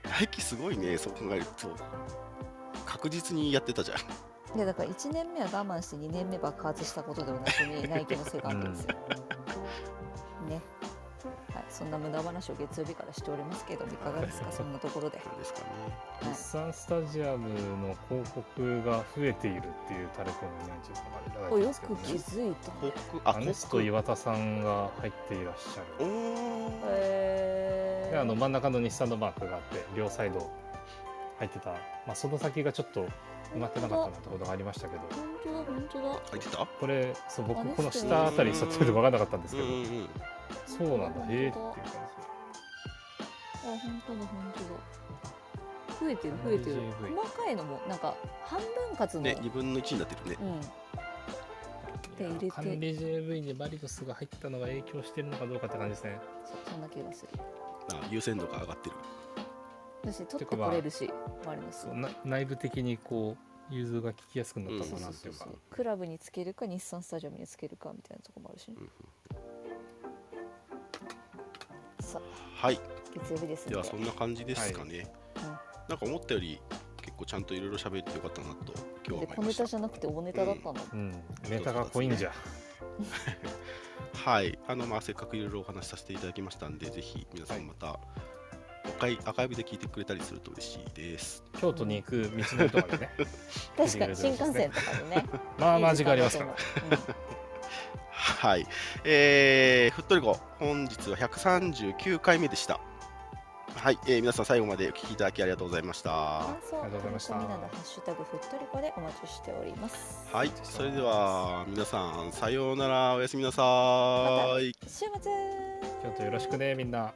Speaker 3: ナイキすごいねそう考えると確実にやってたじゃん
Speaker 1: いやだから1年目は我慢して2年目爆発したことではなくにナイキのセカンドですよ、ねはい、そんな無駄話を月曜日からしておりますけどもいかがですかそんなところで、
Speaker 3: なんですかね
Speaker 2: 日産スタジアムの広告が増えているっていうタレコミの一部がいた だいて
Speaker 1: およ
Speaker 2: ますけど
Speaker 1: く
Speaker 2: ね
Speaker 1: 気づいたね
Speaker 3: 広告あ
Speaker 2: アネス
Speaker 3: 広
Speaker 2: ト
Speaker 3: 告
Speaker 2: 岩田さんが入っていらっしゃ
Speaker 3: お
Speaker 2: る
Speaker 3: ー
Speaker 1: え
Speaker 2: であの真ん中の日産のマークがあって両サイド入ってた、まあ、その先がちょっと埋まってなかったなってことがありましたけど
Speaker 1: 本当だ本当だ
Speaker 3: 入ってた
Speaker 2: これそう僕
Speaker 1: アネスト
Speaker 2: この下あたりに座ってると分からなかったんです
Speaker 3: う
Speaker 2: け
Speaker 3: ん
Speaker 2: ど
Speaker 3: うんうん
Speaker 2: そうなんだへえっていう感
Speaker 1: あ本当だ本当だ増えてる増えてる
Speaker 2: LGV
Speaker 1: 細かいのもなんか半分割の、
Speaker 3: ね2分の1になってるね
Speaker 1: うんで入
Speaker 2: じ
Speaker 1: れ
Speaker 2: 管理
Speaker 1: て
Speaker 2: JV にマリノスが入ったのが影響してるのかどうかって感じですね
Speaker 1: そそんな気がする
Speaker 3: あ優先度が上がってる
Speaker 1: 私取
Speaker 2: て
Speaker 1: って
Speaker 2: かまあ
Speaker 1: これるしマリノス
Speaker 2: そうな内部的にこう融通が利きやすくなった
Speaker 1: そ
Speaker 2: か
Speaker 1: うそ
Speaker 2: な
Speaker 1: う
Speaker 2: って
Speaker 1: そ
Speaker 2: いううか
Speaker 1: そうクラブにつけるか日産スタジアムにつけるかみたいなとこもあるしね、
Speaker 3: うん
Speaker 1: さ
Speaker 3: はい
Speaker 1: あ月曜日です
Speaker 3: で
Speaker 1: の
Speaker 3: は
Speaker 1: で
Speaker 3: そんな感じですかね、
Speaker 1: はいうん
Speaker 3: なんか思ったより結構ちゃんといろいろ喋ってよかったなと今日
Speaker 1: で小
Speaker 3: は思いま
Speaker 1: ネ
Speaker 3: した
Speaker 1: タじゃなくて大ネタだったの、
Speaker 2: うんネタが濃いんじゃ
Speaker 3: はいあのまあせっかくいろいろお話しさせていただきましたんでぜひ皆さんまた、おかいアーカイブで聞いてくれたりすると嬉しいです。
Speaker 2: 京都に行く道のりとかでね
Speaker 1: 確かに新幹線とかでね
Speaker 2: まあまあ時間あります からら
Speaker 3: はい、えー、ふっとりこ本日は139回目でした。はい、えー皆さん最後までお聞きいただきありがとうございました。
Speaker 1: 感想、
Speaker 2: ありがとうございました
Speaker 1: コミなどハッシュタグふっとりこでお待ちしております。
Speaker 3: はい、それでは皆さんさようならおやすみなさーい。
Speaker 1: 週末
Speaker 2: 京都よろしくねみんな。